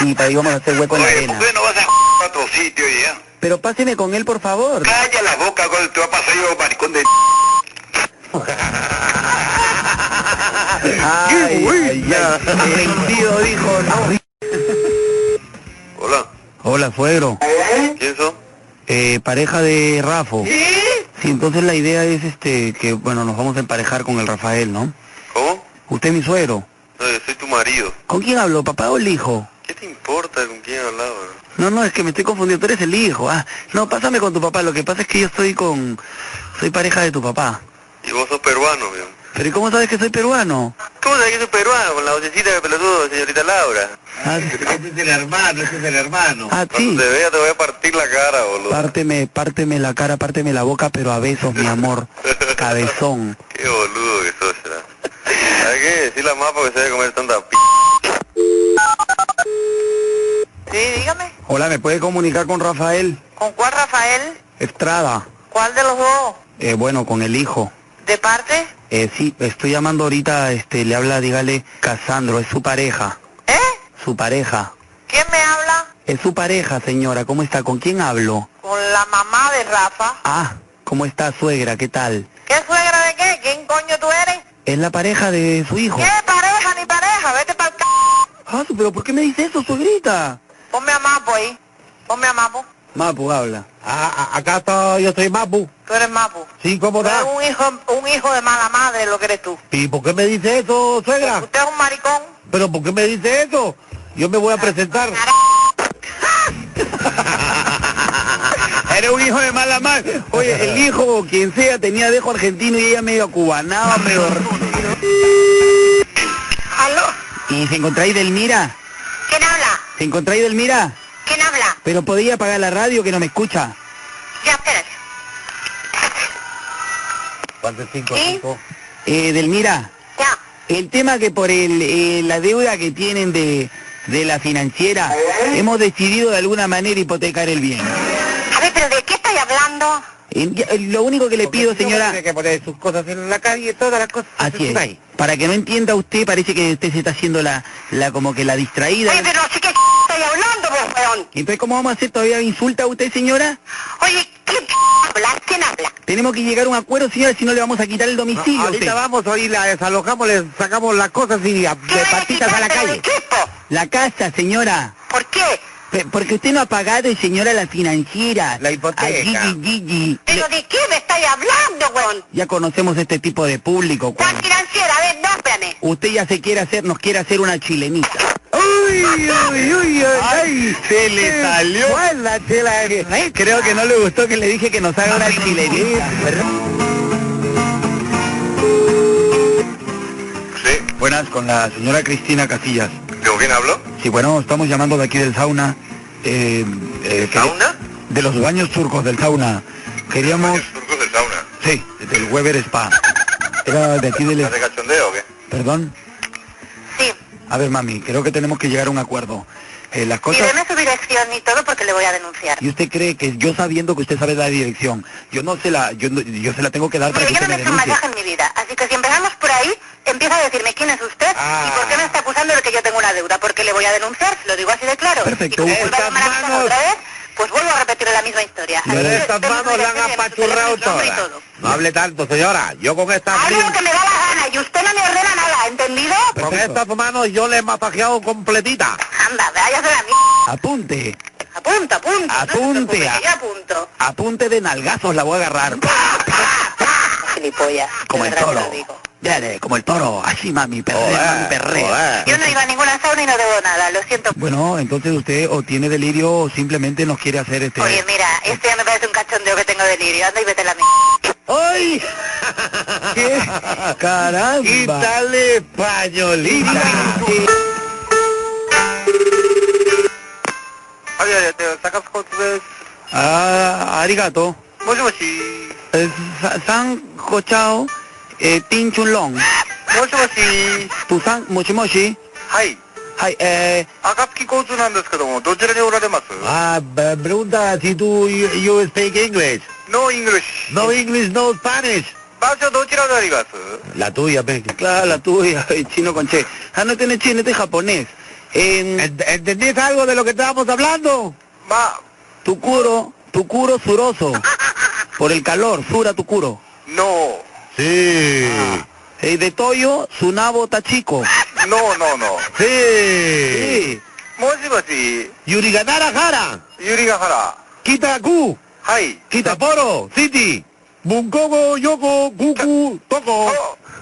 S2: Y para íbamos a hacer hueco en la arena.
S32: Bueno, vas a a otro sitio y ya.
S2: Pero páseme con él, por favor.
S32: Calla la boca, con te va a pasar yo, maricón de...
S2: Ay, ay, ay. El tío dijo no.
S32: Hola,
S2: Hola, suegro.
S32: ¿quién son?
S2: Eh, pareja de Rafo. Sí, entonces la idea es este que, bueno, nos vamos a emparejar con el Rafael, ¿no?
S32: ¿Cómo?
S2: Usted es mi suegro.
S32: No, yo soy tu marido.
S2: ¿Con quién hablo, papá o el hijo?
S32: ¿Qué te importa con quién hablaba?
S2: No, no, es que me estoy confundiendo, tú eres el hijo. Ah, no, pásame con tu papá, lo que pasa es que yo estoy con... Soy pareja de tu papá.
S18: Y vos sos peruano, mi amor.
S2: Pero ¿y cómo sabes que soy peruano?
S18: ¿Cómo sabés que sos peruano? Con la vocecita de pelotudo, señorita Laura.
S2: Ah,
S18: Ese es el hermano, ese es el hermano.
S2: Ah, sí.
S18: Cuando te vea te voy a partir la cara, boludo.
S2: Párteme, párteme la cara, párteme la boca, pero a besos, mi amor. Cabezón.
S18: Qué boludo que sos, ya. Hay que decirle a Mapa que se debe comer tanta p...
S1: Sí, dígame.
S2: Hola, ¿me puede comunicar con Rafael
S1: ¿Con cuál, Rafael?
S2: Estrada?
S1: ¿Cuál de los dos?
S2: Eh, bueno, con el hijo.
S1: ¿De parte?
S2: Eh, sí, estoy llamando ahorita, este, le habla, dígale, Casandro, es su pareja. ¿Eh? Su pareja.
S1: ¿Quién me habla?
S2: Es su pareja, señora, ¿cómo está? ¿Con quién hablo?
S1: Con la mamá de Rafa.
S2: Ah, ¿cómo está, suegra? ¿Qué tal?
S1: ¿Qué suegra de qué? ¿Quién coño tú eres?
S2: Es la pareja de su hijo.
S1: ¿Qué pareja ni pareja? Vete para acá.
S2: Ah, pero ¿por qué me dice eso, suegrita?
S1: Ponme a Mapo ahí. Ponme a Mapo.
S2: Mapu habla.
S7: Ah, a- acá estoy, yo soy Mapu.
S1: Tú eres Mapo.
S7: Sí, ¿cómo
S1: Tú eres
S7: está?
S1: un hijo, un hijo de mala madre, lo que eres tú.
S7: ¿Y por qué me dice eso, suegra?
S1: Usted es un maricón. Ah,
S7: ¿Pero por qué me dice eso? Yo me voy a presentar.
S2: Era ah, un hijo de mala madre. Oye, el hijo, quien sea, tenía dejo argentino y ella medio cubanaba, pero...
S1: ¿Aló?
S2: ¿Y se encontrá Delmira?
S1: ¿Quién habla?
S2: ¿Se encontrá Delmira?
S1: ¿Quién habla?
S2: Pero podía apagar la radio que no me escucha.
S1: Ya, espérate.
S2: Eh, Delmira. El tema que por el, eh, la deuda que tienen de, de la financiera, hemos decidido de alguna manera hipotecar el bien.
S1: A ver, pero ¿de qué estoy hablando?
S2: Eh, ya, eh, Lo único que le pido, señora...
S7: Tiene que poner sus cosas en la calle, todas las cosas.
S2: Así es. Para que no entienda usted, parece que usted se está haciendo la, la como que la distraída.
S1: Oye, pero así que estoy hablando, vos, weón.
S2: Entonces, ¿cómo vamos a hacer? ¿Todavía me insulta a usted, señora?
S1: Oye, ¿quién habla? ¿Quién habla?
S2: Tenemos que llegar a un acuerdo, señora, si no le vamos a quitar el domicilio. a
S7: ahorita
S2: usted.
S7: vamos, hoy la desalojamos, le sacamos las cosas y a- de patitas a la calle.
S2: La casa, señora.
S1: ¿Por qué?
S2: porque usted no ha pagado, señora, la financiera. La
S7: hipoteca.
S1: ¿Pero de qué me estáis hablando, weón?
S2: Ya conocemos este tipo de público.
S1: La
S2: cuando
S1: financiera, a ver, no, espérame.
S2: usted ya se quiere hacer, nos quiere hacer una chilenita.
S33: ¡Uy, uy, uy! ¡Ay!
S2: se le salió.
S33: ¡Buena chela!
S2: Creo que no le gustó que le dije que nos haga una chilenita. Buenas, con la señora Cristina Casillas.
S18: ¿Con quién habló?
S2: Sí, bueno, estamos llamando de aquí del sauna. Eh, eh, que- De los baños turcos del sauna. Queríamos...
S18: Turcos del sauna.
S2: Sí, del Weber Spa. Era de aquí del...
S18: ¿Estás de cachondeo o qué?
S2: ¿Perdón?
S1: Sí.
S2: A ver, mami, creo que tenemos que llegar a un acuerdo. Eh, las
S1: Y
S2: cosas...
S1: deme su dirección y todo porque le voy a denunciar.
S2: Y usted cree que yo sabiendo que usted sabe la dirección, yo no se la, yo, no- yo se la tengo que dar para
S1: Mire,
S2: que
S1: yo
S2: usted
S1: no me
S2: me
S1: he hecho un
S2: denuncie.
S1: masaje en mi vida, así que si empezamos por ahí, empieza a decirme quién es usted y por qué me está acusando de que yo tengo una deuda, porque le voy a denunciar, lo digo así de claro.
S2: Perfecto.
S1: Y como vuelva a llamar a mi casa otra vez, pues vuelvo a repetir la misma historia.
S7: Pero estas manos la han apachurrado todas. No hable tanto, señora. Yo con estas
S1: Hablo lo que me da la gana y usted no me ordena nada, ¿entendido?
S7: con estas manos yo le he masajeado completita.
S1: Anda, váyase a la mierda.
S2: Apunte,
S1: Apunta, apunta.
S2: apunte,
S1: Porque
S2: a-
S1: ya apunto.
S2: apunte de nalgazos la voy a agarrar.
S1: Gilipollas.
S2: Como el toro. Dale, como el toro, así mami, perré, mami, perré.
S1: Yo no iba a ninguna sauna y no debo nada, lo siento.
S2: Bueno, entonces usted o tiene delirio o simplemente nos quiere hacer este...
S1: Oye, mira, esto ya me parece un cachondeo que tengo delirio. Anda y vete a la mierda.
S2: ¡Ay! ¿Qué? ¡Caramba!
S7: Quítale pañolita.
S18: Ay, ay, ay, te sacas con tu vez.
S2: Ah, arigato.
S18: Moshi, moshi.
S2: Eh, sa- san cochao, eh, tin chulón.
S18: Moshi, moshi.
S2: Tu san, mochi mochi.
S18: はい。
S2: はい、え
S18: ー。暁交通なんですけども、どちらにおられます
S7: Ah, me pregunta si tú, you, you speak English.
S18: No English.
S7: No English, no Spanish.
S18: 場所どちらになります
S2: La tuya, pe. Claro, la tuya, el chino con che. Ah, no tiene chino, este es japonés.
S7: ¿Entendés algo de lo que estábamos hablando?
S18: Ma.
S2: Tu curo, tu curo suroso. Por el calor, sura tu curo.
S18: No.
S2: Sí. Ah, de Toyo, su nabo está chico.
S18: No, no, no.
S2: Sí. sí.
S18: もしもし、
S2: Yuriganara Jara.
S18: ゆりがは
S2: Kitaku.
S18: ら。はい。
S2: Kitaporo. City. Bunkogo, Yoko, Kuku, Toko.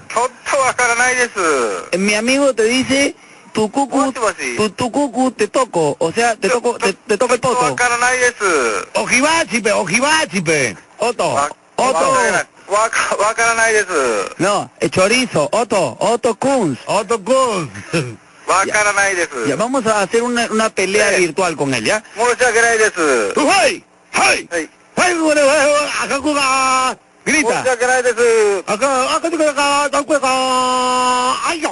S18: ちょっとわからないです。
S2: Mi amigo te dice, tu cucu, tu, tu cucu te toco, o sea, te toco, te, te toco el poto.
S18: わからないです。
S2: Ojibachi, pe, ojibachi, pe. Oto,
S18: わ
S2: oto.
S18: からない。わか、わからないです。
S2: No, eh, chorizo, Otto, Otto Kunz. Otto Kunz.
S18: わからないです。
S2: Ya, vamos a hacer una, una pelea virtual con él, ¿ya?
S18: 申し訳ないです。
S2: はいはい
S18: はい
S2: はい、これ、赤子が、grita.
S18: 申し訳ないです。
S7: eh.
S2: Acá, acá, acá, acá, acá, acá, acá. ¡Ay, no!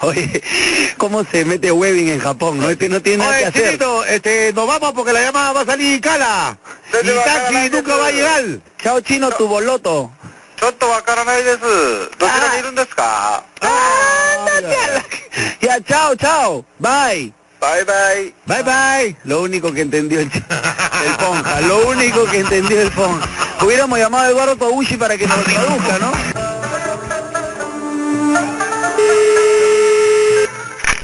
S2: Oye, ¿cómo se mete Webbing en Japón? No, este no tiene nada
S7: Oye,
S2: que hacer.
S7: Chinito, este, nos vamos porque la llamada va a salir cala. Y
S2: va a
S7: taxi
S2: calar,
S7: nunca
S2: Chinito.
S7: va a llegar.
S2: Chao, chino, tu boloto.
S18: ちょっとわからないです。ど
S7: Ah.
S18: ちらにいるんですか
S2: Ah, Ya, chao, chao. Bye.
S18: Bye, bye.
S2: Bye, bye. Lo único que entendió el, ch- el Ponja, lo único que entendió el Ponja. Hubiéramos llamado a Eduardo Pabucci para que nos lo traduzca, ¿no?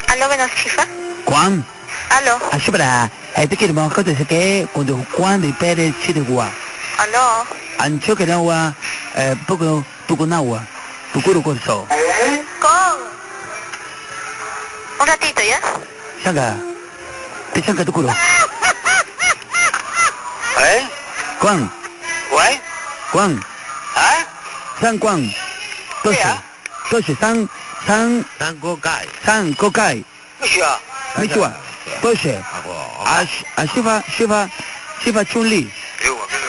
S10: Aló, buenas chifas.
S2: Juan,
S10: Aló,
S2: así para... Este que hermano, ¿cómo se que cuando Juan de Pérez Chirigua?
S10: aló.
S2: Ancho que agua, eh, poco, poco agua, poco corso.
S10: Con. Un ratito, ¿ya?
S2: Shanga, te shanga tu culo.
S18: ¿Eh?
S2: Juan,
S18: ¿Guay?
S2: Juan,
S18: ¿Ah?
S2: San Juan, Toshi, Toshi, San, San, San Kokai, San Kokai,
S18: よしや。
S2: Michua, Toshi, Ash, Ashiva, Shiva, Shiva Chunli,
S18: え、わかる。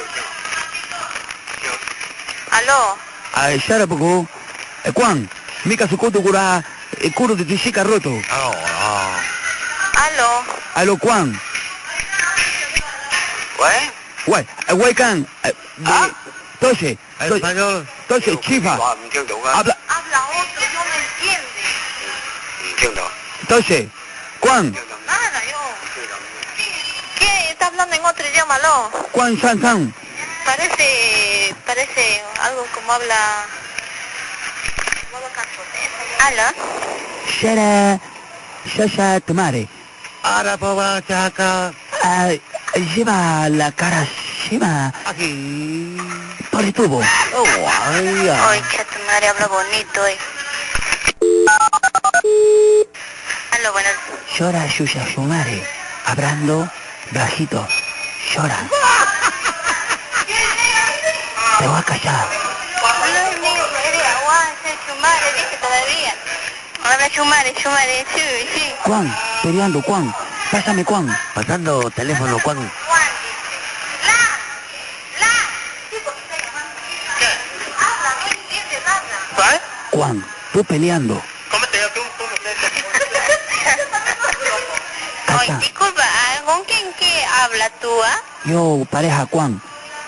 S10: Aló,
S2: Ashara Ah, Poco, eh, Juan, Mika Sukoto Kura, eh, Kuro de Tishika Roto,
S10: aló.
S2: Alo Juan,
S18: ¿Guay?
S2: Guay, eh, Guaycan, eh, de- Toshi, Toshi, Toshi, Shiva,
S18: 你听懂啊？
S2: habla,
S10: Habla otro, yo no entiendo.
S18: 你听懂？
S2: Toshi, Juan,
S10: Nada, yo. ¿Qué? Está hablando en otro idioma, aló.
S2: Juan San San,
S10: Parece, parece algo como habla... Aló,
S2: Shara, Shasha Tomare.
S7: Ahora pues, papá, chaca.
S2: Ah, lleva la cara lleva
S7: Aquí.
S2: por el tubo.
S7: Oh, ay,
S10: Ay, chato madre, habla bonito, eh. Aló, buenas.
S2: Llora Yuya Sumare, hablando bajito. Llora. Te voy a callar.
S10: Habla de mí, madre, aguanta, chumare, dice todavía. Habla chumare, chumare, sí, sí.
S2: Juan, peleando, Juan. Pásame, Juan. Pasando teléfono, Juan. Juan, tú peleando.
S10: Ay, disculpa, ah, ¿con quién que habla tú, ah?
S2: Yo, pareja, Juan.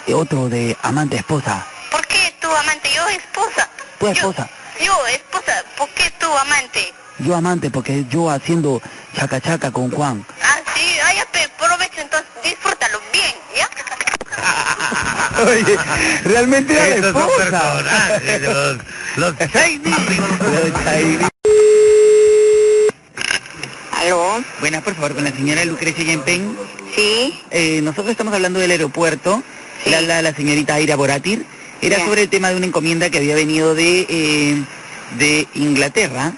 S2: Y otro de amante, esposa.
S10: ¿Por qué tu amante? Yo esposa.
S2: Tu esposa.
S10: Yo esposa, ¿por qué tu amante?
S2: Yo amante, porque yo haciendo chaca chaca con Juan.
S10: Ah, sí, ay, ya, pe, provecho, entonces disfrútalo bien, ¿ya?
S2: Oye, realmente era la esposa.
S7: Los, los
S2: Aló. Buenas, por favor, con la señora Lucrecia Yempen. Sí. nosotros estamos hablando del aeropuerto. Le habla la señorita Aira Boratir. Era
S10: Ya.
S2: sobre el tema de una encomienda que había venido de, eh, de Inglaterra.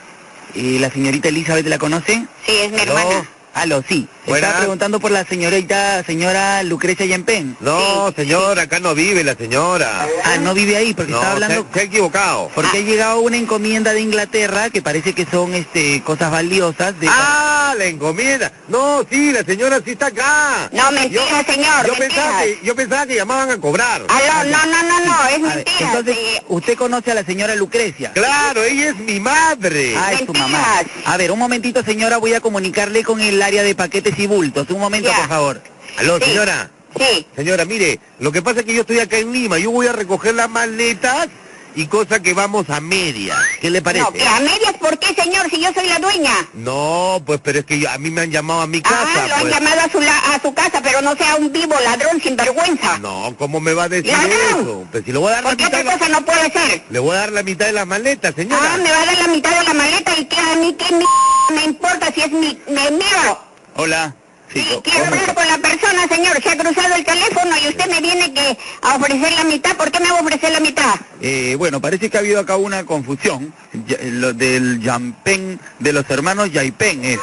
S2: Eh, la señorita Elizabeth, ¿la conoce?
S10: Sí, es mi
S2: Aló.
S10: hermana.
S2: Aló, sí.
S7: Buenas.
S2: Estaba preguntando por la señorita, señora Lucrecia Yempen.
S7: No, señora, acá no vive la señora.
S2: Ah, no vive ahí, porque
S7: No,
S2: estaba
S7: se,
S2: hablando...
S7: se ha equivocado.
S2: Porque ha llegado una encomienda de Inglaterra que parece que son este cosas valiosas de
S7: Ah, la encomienda. No, sí, la señora sí está acá.
S2: No, mentira, señor,
S7: Yo
S2: mentira.
S7: pensaba, que, yo pensaba que llamaban a cobrar.
S2: Aló, Ah, no, no, no, no, es mentira. Entonces, usted conoce a la señora Lucrecia.
S7: Claro, ella es mi madre.
S2: Ah, es tu mamá. A ver, un momentito, señora, voy a comunicarle con el área de paquetes y bultos. Un momento, por favor.
S7: Aló, señora.
S10: Sí.
S7: Señora, mire, lo que pasa es que yo estoy acá en Lima. Yo voy a recoger las maletas y cosa que vamos a medias. ¿Qué le parece?
S6: No, que a medias, ¿por qué, señor? Si yo soy la dueña.
S7: No, pues, pero es que yo- a mí me han llamado a mi casa.
S6: Ah, lo han
S7: pues.
S6: llamado a su, la- a su casa, pero no sea un vivo ladrón sin vergüenza.
S7: No, ¿cómo me va a decir
S6: Ladrón.
S7: eso? Pues si le voy a dar la
S6: Porque otra
S7: mitad, de la-
S6: cosa no puede ser.
S7: le voy a dar la mitad de las maletas, señora.
S6: Ah, me va a dar la mitad de la maleta y que a mí qué mi- me importa si es mi... me miro.
S2: Hola. chico.
S1: Quiero hablar con la persona, señor. Se ha cruzado el teléfono y usted me viene que a ofrecer la mitad. ¿Por qué me va a ofrecer la mitad?
S34: Eh, bueno, parece que ha habido acá una confusión Ya- lo del Yampen, de los hermanos Yaipen es.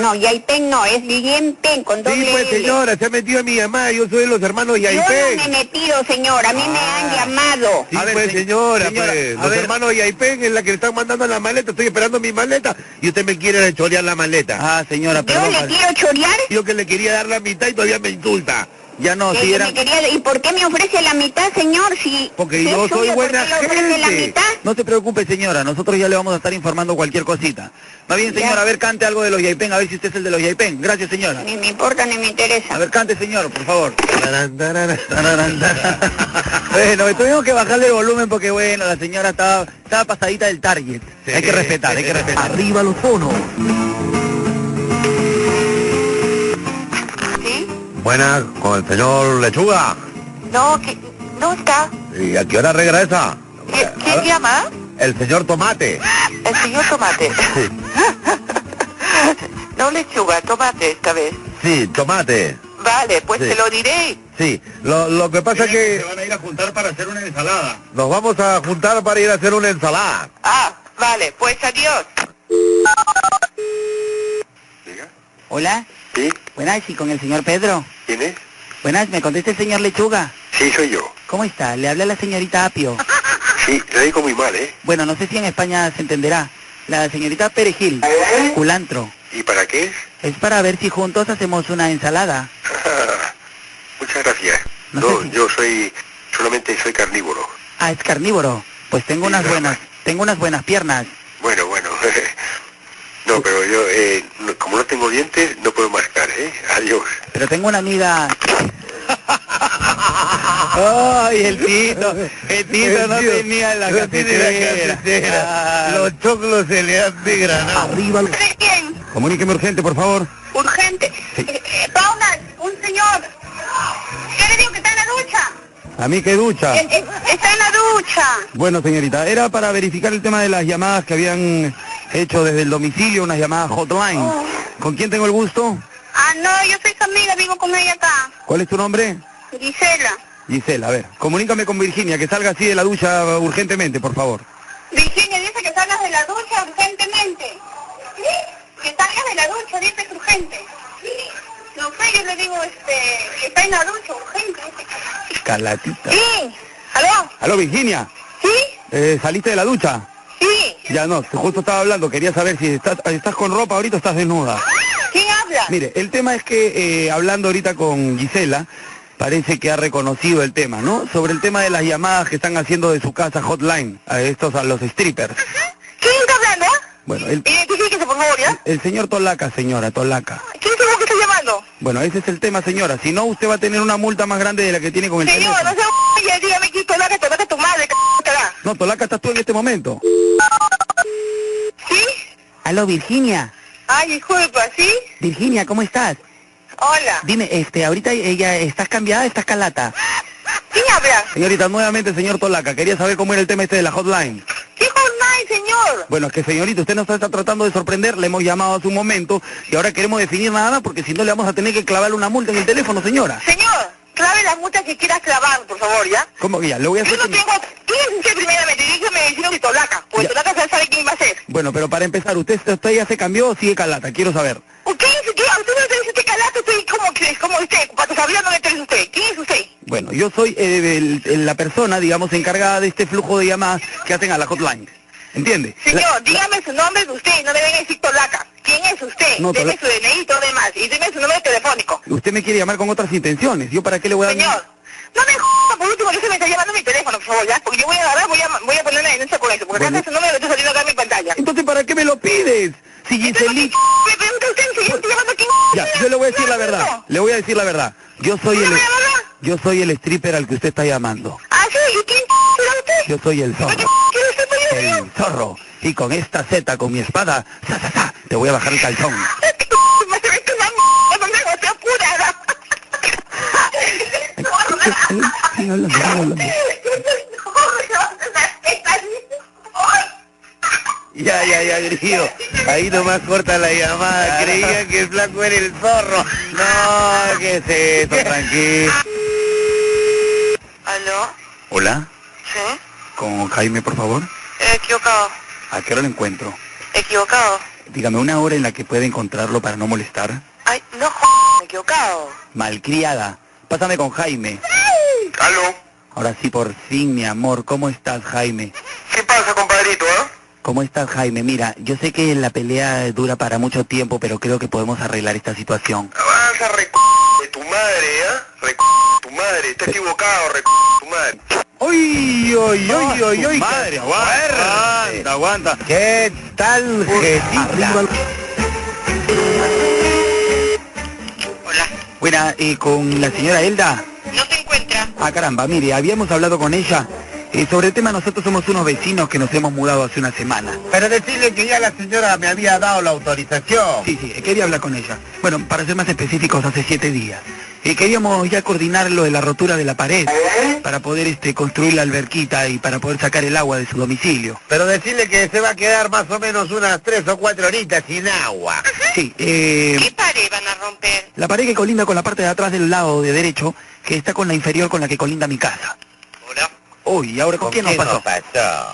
S1: No, Yaipen no, es bien Pen con doble
S2: Sí, pues
S1: L.
S2: señora, se ha metido mi mamá, yo soy de los hermanos
S1: Yo no me he
S2: Yaipen.
S1: metido, señor. A mí
S34: Ah,
S1: me han llamado.
S2: Ah. Sí, pues señora, pues, los hermanos Yaipen es la que le están mandando la maleta, estoy esperando mi maleta y usted me quiere chorear la maleta.
S34: Ah, señora,
S2: perdón.
S1: le quiero chorear?
S2: Yo que le quería dar la mitad y todavía me insulta.
S34: Ya no,
S1: Que- que eh, me quería- ¿Y por qué me ofrece la mitad, señor? Si
S34: Porque
S1: si es
S34: yo soy
S1: suyo, ¿por qué
S34: buena
S1: le ofrece la
S34: gente.
S1: mitad?
S34: No se preocupe, señora, nosotros ya le vamos a estar informando cualquier cosita. Más bien, señora, a ver, cante algo de los Yaipen, a ver si usted es el de los Yaipen. Gracias, señora.
S1: Ni me importa, ni me interesa.
S34: A ver, cante, señor, por favor. Tarán, tarán, tarán, tarán. bueno, tuvimos que bajarle el volumen porque, bueno, la señora estaba, estaba pasadita del target. Hay que respetar, hay que respetar. Arriba los tonos.
S2: Buenas, con el señor Lechuga.
S35: No, que, no está.
S2: ¿Y a qué hora regresa? Ah,
S35: ¿Qui- ¿Quién llama?
S2: El señor Tomate.
S35: El señor Tomate. no lechuga, tomate esta vez.
S2: Sí, Tomate.
S35: Vale, pues
S2: Sí.
S35: te lo diré.
S2: Sí, lo, lo que pasa es que... Se van a ir a juntar para hacer una ensalada. Nos vamos a juntar para ir a hacer una ensalada.
S35: Ah, vale, pues adiós.
S34: Hola. Sí. Buenas, y con el señor Pedro.
S7: ¿Quién es?
S34: Buenas, me contesta el señor Lechuga.
S7: Sí, soy yo.
S34: ¿Cómo está? Le habla la señorita Apio.
S7: Sí, le digo muy mal, ¿eh?
S34: Bueno, no sé si en España se entenderá. La señorita Perejil, culantro.
S7: ¿Y para qué es?
S34: Es para ver si juntos hacemos una ensalada.
S7: Muchas gracias. No, yo soy... Solamente soy carnívoro.
S34: Ah, es carnívoro. Pues tengo unas buenas, tengo unas buenas piernas.
S7: Bueno, bueno. no, pero yo... eh, no- como no tengo dientes, no puedo mascar, ¿eh? Adiós.
S34: Pero tengo una amiga. Ay, el tito, el tito no tenía la
S2: Los choclos se le han degranado. Arriba. Comuníqueme urgente, por favor.
S10: Urgente. Eh, eh, Paula, un señor. ¿Qué le digo que está en la ducha?
S34: Ah.
S2: A mí que ducha.
S10: Eh, eh, Está en la ducha.
S2: Bueno, señorita, era para verificar el tema de las llamadas que habían hecho desde el domicilio, unas llamadas hotline.
S34: Oh. Mm.
S2: ¿Con quién tengo el gusto?
S10: Ah, no, yo soy su amiga, vivo con ella acá.
S2: ¿Cuál es tu nombre?
S10: Gisela.
S2: Gisela, a ver, comunícame con Virginia, que salga así de la ducha urgentemente, por favor.
S10: Virginia dice que salgas de la ducha urgentemente. Que salgas de la ducha, dice que urgente. No sé, yo le digo, este, que está en la ducha, urgente.
S2: Calatita.
S10: Sí. ¿Aló?
S2: Aló, Virginia.
S10: ¿Sí?
S2: Eh, ¿Saliste de la ducha?
S10: Sí.
S2: Ya no, justo estaba hablando, quería saber si estás, estás con ropa ahorita o estás desnuda.
S10: ¿Quién habla?
S2: Mire, el tema es que eh, hablando ahorita con Gisela, parece que ha reconocido el tema, ¿no? Sobre el tema de las llamadas que están haciendo de su casa hotline a estos, a los strippers.
S10: ¿Quién está hablando?
S2: Bueno, el,
S10: Identifíquese, por favor, ¿ya?
S2: el señor Tolaca, señora, Tolaca.
S10: ¿Quién es el que está llamando?
S2: Bueno, ese es el tema, señora. Si no, usted va a tener una multa más grande de la que tiene con el
S10: Señor,
S2: teléfono.
S10: no sea un... ya dígame quién tolaca, tolaca tu madre, c... te da.
S2: No, Tolaca, estás tú en este momento.
S10: ¿Sí?
S34: Aló, Virginia.
S10: Ay, disculpa, ¿sí?
S34: Virginia, ¿cómo estás?
S10: Hola.
S34: Dime, este, ahorita ella, ¿estás cambiada? ¿Estás calata?
S10: ¿Quién habla?
S2: Señorita, nuevamente, señor Tolaca, quería saber cómo era el tema este de la hotline.
S10: ¿Qué jornada, señor?
S2: Bueno, es que señorita, usted nos está tratando de sorprender, le hemos llamado hace un momento y ahora queremos definir nada más porque si no le vamos a tener que clavar una multa en el teléfono, señora.
S10: Señor, clave las multas que quieras clavar, por favor, ¿ya?
S2: ¿Cómo que ya? Le voy a
S10: Yo
S2: hacer
S10: no
S2: que-
S10: tengo... ¿Quién es usted primeramente? Dígame, diciendo que tolaca. Pues tolaca se sabe quién va a ser.
S2: Bueno, pero para empezar, ¿usted, usted ya se cambió o sigue calata? Quiero saber.
S10: ¿Usted dice que... ¿Usted Ah, no dice usted calato? ¿Usted cómo que... ¿Cómo usted? Patos hablando de tres usted. ¿Quién es usted?
S2: Bueno, yo soy eh, el- el- la persona, digamos, encargada de este flujo de llamadas que hacen a la hotline. ¿Entiende?
S10: Señor, dígame su nombre de usted, no me venga a decir tolaca. ¿Quién es usted?
S2: No,
S10: deme
S2: Tolaca.
S10: su DNI y todo demás. Y deme su número telefónico.
S2: Usted me quiere llamar con otras intenciones. ¿Yo para qué le voy a dar?
S10: Señor, no me joda, por último, que se me está llamando mi teléfono, por favor, ya. Porque yo voy a agarrar, voy a, voy a poner una denuncia con eso. Porque acá está su número que está saliendo acá en mi pantalla.
S2: Entonces, ¿para qué me lo pides? Si Giselita...
S10: Me pregunta usted si yo estoy llamando a quién.
S2: Ya, yo le voy a decir la verdad. Le voy a decir la verdad. Yo soy el... Yo soy el stripper al que usted está llamando.
S10: Ah, sí, ¿y quién será usted?
S2: Yo soy el zorro.
S10: ¿Quién es usted, por Dios mío?
S2: El zorro. Y con esta Z, con mi espada, sa, sa, sa, te voy a bajar el calzón.
S10: No me hago, estoy apurada.
S2: Ya, ya, ya, Grillo. Ahí nomás corta la llamada. Creía que el flaco era el zorro.
S7: No, ¿qué es eso? Tranquilo.
S10: ¿Aló?
S2: Hola,
S10: Sí.
S2: con Jaime, por favor.
S10: Eh, Equivocado.
S2: ¿A qué hora lo encuentro?
S10: Equivocado.
S2: Dígame una hora en la que pueda encontrarlo para no molestar.
S10: Ay, no jodas, equivocado.
S2: Malcriada, pásame con Jaime. ¿Aló? Ahora sí, por fin, mi amor. ¿Cómo estás, Jaime?
S18: ¿Qué pasa, compadrito, eh?
S2: ¿Cómo estás, Jaime? Mira, yo sé que la pelea dura para mucho tiempo, pero creo que podemos arreglar esta situación.
S18: Avanza, rec... de tu madre, ¿eh? Rec... de tu madre, está equivocado, rec... de tu madre.
S33: ¡Uy, uy, uy, uy, uy!
S18: madre,
S33: aguanta, aguanta, aguanta. ¿Qué tal, Jesús?
S2: Buena, eh, con la señora Elda.
S10: No se encuentra.
S2: Ah, caramba, mire, habíamos hablado con ella. Eh, sobre el tema, nosotros somos unos vecinos que nos hemos mudado hace una semana.
S33: Pero decirle que ya la señora me había dado la autorización.
S2: Sí, sí, quería hablar con ella. Bueno, para ser más específicos, hace siete días. Eh, queríamos ya coordinar lo de la rotura de la pared
S33: ¿Eh?
S2: para poder este, construir la alberquita y para poder sacar el agua de su domicilio.
S33: Pero decirle que se va a quedar más o menos unas tres o cuatro horitas sin agua.
S2: Sí, eh,
S10: pared van a romper?
S2: la pared que colinda con la parte de atrás del lado de derecho, que está con la inferior con la que colinda mi casa. Hola. Uy, ¿y ahora con, quién nos pasó?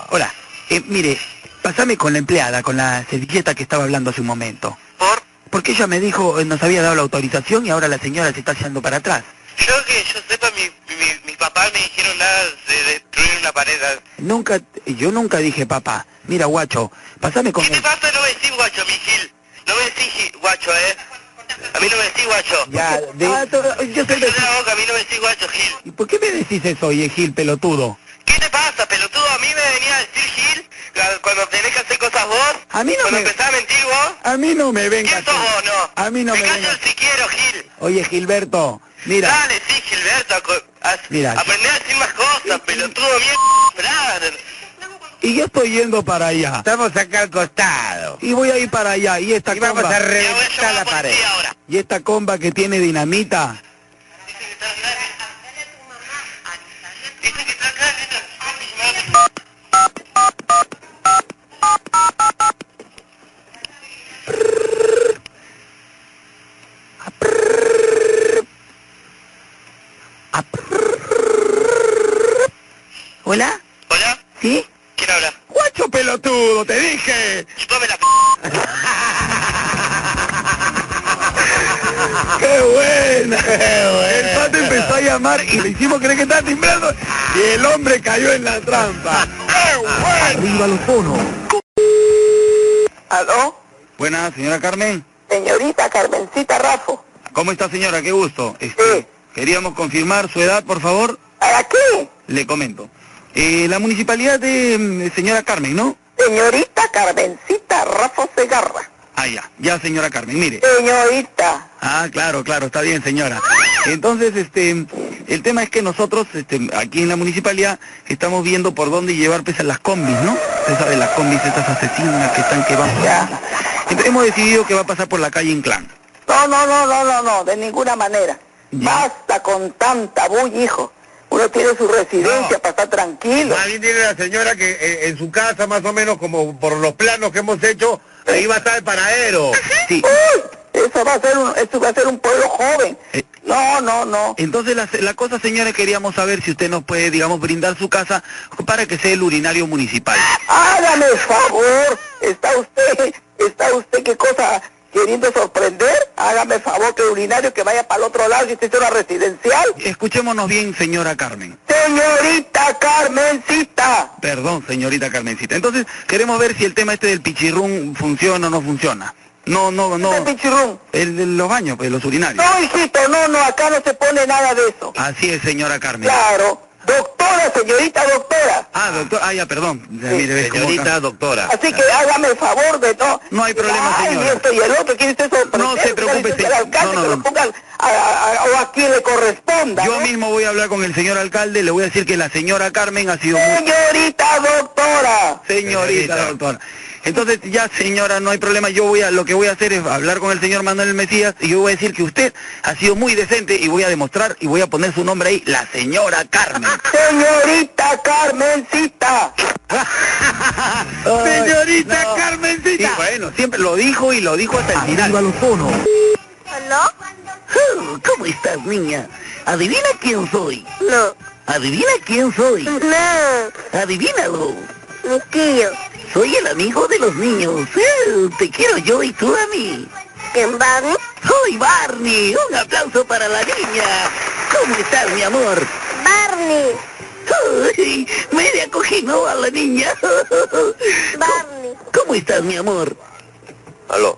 S2: Hola, eh, mire, pasame con la empleada, con la servilleta que estaba hablando hace un momento. ¿Por? Porque ella me dijo, eh, nos había dado la autorización y ahora la señora se está echando para atrás.
S18: Yo que yo sepa, mi, mi- mis papás me dijeron nada de destruir una pared.
S2: Nunca, yo nunca dije, papá, mira, guacho, pasame con...
S18: ¿Qué te
S2: el-
S18: pasa? No me decís guacho, Michil. No me decís guacho, ¿eh? A mí no me decís guacho.
S2: Ya, de- Ah, to- yo soy
S18: Cállate la boca, a mí no me decís guacho, Gil.
S2: ¿Y ¿Por qué me decís eso, oye, Gil, pelotudo?
S18: ¿Qué te pasa, pelotudo? A mí me venía a decir Gil la- cuando tenés que hacer cosas vos.
S2: A mí no
S18: cuando
S2: me-
S18: empezás a mentir vos.
S2: A mí no me vengas...
S18: ¿Quién sos vos, no?
S2: A mí no me,
S18: me callo
S2: vengas...
S18: si quiero, Gil.
S2: Oye, Gilberto, mira...
S18: Dale, sí, Gilberto. aco- haz-
S2: Mira.
S18: Aprendé a decir más cosas, pelotudo, mierda. brother.
S2: Y yo estoy yendo para allá. Estamos acá al costado. Y voy a ir para allá. Y esta comba.
S33: reventar la pared.
S2: Y esta comba que tiene dinamita.
S6: ¿Hola?
S18: ¿Hola?
S6: ¿Sí?
S18: ¿Quién habla?
S2: ¡Guacho pelotudo, te dije!
S18: Chupame la p...
S2: ¡Qué buena! El pato empezó a llamar y le hicimos creer que estaba timbrando
S18: Ah.
S2: y el hombre cayó en la trampa. Arriba los tonos.
S10: ¿Aló?
S2: Buenas, señora Carmen.
S10: Señorita Carmencita Rafo.
S2: ¿Cómo está, señora? Qué gusto. Este, Queríamos confirmar su edad, por favor.
S10: ¿Para qué?
S2: Le comento. Eh, la municipalidad de mm, señora Carmen, ¿no?
S10: Señorita Carmencita Rafo Segarra.
S2: Ah, ya, ya, señora Carmen, mire.
S10: Señorita.
S2: Ah, claro, claro, está bien, señora. Entonces, este, el tema es que nosotros, este, aquí en la municipalidad, estamos viendo por dónde llevar pesas las combis, ¿no? Usted sabe, las combis estas asesinas que están que van. Entonces, hemos decidido que va a pasar por la calle Inclán.
S10: No, no, no, no, no, no, de ninguna manera. Basta con tanta bulla, hijo. Uno tiene su residencia para estar tranquilo.
S7: Más bien tiene la señora que eh, en su casa, más o menos, como por los planos que hemos hecho, ahí va a estar el paradero.
S10: Uy, eso va a ser un, eso va a ser un pueblo joven. No, no, no.
S2: Eh. Entonces, la, la cosa, señora, queríamos saber si usted nos puede, digamos, brindar su casa para que sea el urinario municipal.
S10: Hágame el favor. Está usted, está usted, qué cosa queriendo sorprender. Hágame el favor que el urinario que vaya para el otro lado y usted sea una residencial.
S2: Escuchémonos bien, señora Carmen.
S10: Señorita Carmencita.
S2: Perdón, señorita Carmencita. Entonces, queremos ver si el tema este del pichirrún funciona o no funciona. No, no, no. ¿El
S10: pichirrún?
S2: El de los baños, pues, los urinarios.
S10: No, hijito, no, no, acá no se pone nada de eso.
S2: Así es, señora Carmen.
S10: Claro. Doctora, señorita doctora.
S2: Ah, doctor, ah, ya, perdón. Ya, mire, ves cómo
S7: Señorita
S2: acá-
S7: doctora.
S10: Así que hágame el favor de no.
S2: No hay problema,
S10: Ay,
S2: señora.
S10: esto y el otro, ¿quiere usted sorprender?
S2: No se preocupe,
S10: Usted le dice al
S2: señor.
S10: alcalde
S2: No, no,
S10: que lo
S2: no.
S10: pongan a- a- a- o a quien le corresponda.
S2: Yo mismo voy a hablar con el señor alcalde, le voy a decir que la señora Carmen ha sido muy...
S10: Señorita doctora.
S2: Señorita doctora. Entonces, ya, señora, no hay problema. Yo voy a, lo que voy a hacer es hablar con el señor Manuel Mesías y yo voy a decir que usted ha sido muy decente y voy a demostrar y voy a poner su nombre ahí, la señora Carmen.
S10: Señorita Carmencita.
S2: señorita Carmencita. bueno, siempre lo dijo y lo dijo hasta el final.
S10: ¿Aló? Oh, ¿Cómo estás, niña? ¿Adivina quién soy? No. ¿Adivina quién soy? No. Adivínalo. yo. Soy el amigo de los niños. Oh, te quiero yo y tú a mí. ¿Quién, Barney? Soy Barney. Un aplauso para la niña. ¿Cómo estás, mi amor? Barney. Ay, media cojinó a la niña. Barney. ¿Cómo estás, mi amor?
S7: Aló.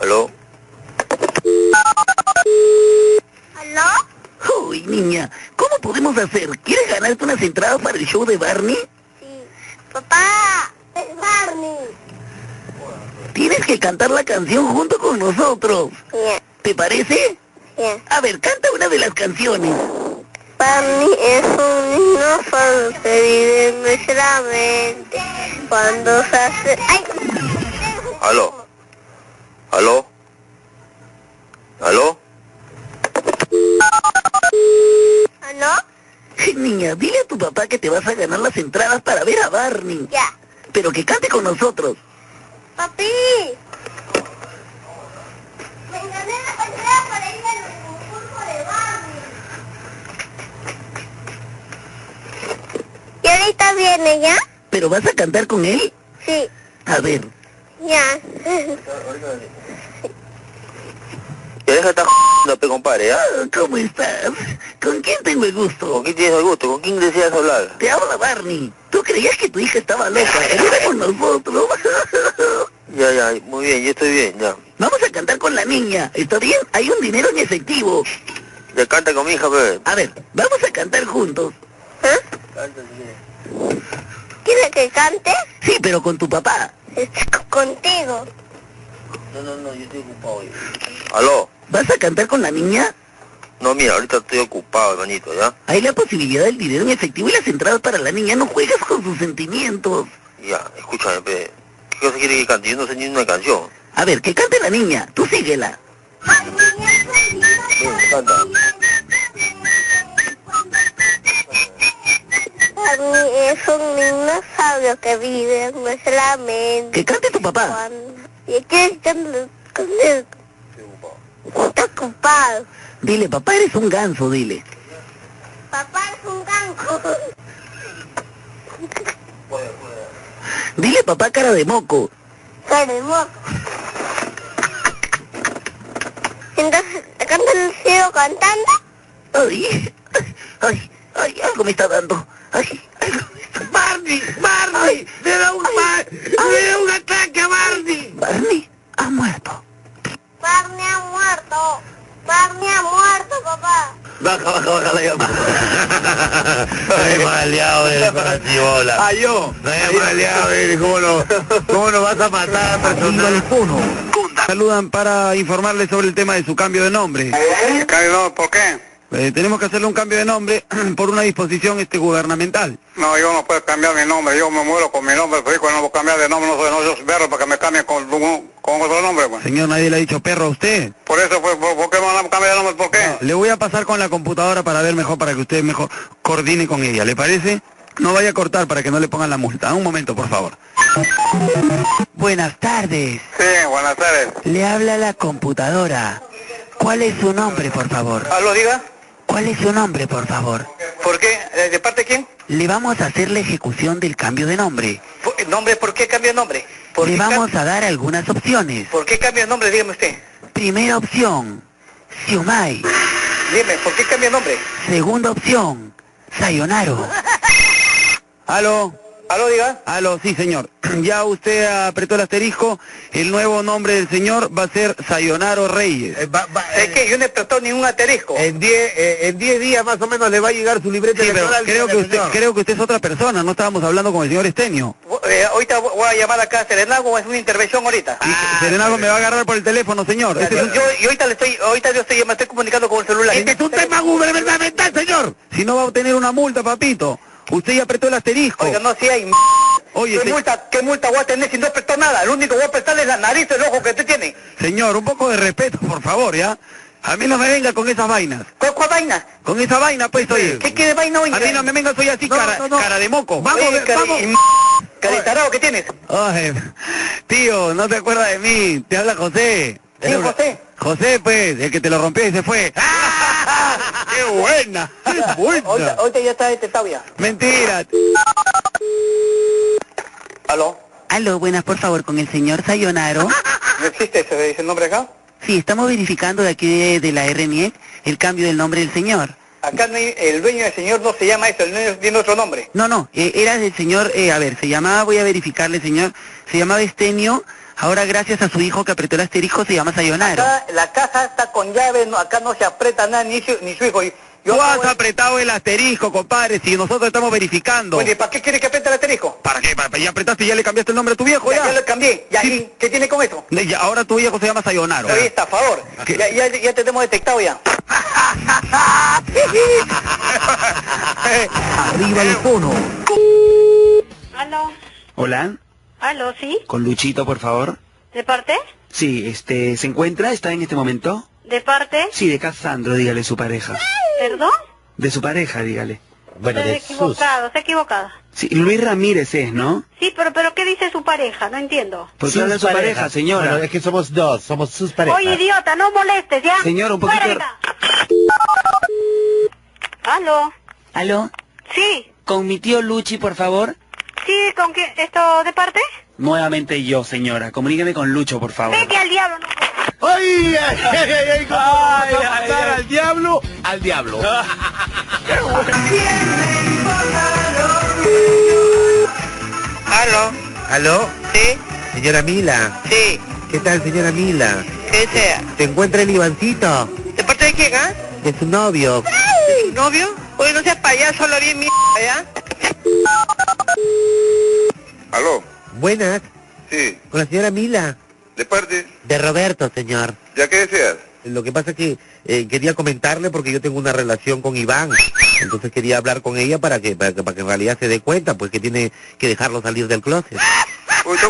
S7: Aló.
S10: ¿Aló? Uy, niña, ¿cómo podemos hacer? ¿Quieres ganarte unas entradas para el show de Barney?
S1: Papá, es Barney.
S10: Tienes que cantar la canción junto con nosotros. ¿Te parece? A ver, canta una de las canciones.
S1: Barney es un dinosaurio que vive en nuestra mente. Cuando se hace... ¡Ay!
S7: Aló. Aló. Aló.
S1: ¿Ah,
S10: ¿Aló? Niña, dile a tu papá que te vas a ganar las entradas para ver a Barney. Ya. Pero que cante con nosotros.
S1: ¡Papi! Me gané la pantalla para ir al concurso de Barney.
S10: ¿Y ahorita viene ya? ¿Pero vas a cantar con él?
S1: Sí,
S10: A ver,
S1: ya.
S7: Que deja esta jodiendo, pe, compadre, ¿ah?
S10: ¿Cómo estás? ¿Con quién tengo el gusto?
S7: ¿Con quién tienes el gusto? ¿Con quién deseas hablar?
S10: te habla Barney. Tú creías que tu hija estaba loca. Era con nosotros.
S7: Ya, ya, muy bien, yo estoy bien, ya.
S10: Vamos a cantar con la niña. ¿Está bien? Hay un dinero en efectivo.
S7: Ya canta con mi hija, pues. pe.
S10: A ver, vamos a cantar juntos.
S1: ¿Quieres que cante?
S10: Sí, pero con tu papá.
S1: Contigo.
S7: No, no, no, yo estoy ocupado. Aló.
S10: ¿Vas a cantar con la niña?
S7: No, mira, ahorita estoy ocupado, hermanito, ¿ya?
S10: Hay la posibilidad del dinero en efectivo y las entradas para la niña. No juegas con sus sentimientos.
S7: Ya, escúchame, pe. ¿Qué cosa quiere que cante? Yo no sé ni una canción.
S10: A ver, que cante la niña. Tú síguela.
S7: Ven, canta.
S1: Barney es un dinosaurio que vive en nuestra mente.
S10: Que cante tu papá.
S1: Y aquí está el- con el- Está ocupado.
S10: Dile, papá, eres un ganso, dile.
S1: Papá es un ganco.
S10: Dile, papá, cara de moco.
S1: Queremos. Entonces, ¿canta el cielo cantando?
S10: Ay, ay, ay, algo me está dando. Ay, algo. Barney, Barney, le da un, par, le da un ataque a Barney. Barney ha muerto.
S1: Barney ha muerto. Barney ha muerto, papá.
S7: Baja, baja, baja la llamada.
S36: Ay, maleado eres para ti, bola.
S2: Ay, yo.
S36: Ay, maleado eres, ¿cómo nos, cómo nos vas a matar, personal?
S2: Saludan para informarles sobre el tema de su cambio de nombre.
S37: ¿Eh? ¿por qué?
S2: Eh, tenemos que hacerle un cambio de nombre por una disposición este gubernamental.
S37: No, yo no puedo cambiar mi nombre, yo me muero con mi nombre, pero hijo, no voy a cambiar de nombre, no soy, no soy perro para que me cambien con, un- con otro nombre, pues.
S2: Señor, nadie le ha dicho perro a usted.
S37: Por eso, pues, ¿por, por qué me van a cambiar de nombre? ¿Por qué?
S2: Le voy a pasar con la computadora para ver mejor, para que usted mejor coordine con ella. ¿Le parece? No vaya a cortar para que no le pongan la multa. Un momento, por favor.
S38: Buenas tardes.
S37: Sí, buenas tardes.
S38: Le habla la computadora. ¿Cuál es su nombre, por favor?
S37: Aló, diga,
S38: ¿Cuál es su nombre, por favor?
S37: ¿por qué? Eh, ¿De parte de quién?
S38: Le vamos a hacer la ejecución del cambio de nombre.
S37: ¿Por- el ¿Nombre? ¿Por qué cambia de nombre? ¿Por
S38: Le
S37: qué,
S38: vamos a dar algunas opciones.
S37: ca- ¿Por qué cambia de nombre? Dígame usted.
S38: Primera opción, Siumai.
S37: Dime, ¿por qué cambia de nombre?
S38: Segunda opción, Sayonaro.
S2: Aló.
S37: Aló, diga.
S2: Aló, sí, señor. Ya usted apretó el asterisco. El nuevo nombre del señor va a ser Sayonaro Reyes.
S37: Eh,
S2: Eh,
S37: es que yo no he prestado ningún asterisco.
S2: En 10 días más o menos le va a llegar su libreta
S37: electoral,
S2: Creo que,
S37: señor.
S2: usted, creo que usted es otra persona. No estábamos hablando con el señor Estenio.
S37: Eh, ahorita voy a llamar acá a Serenago, es una intervención ahorita. eh.
S2: Serenago me va a agarrar por el teléfono, señor. Este es un-
S37: yo, yo ahorita le estoy, ahorita yo estoy, me estoy comunicando con el celular. Este es un tema gubernamental, señor.
S2: Si no va a obtener una multa, papito. Usted ya apretó el asterisco.
S37: Oiga, no si hay m-
S2: Oye,
S37: ¿Qué,
S2: se-
S37: multa, ¿Qué multa voy a tener si no he prestado nada? Lo único que voy a prestar es la nariz, el ojo que usted tiene.
S2: Señor, un poco de respeto, por favor, ¿ya? A mí no me venga con esas vainas.
S37: ¿Cuál, cuál vaina?
S2: Con esa vaina, pues, oye.
S37: ¿Qué quiere vaina hoy?
S2: A mí no me venga, soy así, cara, cara de moco.
S37: Vamos,
S2: Oye, cari-
S37: vamos. Caritarado que tienes.
S2: Oye, tío, no te acuerdas de mí. Te habla José. Ah,
S37: Sí, José.
S2: José, pues, el que te lo rompió y se fue. ¡Qué buena! ¡Qué buena!
S1: Ahorita ya está
S19: este
S1: detectado ya.
S2: Mentira.
S19: ¿Aló?
S2: Aló, buenas, por favor, con el señor Sayonaro.
S19: ¿No existe ese, dice el nombre acá?
S2: Sí, estamos verificando de aquí de, de la RNIEC el cambio del nombre del señor.
S19: Acá no hay- el dueño del señor no se llama eso, el dueño tiene otro nombre.
S2: No, no, eh, era del señor, eh, a ver, se llamaba, voy a verificarle, señor, se llamaba Estenio, ahora gracias a su hijo que apretó el asterisco se llama Sayonaro.
S19: Acá la casa está con llave, no- acá no se aprieta nada, ni su, ni su hijo.
S2: Tú has apretado el asterisco, compadre, si nosotros estamos verificando.
S19: Oye, ¿para qué quieres que apriete el asterisco?
S2: ¿Para qué? ¿Para, ya apretaste y ya le cambiaste el nombre a tu viejo, ya.
S19: Ya lo cambié, ya, ¿y ¿qué tiene con eso?
S2: Le- ya, ahora tu viejo se llama Sayonaro.
S19: Oye, estafador, ya, ya, ya te hemos detectado ya.
S2: Arriba el fono.
S10: Aló,
S2: Hola,
S10: aló, ¿sí?
S2: con Luchito, por favor.
S10: ¿De parte?
S2: Sí, este, ¿se encuentra? ¿Está en este momento?
S10: ¿De parte?
S2: Sí, de Casandro, dígale su pareja.
S10: ¿Perdón?
S2: De su pareja, dígale. Bueno,
S10: Está equivocado, está equivocado.
S2: Sí, Luis Ramírez es, ¿no?
S10: Sí, pero, pero ¿qué dice su pareja? No entiendo.
S22: Pues,
S2: ¿Por qué habla de su pareja, señora?
S22: Bueno, es que somos dos, somos sus parejas.
S10: Oye, idiota, no molestes, ¿ya?
S22: Señora, un
S10: Fuera
S22: poquito-
S10: de acá. Aló,
S39: ¿Aló?
S10: sí,
S39: Con mi tío Luchi, por favor.
S10: sí, ¿con qué? ¿Esto de parte?
S5: Nuevamente yo, señora. Comuníqueme con Lucho, por favor.
S10: Vete al diablo, no.
S22: ¡Ay, ay, ay, ay! ay,
S1: Ah,
S22: cómo vas
S5: Ay,
S22: a
S5: ay,
S22: matar
S5: ay.
S22: al diablo, al diablo.
S1: Aló,
S7: ¿Aló?
S1: Sí.
S7: Señora Mila.
S1: sí,
S7: ¿Qué tal, señora Mila?
S1: ¿qué sea?
S7: ¿Se encuentra el Ivancito?
S1: ¿De parte de quién, ah?
S7: De su novio.
S1: ¿De su novio? Oye, no seas payaso, habla bien mierda, ¿ya?
S7: ¿Aló? Buenas. Sí. Con la señora Mila.
S15: ¿De parte?
S7: De Roberto, señor.
S15: ¿Ya qué deseas?
S7: Lo que pasa es que eh, quería comentarle porque yo tengo una relación con Iván. Entonces quería hablar con ella para que, para que para que en realidad se dé cuenta, pues que tiene que dejarlo salir del closet.
S15: Pues,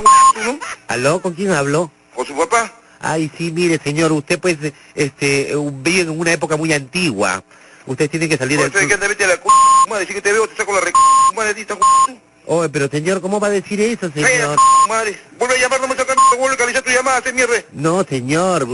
S7: ¿Aló? ¿Con quién habló?
S15: ¿Con su papá?
S7: Ay, sí, mire, señor, usted pues este eh, vive en una época muy antigua. Usted tiene que salir del
S15: Pues,
S7: closet.
S15: que anda, vete a la c***, madre, si que te veo, te saco la re... madre, de ti, esta c***,
S7: Oh, pero señor, ¿cómo va a decir eso, señor?
S15: madre. Vuelve a llamar, no me toca, me vuelve a cabeza tu llamada, se mierda.
S7: No, señor.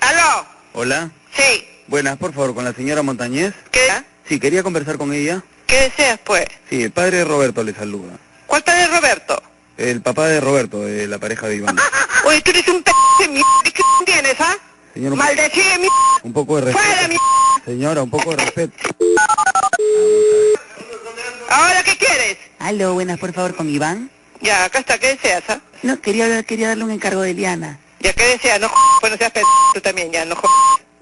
S1: Aló,
S2: Hola,
S1: sí,
S2: buenas, por favor, con la señora Montañez.
S1: ¿qué, ah?
S2: Sí, quería conversar con ella.
S1: qué deseas, pues?
S2: Sí, el padre de Roberto le saluda.
S1: ¿Cuál padre Roberto?
S2: El papá de Roberto, de la pareja de Iván.
S1: Oye, tú eres un p*** de mierda, ¿qué tienes, ah?
S2: Señor, un,
S1: Maldecido mi...
S2: un poco de
S1: ¡Fuera,
S2: respeto.
S1: mi...
S2: Señora, un poco de respeto.
S1: Ahora, ¿qué quieres?
S2: Aló, buenas, por favor, con Iván.
S1: Ya, acá está, ¿qué deseas, ah?
S2: No, quería, quería darle un encargo de Diana.
S1: Ya, ¿qué deseas? No, pues no seas p***, tú también, ya, no j...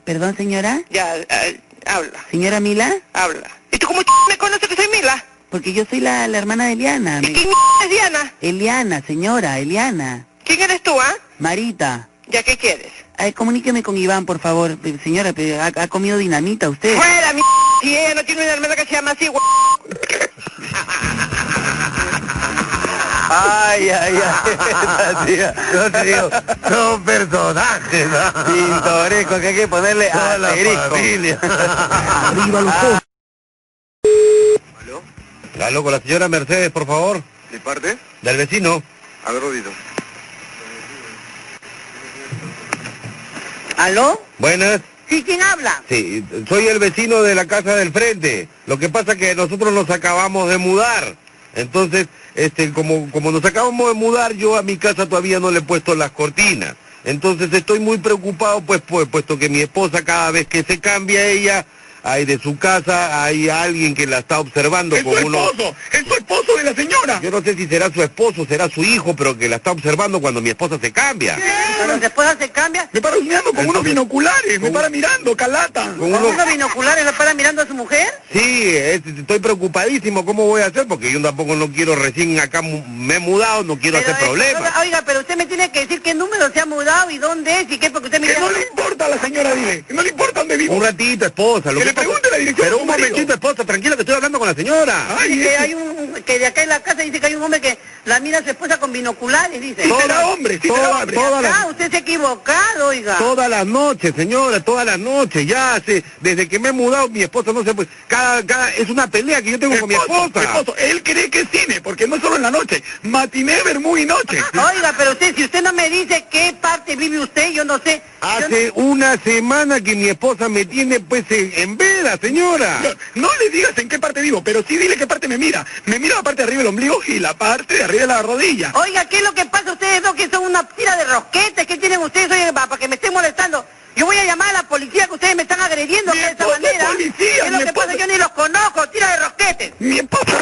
S2: Perdón, señora.
S1: Ya, ah, habla,
S2: Señora Mila,
S1: habla. ¿Y tú cómo ch... me conoces que soy Mila?
S2: porque yo soy la, la hermana de Eliana.
S1: ¿Y
S2: Me-
S1: quién mierda es Diana?
S2: Eliana, señora, Eliana.
S1: ¿Quién eres tú, ah?
S2: Marita.
S1: ¿Ya qué quieres?
S2: Ay, comuníqueme con Iván, por favor. Pe- Señora, pe- ha, ha comido dinamita usted.
S1: ¡Fuera, mi... Si ella eh, no tiene una hermana que se llama así, güey.
S33: Ay, ay, ay. tía, no te digo, son personajes. ¿no? Pintoresco, que hay que ponerle a la familia.
S2: Arriba los
S7: Ah.
S2: dos.
S7: Aló, con la señora Mercedes, por favor.
S15: ¿De parte?
S7: Del vecino.
S15: A ver, Rodito.
S1: ¿Aló?
S7: Buenas.
S1: ¿Sí, quién habla?
S7: Sí, soy el vecino de la casa del frente. Lo que pasa que nosotros nos acabamos de mudar. Entonces, este, como, como nos acabamos de mudar, yo a mi casa todavía no le he puesto las cortinas. Entonces estoy muy preocupado, pues, pues puesto que mi esposa cada vez que se cambia ella, hay de su casa, hay alguien que la está observando como uno...
S33: ¡Es tu esposo de la señora!
S7: Yo no sé si será su esposo, será su hijo, pero que la está observando cuando mi esposa se cambia.
S1: Pero después se cambia.
S33: Me para mirando con unos binoculares, me para mirando, calata. Ah.
S7: Con unos-
S1: binoculares la para mirando a su mujer?
S7: Sí, es- estoy preocupadísimo, ¿cómo voy a hacer? Porque yo tampoco no quiero, recién acá mu- me he mudado, no quiero hacer problemas.
S1: Oiga, pero usted me tiene que decir qué número se ha mudado y dónde es y qué, porque usted me...
S33: Que no le importa a la señora, dile. Que no le importa dónde vivo.
S7: Un ratito, esposa, lo
S33: Que
S7: que
S33: le
S7: pasa-
S33: pregunten
S10: la dirección.
S7: Pero un momentito, esposa, tranquila que estoy hablando con la señora.
S1: Dice que hay un, que de acá en la casa dice que hay un hombre que la mira a su esposa con binoculares, dice.
S7: Toda- Será hombre, sí será toda- hombre. toda la-
S1: Ah, usted se ha equivocado, oiga.
S7: Todas las noches, señora, todas las noches, ya hace, desde que me he mudado, mi esposa no se puede, cada, cada, es una pelea que yo tengo con mi esposa.
S10: esposo, él cree que es cine, porque no es solo en la noche, matiné, vermú y noche.
S1: Oiga, pero usted, si usted no me dice qué parte vive usted, yo no sé.
S7: Hace una semana que mi esposa me tiene pues en, en vela, señora.
S10: No le digas en qué parte vivo, pero sí dile qué parte me mira. Me mira la parte de arriba del ombligo y la parte de arriba de la rodilla.
S1: Oiga, ¿qué es lo que pasa? Ustedes dos que son una tira de rosquetes, ¿qué tienen ustedes? Oiga, pa- para que me estén molestando. Yo voy a llamar a la policía que ustedes me están agrediendo acá de esta manera. ¿Qué es lo que pasa? Yo ni los conozco, tira de rosquetes.
S10: Mi esposa...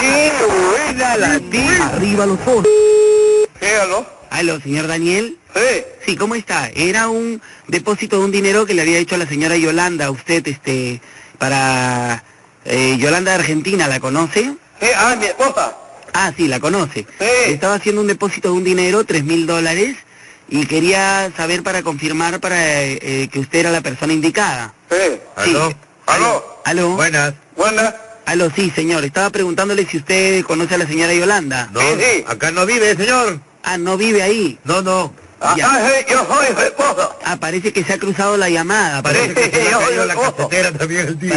S10: ¡Qué buena la tía!
S2: Arriba los foros.
S14: Sí, aló.
S2: Aló, señor Daniel.
S14: Sí.
S2: Sí, ¿cómo está? Era un depósito de un dinero que le había hecho a la señora Yolanda, usted, este, para eh, Yolanda de Argentina, ¿la conoce?
S14: ah, mi esposa.
S2: Ah, sí, la conoce. Estaba haciendo un depósito de un dinero, tres mil dólares, y quería saber para confirmar para eh, eh, que usted era la persona indicada.
S14: Sí.
S2: ¿Aló? ¿Aló? ¿Aló?
S7: Buenas.
S14: Buenas.
S2: Aló, sí, señor. Estaba preguntándole si usted conoce a la señora Yolanda.
S7: No, acá no vive, señor.
S2: Ah, no vive ahí.
S7: No, no.
S2: yo soy su esposo. Ah, parece que se ha cruzado la llamada. Parece que se la
S7: cafetera también el tío.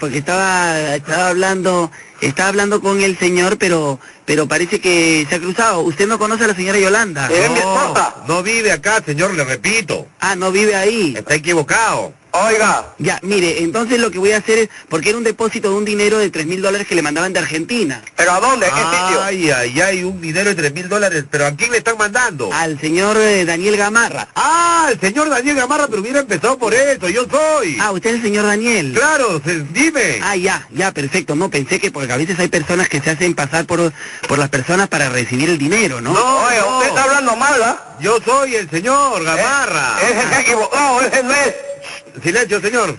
S2: porque estaba, estaba hablando, estaba hablando con el señor, pero, pero parece que se ha cruzado. Usted no conoce a la señora Yolanda.
S7: No, no vive acá, señor, le repito.
S2: Ah, no vive ahí.
S7: Está equivocado.
S2: Oiga. Ya, mire, entonces lo que voy a hacer es, porque era un depósito de un dinero de tres mil dólares que le mandaban de Argentina.
S14: ¿Pero a dónde?
S2: ¿A qué sitio?
S7: Ay, ay, ay, un dinero de tres mil dólares, pero ¿a quién le están mandando?
S2: Al señor eh, Daniel Gamarra.
S7: Ah, el señor Daniel Gamarra, pero hubiera empezado por eso, yo soy.
S2: Ah, usted es el señor Daniel.
S7: Claro, se- dime.
S2: Ah, ya, ya, perfecto. No, pensé que porque a veces hay personas que se hacen pasar por, por las personas para recibir el dinero, ¿no?
S14: Oye, usted está hablando mal, ¿ah?
S7: Yo soy el señor Gamarra.
S10: Eh,
S14: Ese está equivocado, ese no es.
S7: Silencio, señor.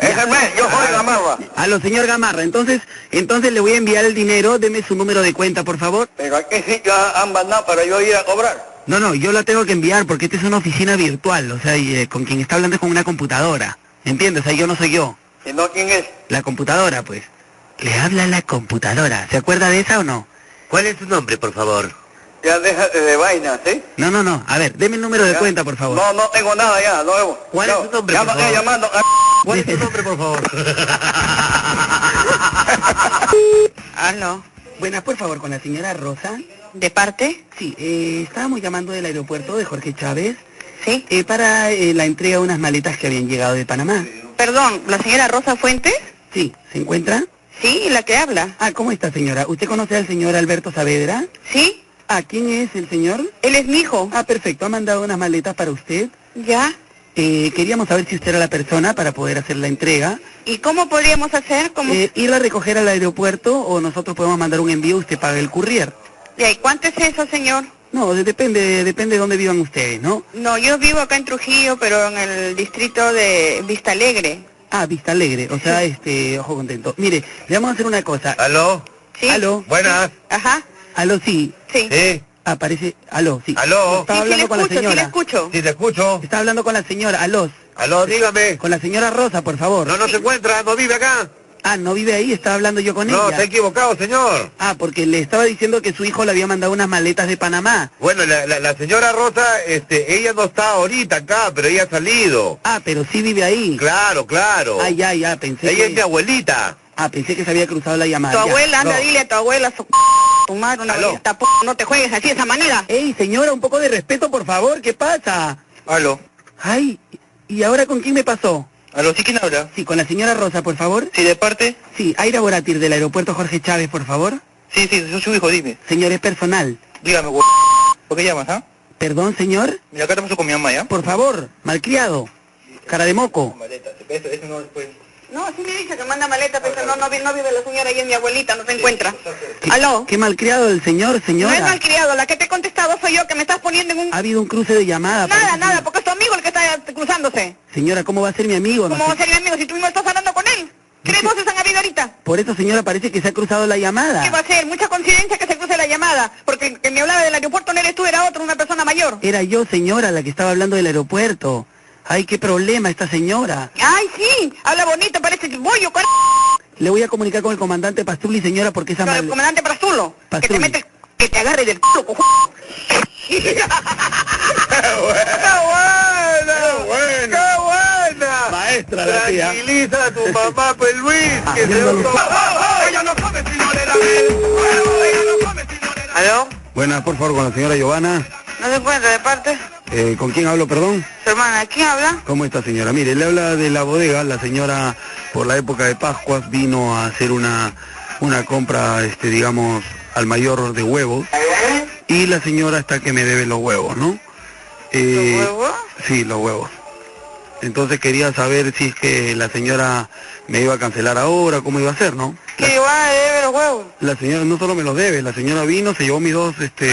S14: yo soy Gamarra.
S2: Ah, A lo señor Gamarra. Entonces, entonces le voy a enviar el dinero. Deme su número de cuenta, por favor.
S14: Pero ¿a qué sitio han mandado para yo ir a cobrar?
S2: No, no, yo la tengo que enviar porque esta es una oficina virtual. O sea, y, eh, con quien está hablando es con una computadora. ¿Entiendes? O sea, yo no soy yo.
S14: Si no, ¿quién es?
S2: La computadora, pues. Le habla la computadora. ¿Se acuerda de esa o no?
S14: ¿Cuál es tu nombre, por favor? Ya déjate de vainas, ¿eh? ¿sí?
S2: No, no, no. A ver, deme el número de cuenta, por favor.
S14: No, no tengo nada ya, no vemos.
S2: ¿Cuál es tu nombre,
S14: Ya
S2: por
S14: me
S1: eh,
S14: estoy
S2: favor?
S14: llamando. ah,
S2: ¿Cuál es tu nombre, por favor?
S1: Aló.
S2: Buenas, Ah, por favor, con la señora Rosa.
S1: ¿De parte?
S2: Sí, eh, estábamos llamando del aeropuerto de Jorge Chávez. Sí. para eh, la entrega de unas maletas que habían llegado de Panamá.
S1: Perdón, ¿la señora Rosa Fuentes?
S2: Sí, ¿se encuentra?
S1: Sí, la que habla.
S2: Ah, ¿cómo está, señora? ¿Usted conoce al señor Alberto Saavedra?
S1: Sí.
S2: Ah, ¿quién es el señor?
S1: Él es mi hijo.
S2: Ah, perfecto. Ha mandado unas maletas para usted.
S1: ¿Ya?
S2: Eh, queríamos saber si usted era la persona para poder hacer la entrega.
S1: ¿Y cómo podríamos hacer? ¿Cómo?
S2: Eh, ir a recoger al aeropuerto o nosotros podemos mandar un envío, usted paga el courier.
S1: Ya, ¿Y cuánto es eso, señor?
S2: No, de- depende, depende de dónde vivan ustedes, ¿no?
S1: No, yo vivo acá en Trujillo, pero en el distrito de Vista Alegre.
S2: Ah, Vista Alegre, o sea, este, ojo contento. Mire, le vamos a hacer una cosa.
S7: ¿Aló?
S1: ¿Sí?
S2: ¿Aló?
S7: Buenas.
S1: Ajá.
S2: ¿Aló, sí?
S1: Sí.
S7: Sí.
S2: Ah, parece, aló, sí.
S7: ¿Aló?
S2: Estaba
S1: Sí, sí
S2: hablando
S1: le
S2: con
S1: escucho,
S2: la
S1: sí le
S2: señora.
S1: escucho.
S7: Sí, te escucho.
S2: Estaba hablando con la señora, aló.
S7: Aló, dígame.
S2: Con la señora Rosa, por favor.
S7: No, no se encuentra, no vive acá.
S2: Ah, no vive ahí, estaba hablando yo con
S7: No,
S2: ella.
S7: está equivocado, señor.
S2: Ah, porque le estaba diciendo que su hijo le había mandado unas maletas de Panamá.
S7: Bueno, la, la- la señora Rosa, este, ella no está ahorita acá, pero ella ha salido.
S2: Ah, pero sí vive ahí.
S7: Claro, claro.
S2: Ah, ya, ya, pensé
S7: ella
S2: que...
S7: es mi abuelita.
S2: Ah, pensé que se había cruzado la llamada.
S1: Tu
S2: Ah, ya.
S1: abuela, anda,
S2: No.
S1: dile a tu abuela, su, tu madre, una
S2: Aló.
S1: abuelita, p- no te juegues así de esa manera.
S2: Ey, señora, un poco de respeto, por favor, ¿qué pasa?
S14: Aló.
S2: Ay, ¿y ahora con quién me pasó?
S14: Aló, ¿sí quién habla?
S2: Sí, con la señora Rosa, por favor.
S14: Sí, de parte.
S2: Sí, Aira Boratir del aeropuerto Jorge Chávez, por favor.
S14: Sí, sí, soy su hijo, dime.
S2: Señor, es personal.
S14: Dígame, güey. ¿Por qué llamas, ah?
S2: Perdón, señor.
S14: Mira, acá estamos con mi mamá, ¿ya?
S2: Por favor, malcriado. Cara de moco.
S14: Maleta, eso, eso no después.
S1: No, sí le dije que manda maleta, pero no, no, vi- no vive la señora ahí, es mi abuelita, no se encuentra. Aló.
S2: Qué malcriado el señor,
S1: No es
S2: señora. Ah,
S1: malcriado, la que te he contestado soy yo, que me estás poniendo en un...
S2: Ha habido un cruce de llamada.
S1: Nada,
S2: parece.
S1: nada, porque es tu amigo el que está cruzándose.
S2: Señora, ¿cómo va a ser mi amigo? No
S1: ¿Cómo va a
S2: sé.
S1: ser mi amigo si tú mismo estás hablando con él? Tres voces han habido ahorita.
S2: Por eso, señora, parece que se ha cruzado la
S1: ¿Qué va
S2: llamada.
S1: a ser? Mucha coincidencia que se cruce la llamada, porque el que
S2: Eh.
S1: me hablaba del aeropuerto no eres tú, era otro, una persona mayor.
S2: Era yo, señora, la que estaba hablando del aeropuerto.
S40: Ay, qué problema esta señora.
S10: Ay, sí, habla bonito, parece bollo, cor...
S40: Le voy a comunicar con el comandante Pastuli, señora, porque esa
S10: Pero el
S40: mal...
S10: comandante Prazulo, que te
S40: Pastuli.
S10: metes, que te agarre del culo, cojo.
S41: ¡Qué buena! ¡Qué buena! Maestra
S2: la tía.
S41: Tranquiliza a tu mamá, pues Luis, que se va
S1: ¿Aló?
S2: Buenas, por favor, con la señora Giovanna.
S1: ¿No se encuentra de parte?
S2: Eh, ¿Con quién hablo, perdón?
S1: Su hermana, ¿quién habla?
S2: ¿Cómo está, señora? Mire, le habla de la bodega. La señora, por la época de Pascuas, vino a hacer una, una compra, este, digamos, al mayor de huevos. Y la señora está que me debe los huevos, ¿no? Eh,
S1: ¿Los huevos?
S2: Sí, los huevos. Entonces quería saber si es que la señora me iba a cancelar ahora, cómo iba a ser, ¿no?
S1: Que Iván
S10: eh,
S1: le debe los huevos.
S2: La señora no solo me los debe, la señora vino, se llevó mis dos este,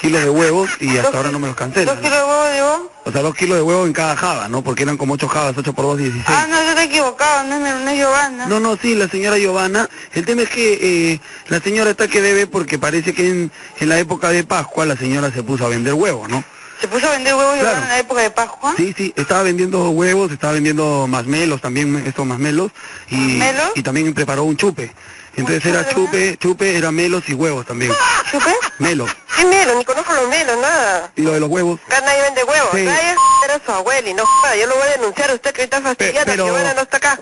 S2: kilos de huevos y hasta ahora no me los cancela.
S1: ¿Dos kilos de huevos llevó?
S2: O sea, dos kilos de huevo en cada java, ¿no? Porque eran como ocho javas, ocho por dos, dieciséis.
S1: Ah, no, yo te he equivocado, no es, mi- no es Giovanna.
S2: No, no, sí, la señora Giovanna. El tema es que eh, la señora está que debe porque parece que en, en la época de Pascua la señora se puso a vender huevos, ¿no?
S1: ¿Se puso a vender huevos
S2: Claro.
S1: Giovanna en la época de Pascua?
S2: Sí, sí, estaba vendiendo huevos, estaba vendiendo masmelos también, estos masmelos. Y,
S1: ¿Masmelos?
S2: Y también preparó un chupe. Entonces era chupe, chupe, era melos y huevos también.
S1: ¿Chupe?
S2: Melos.
S1: ¿Qué melo? Ni conozco los melos, nada.
S2: Y lo de los huevos.
S1: Acá nadie vende huevos.
S2: Sí.
S1: Nadie era su abuelo y no joda, yo lo voy a denunciar. Usted que está fastidiada,
S40: pero-
S1: Giovanna no está acá.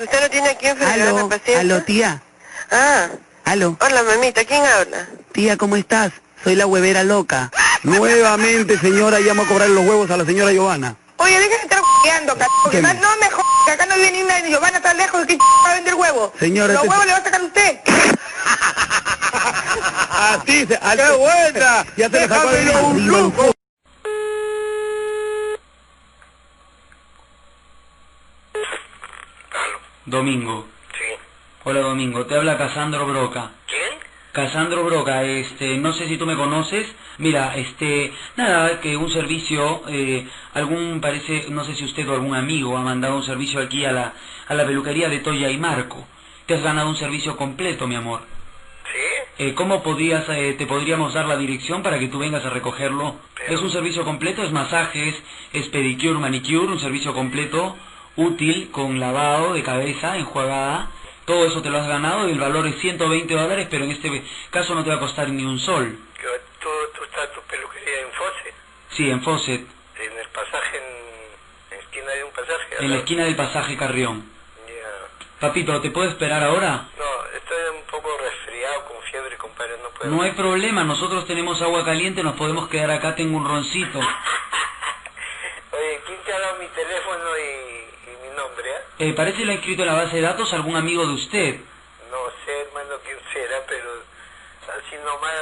S1: Usted no tiene a quién fregar la
S40: Aló,
S10: ¿Eh?
S1: paciencia.
S40: aló, tía.
S1: Ah,
S40: Aló.
S1: hola mamita, ¿quién habla?
S40: Tía, ¿cómo estás? Soy la huevera loca.
S2: Nuevamente, señora, llamo a cobrar los huevos a la señora Giovanna.
S10: Oye, deja de estar jugando, porque
S2: Escúcheme.
S10: más no me jodas, que acá no vive ni una Giovanna tan lejos, que va a vender huevos.
S2: Señora,
S10: Los
S2: este-
S10: huevos le va a sacar usted.
S2: Así se, ¡Qué buena! Ya se le sacó el un lujo.
S5: Domingo. Hola Domingo, te habla Casandro Broca. ¿Quién? Casandro Broca, este, no sé si tú me conoces. Mira, este, nada, que un servicio, eh, algún parece, no sé si usted o algún amigo ha mandado un servicio aquí a la, a la peluquería de Toya y Marco. Te has ganado un servicio completo, mi amor. ¿Sí? ¿Cómo podías, eh, te podríamos dar la dirección para que tú vengas a recogerlo? Es un servicio completo, es masajes, es pedicure, manicure, un servicio completo, útil, con lavado de cabeza, enjuagada. Todo eso te lo has ganado y el valor es 120 dólares, pero en este caso no te va a costar ni un sol.
S8: Tú, tú estás tu peluquería en Fose,
S5: Sí, en Fawcett,
S8: en el pasaje, en, en esquina de un pasaje.
S5: en la esquina del pasaje Carrión. Papito, ¿te puedo esperar ahora?
S8: No, estoy un poco resfriado, con fiebre, compadre, no puedo.
S5: No hay problema, nosotros tenemos agua caliente, nos podemos quedar acá, tengo un roncito.
S8: Oye, ¿quién te ha dado mi teléfono y, y mi nombre? ah?
S5: Eh, parece que lo ha inscrito en la base de datos algún amigo de usted.
S8: No sé, hermano, quién será, pero así nomás,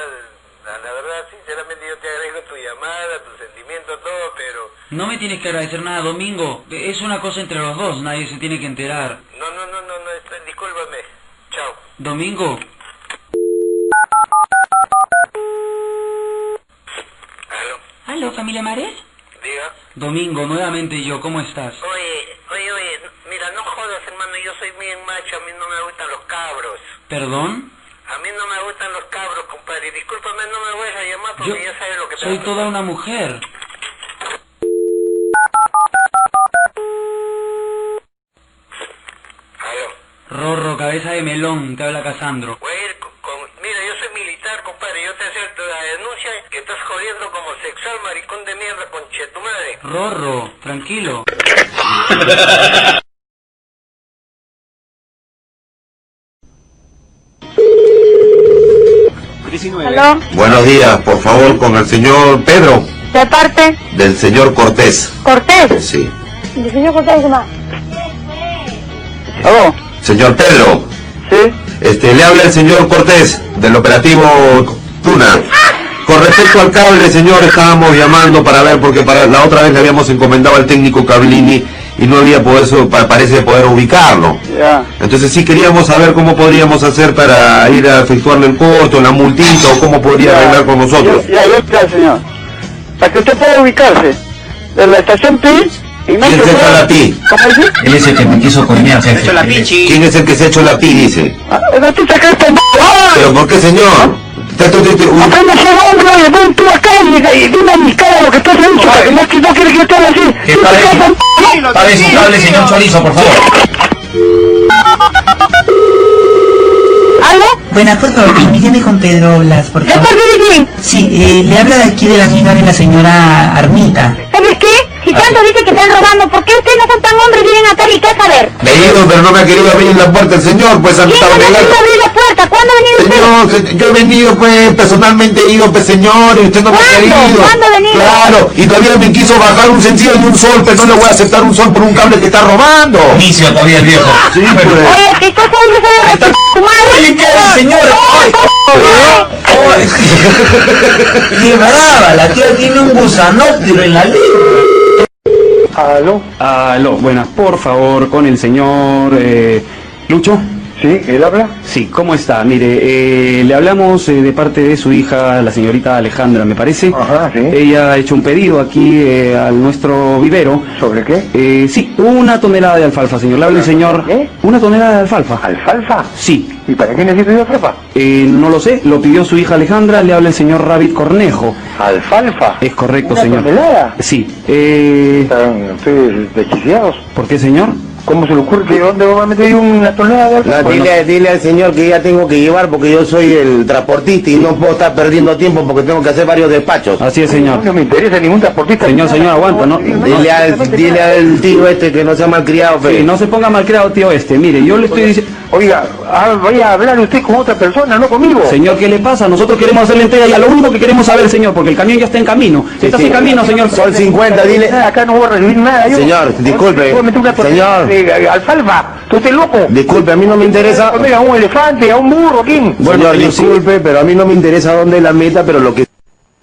S8: la, la verdad, sinceramente yo te agradezco tu llamada, tu sentimiento, todo, pero
S5: No me tienes que agradecer nada, Domingo. Es una cosa entre los dos, nadie se tiene que enterar.
S8: no, no, no, no, no, está- discúlpame. Chao.
S5: Domingo. ¿Aló? familia Mares?
S8: Diga.
S5: Domingo, nuevamente yo, ¿cómo estás?
S8: Oye, oye, oye, n- mira, no jodas, hermano, yo soy bien macho, a mí no me gustan los cabros.
S5: ¿Perdón?
S8: A mí no me gustan los cabros, compadre. Discúlpame, no me vuelvas a llamar porque
S5: Yo
S8: ya sabes lo que te
S5: soy
S8: va a
S5: toda una mujer. Rorro, cabeza de melón, te habla Casandro.
S8: Mira, yo soy militar, compadre. Yo te acepto la denuncia que estás jodiendo como sexual, maricón de mierda, conche tu madre.
S5: Rorro, tranquilo.
S9: ¿Aló?
S7: Buenos días, por favor, con el señor Pedro,
S9: ¿De parte?
S7: del señor Cortés.
S9: ¿Cortés?
S7: Sí.
S9: ¿De señor Cortés qué más?
S7: Señor Pedro. Sí. Este, le habla el señor Cortés, del operativo Tuna. Con respecto al cable, señor, estábamos llamando para ver, porque para la otra vez le habíamos encomendado al técnico Cablini y no había poder, su- pa- parece poder ubicarlo.
S3: Ya.
S7: Entonces sí queríamos saber cómo podríamos hacer para ir a efectuarle el costo, la multita o cómo podría arreglar con nosotros.
S3: Ya, ya está, señor. Para que usted pueda ubicarse. De la estación PIS, Ignacio
S7: ¿Quién se echó la pi?
S3: ¿Cómo dice?
S7: Él es el que me quiso coñar, jefe. ¿Quién es el que se ha hecho la pi, dice?
S10: Ah,
S3: El artista que es pendejo.
S7: ¿Pero por qué, señor?
S8: Ya tú te- te- uy.
S10: Apenas se va un brother, ven tú acá y, y dime a mi cara lo que tú has hecho, porque no, no quieres que yo te hable así.
S8: Que
S10: Tú te
S8: pare-
S10: casas, ¿no?
S8: Pare su cable, señor Chorizo, por favor.
S42: ¿Aló? Buenas, por favor, comuníqueme con Pedro Blas, por favor. de quién? Sí, eh, le habla de aquí de la señora de la señora Armita.
S1: ¿Sabes qué? Si tanto dice que están robando, ¿por qué ustedes no son tan hombres y vienen acá y qué saber?
S8: Venido, pero no me ha querido abrir la puerta el señor, pues a mí
S1: ¿Quién conoce que abrir la puerta? ¿Cuándo ha venido usted?
S8: Señor, se- yo he venido, pues, personalmente he ido, pues, señor, y usted no me ha
S1: ¿Cuándo?
S8: querido.
S1: ¿Cuándo ha venido?
S8: Claro, y todavía me quiso bajar un sencillo y un sol, pues no le voy a aceptar un sol por un cable que está robando. Inicio todavía el viejo. Sí, pues. pero...
S1: Oye, que estás hombre, ¿sabes? tu madre.
S8: señora?
S42: Qué brava, la tía tiene un gusanóptero en la lengua.
S2: Aló. Aló, buenas, por favor, con el señor eh, Lucho. Sí, él habla. Sí, ¿cómo está? Mire, eh, le hablamos eh, de parte de su hija, la señorita Alejandra, me parece. Ajá, sí. Ella ha hecho un pedido aquí eh, al nuestro vivero. ¿Sobre qué? sí, una tonelada de alfalfa, señor. Le habla el señor. ¿Qué? Una tonelada de alfalfa. ¿Alfalfa? Sí. ¿Y para qué necesito yo alfalfa? no lo sé, lo pidió su hija Alejandra, le habla el señor Rabbit Cornejo. ¿Alfalfa? Es correcto,
S7: ¿Una
S2: señor.
S7: tonelada?
S2: Sí. Eh...
S7: Están ustedes desquiciados.
S2: ¿Por qué, señor?
S7: ¿Cómo se le ocurre que dónde va a meter una tonelada de alcohol?
S3: dile, dile al señor que ya tengo que llevar porque yo soy el transportista y no puedo estar perdiendo tiempo porque tengo que hacer varios
S7: Ah.
S3: despachos.
S2: Así es, señor.
S3: No me interesa ningún transportista.
S2: Señor, señor, aguanta, ¿no?
S3: Dile al, dile al tío este que no sea malcriado, fe.
S2: Sí, no se ponga malcriado, tío este. Mire, yo le estoy diciendo... Oiga, vaya a hablar usted con otra persona, no conmigo. Señor, ¿qué le pasa? Nosotros queremos hacerle entrega ya. Lo único que queremos saber, señor, porque el camión ya está en camino. está
S3: sí.
S2: en camino, señor.
S3: Sol 50, dile.
S7: Acá no voy a recibir nada. Yo.
S3: Señor, disculpe.
S7: Voy a meter una tonelada
S3: Señor.
S7: de alfalfa. ¿Tú estás loco?
S3: Disculpe, a mí no me interesa.
S7: Mira, un elefante, a un burro, ¿quién?
S3: señor, disculpe, pero a mí no me interesa dónde la meta, pero lo que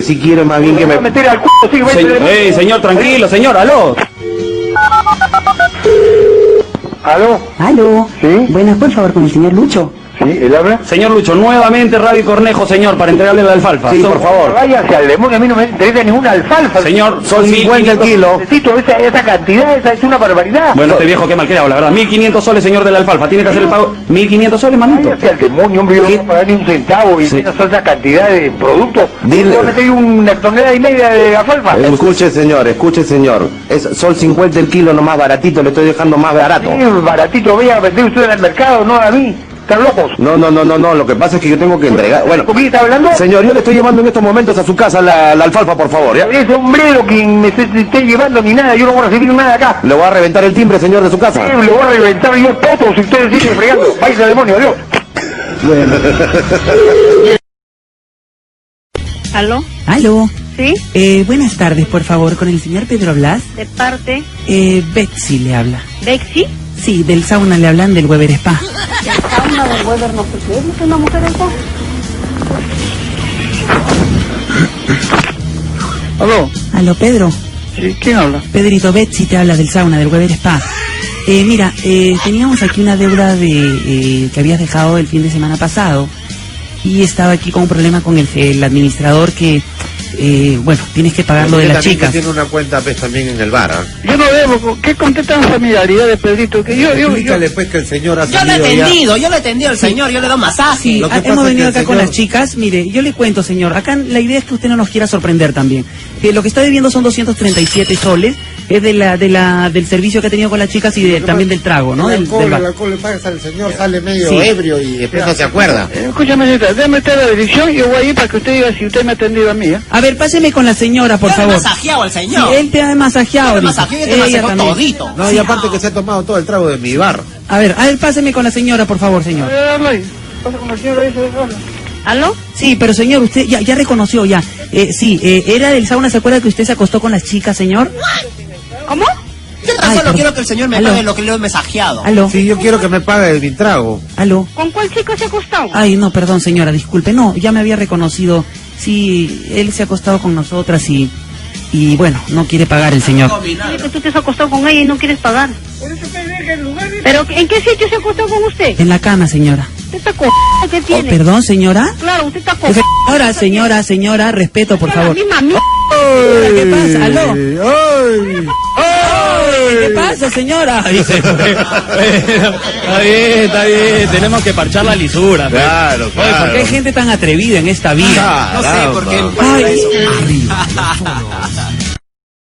S3: sí quiero es más bien que me...
S7: meter al culo, sí,
S3: Señor-
S7: vete.
S3: Ey,
S2: señor, tranquilo, señor, aló.
S7: ¿Aló?
S42: ¿Aló? ¿Sí? Buenas, por favor, con el señor Lucho.
S7: ¿Sí? ¿Él habla?
S2: Señor Lucho, nuevamente Radio Cornejo, señor, para entregarle la alfalfa.
S7: Sí,
S2: Son-
S7: por favor. Váyase al demonio, a mí no me interesa ninguna alfalfa.
S2: Señor, son
S7: 50
S2: 1500
S7: kilos. Necesito esa, esa cantidad, esa es una barbaridad.
S2: Bueno, este viejo qué malcriado, la verdad. 1500 soles, señor de la alfalfa. Tiene que hacer el pago. 1500 soles, manito.
S7: al demonio, hombre, yo no voy a pagar ni un centavo y esas son esa cantidad de productos. Dile. Voy a meter una tonelada y media de alfalfa.
S3: Escuche, señor, escuche, señor. Es sol 50 el kilo, nomás baratito, le estoy dejando más barato.
S7: Sí, baratito, voy a vender usted en el mercado, no a mí. ¿Están locos?
S3: No, no, no, no, no, lo que pasa es que yo tengo que entregar... Bueno,
S7: ¿Con quién está hablando?
S3: señor, yo le estoy llevando en estos momentos a su casa la, la alfalfa, por favor, ¿ya?
S7: Ese sombrero que me se- se esté llevando ni nada, yo no voy a recibir nada acá.
S3: Le voy a reventar el timbre, señor, de su casa.
S2: Ah.
S7: Sí, le voy a reventar yo el poto si ustedes siguen fregando. Vaya al demonio, adiós.
S4: ¿Aló?
S42: ¿Aló?
S4: ¿Sí?
S42: Eh, buenas tardes, por favor, con el señor Pedro Blas.
S4: ¿De parte?
S42: Eh, Betsy le habla.
S4: ¿Bexi?
S42: Sí, del sauna le hablan del Weber Spa.
S4: ¿Del sauna del Weber no sé qué? ¿Es una mujer esa?
S42: ¿Aló? ¿Aló, Pedro? Sí, ¿quién habla? Pedrito Betsy te habla del sauna, del Weber Spa. Eh, mira, eh, teníamos aquí una deuda de eh, que habías dejado el fin de semana pasado y estaba aquí con un problema con el, el administrador que, eh, bueno, tienes que pagar lo de las chicas.
S43: Tiene una cuenta pues también en el bar. ¿ah?
S4: Yo no debo. ¿Qué contestan familiaridad de Pedrito? Que yo, yo, yo...
S43: Explícale pues que el señor ha
S4: Yo
S43: salido
S4: le he
S43: ya.
S4: atendido, yo
S42: le he atendido
S4: al señor, yo le doy masaje.
S42: Sí,
S4: Lo que
S42: ah,
S4: pasa
S42: hemos
S4: es
S42: venido
S4: que
S42: acá
S4: el
S42: con
S4: señor-
S42: las chicas. Mire, yo le cuento, señor. Acá la idea es que usted no nos quiera sorprender también. Que lo que está debiendo son 237 soles. Es de la, de la, del servicio que ha tenido con las chicas y de- Eh, también del trago, ¿no?
S22: El
S42: Del-
S22: alcohol,
S42: del bar.
S22: el alcohol le pagas al señor, sale medio
S42: Sí.
S22: ebrio y después no se acuerda.
S4: Escúchame, señorita, déme usted la dirección y yo voy a ir para que usted diga si usted me ha atendido a mí, ¿eh?
S42: A ver, páseme con la señora, por
S4: Yo le he
S42: favor.
S4: masajeado al señor.
S42: Sí, él te ha
S4: Yo
S42: masajeado.
S4: le
S42: ahorita.
S4: masajeé y te masajó
S42: también.
S4: todito.
S22: No, y
S42: Sí.
S22: aparte que se ha tomado todo el trago de mi bar.
S42: A ver, a ver, páseme con la señora, por favor, señor.
S4: Pasa con el señor ahí, se habla.
S42: ¿Aló? Sí, pero señor, usted ya, ya reconoció, ya. Eh, sí, eh, era del sauna, ¿se acuerda que usted se acostó con las chicas, señor?
S4: ¿Cómo? Yo tan
S42: Ay,
S4: solo
S42: por-
S4: quiero que el señor me
S42: Aló.
S4: pague lo que le he masajeado.
S42: ¿Aló?
S22: Sí, yo quiero que me pague mi trago.
S42: ¿Aló?
S4: ¿Con cuál chico se acostó?
S42: Ay, no, perdón, señora, disculpe. No, ya me había reconocido. Sí, él se ha acostado con nosotras y. Y bueno, no quiere pagar el señor.
S4: Dile que tú te has acostado con ella y no quieres pagar. ¿Pero en qué sitio se acostó con usted?
S42: En la cama, señora.
S4: ¿Usted está con que
S42: Oh,
S4: tiene?
S42: perdón, señora.
S4: Claro, usted está con
S42: Señora, señora, señora, respeto, por favor. ¿Qué pasa? ¿Aló? ¿Qué pasa,
S2: grande, señora. Dice. está bien, está bien. Tenemos que parchar la lisura. pues.
S42: Claro,
S2: Oye,
S42: claro. Ah,
S2: ¿por qué hay gente tan atrevida en esta vida?
S42: Caramba.
S2: Ay, arriba, la toro.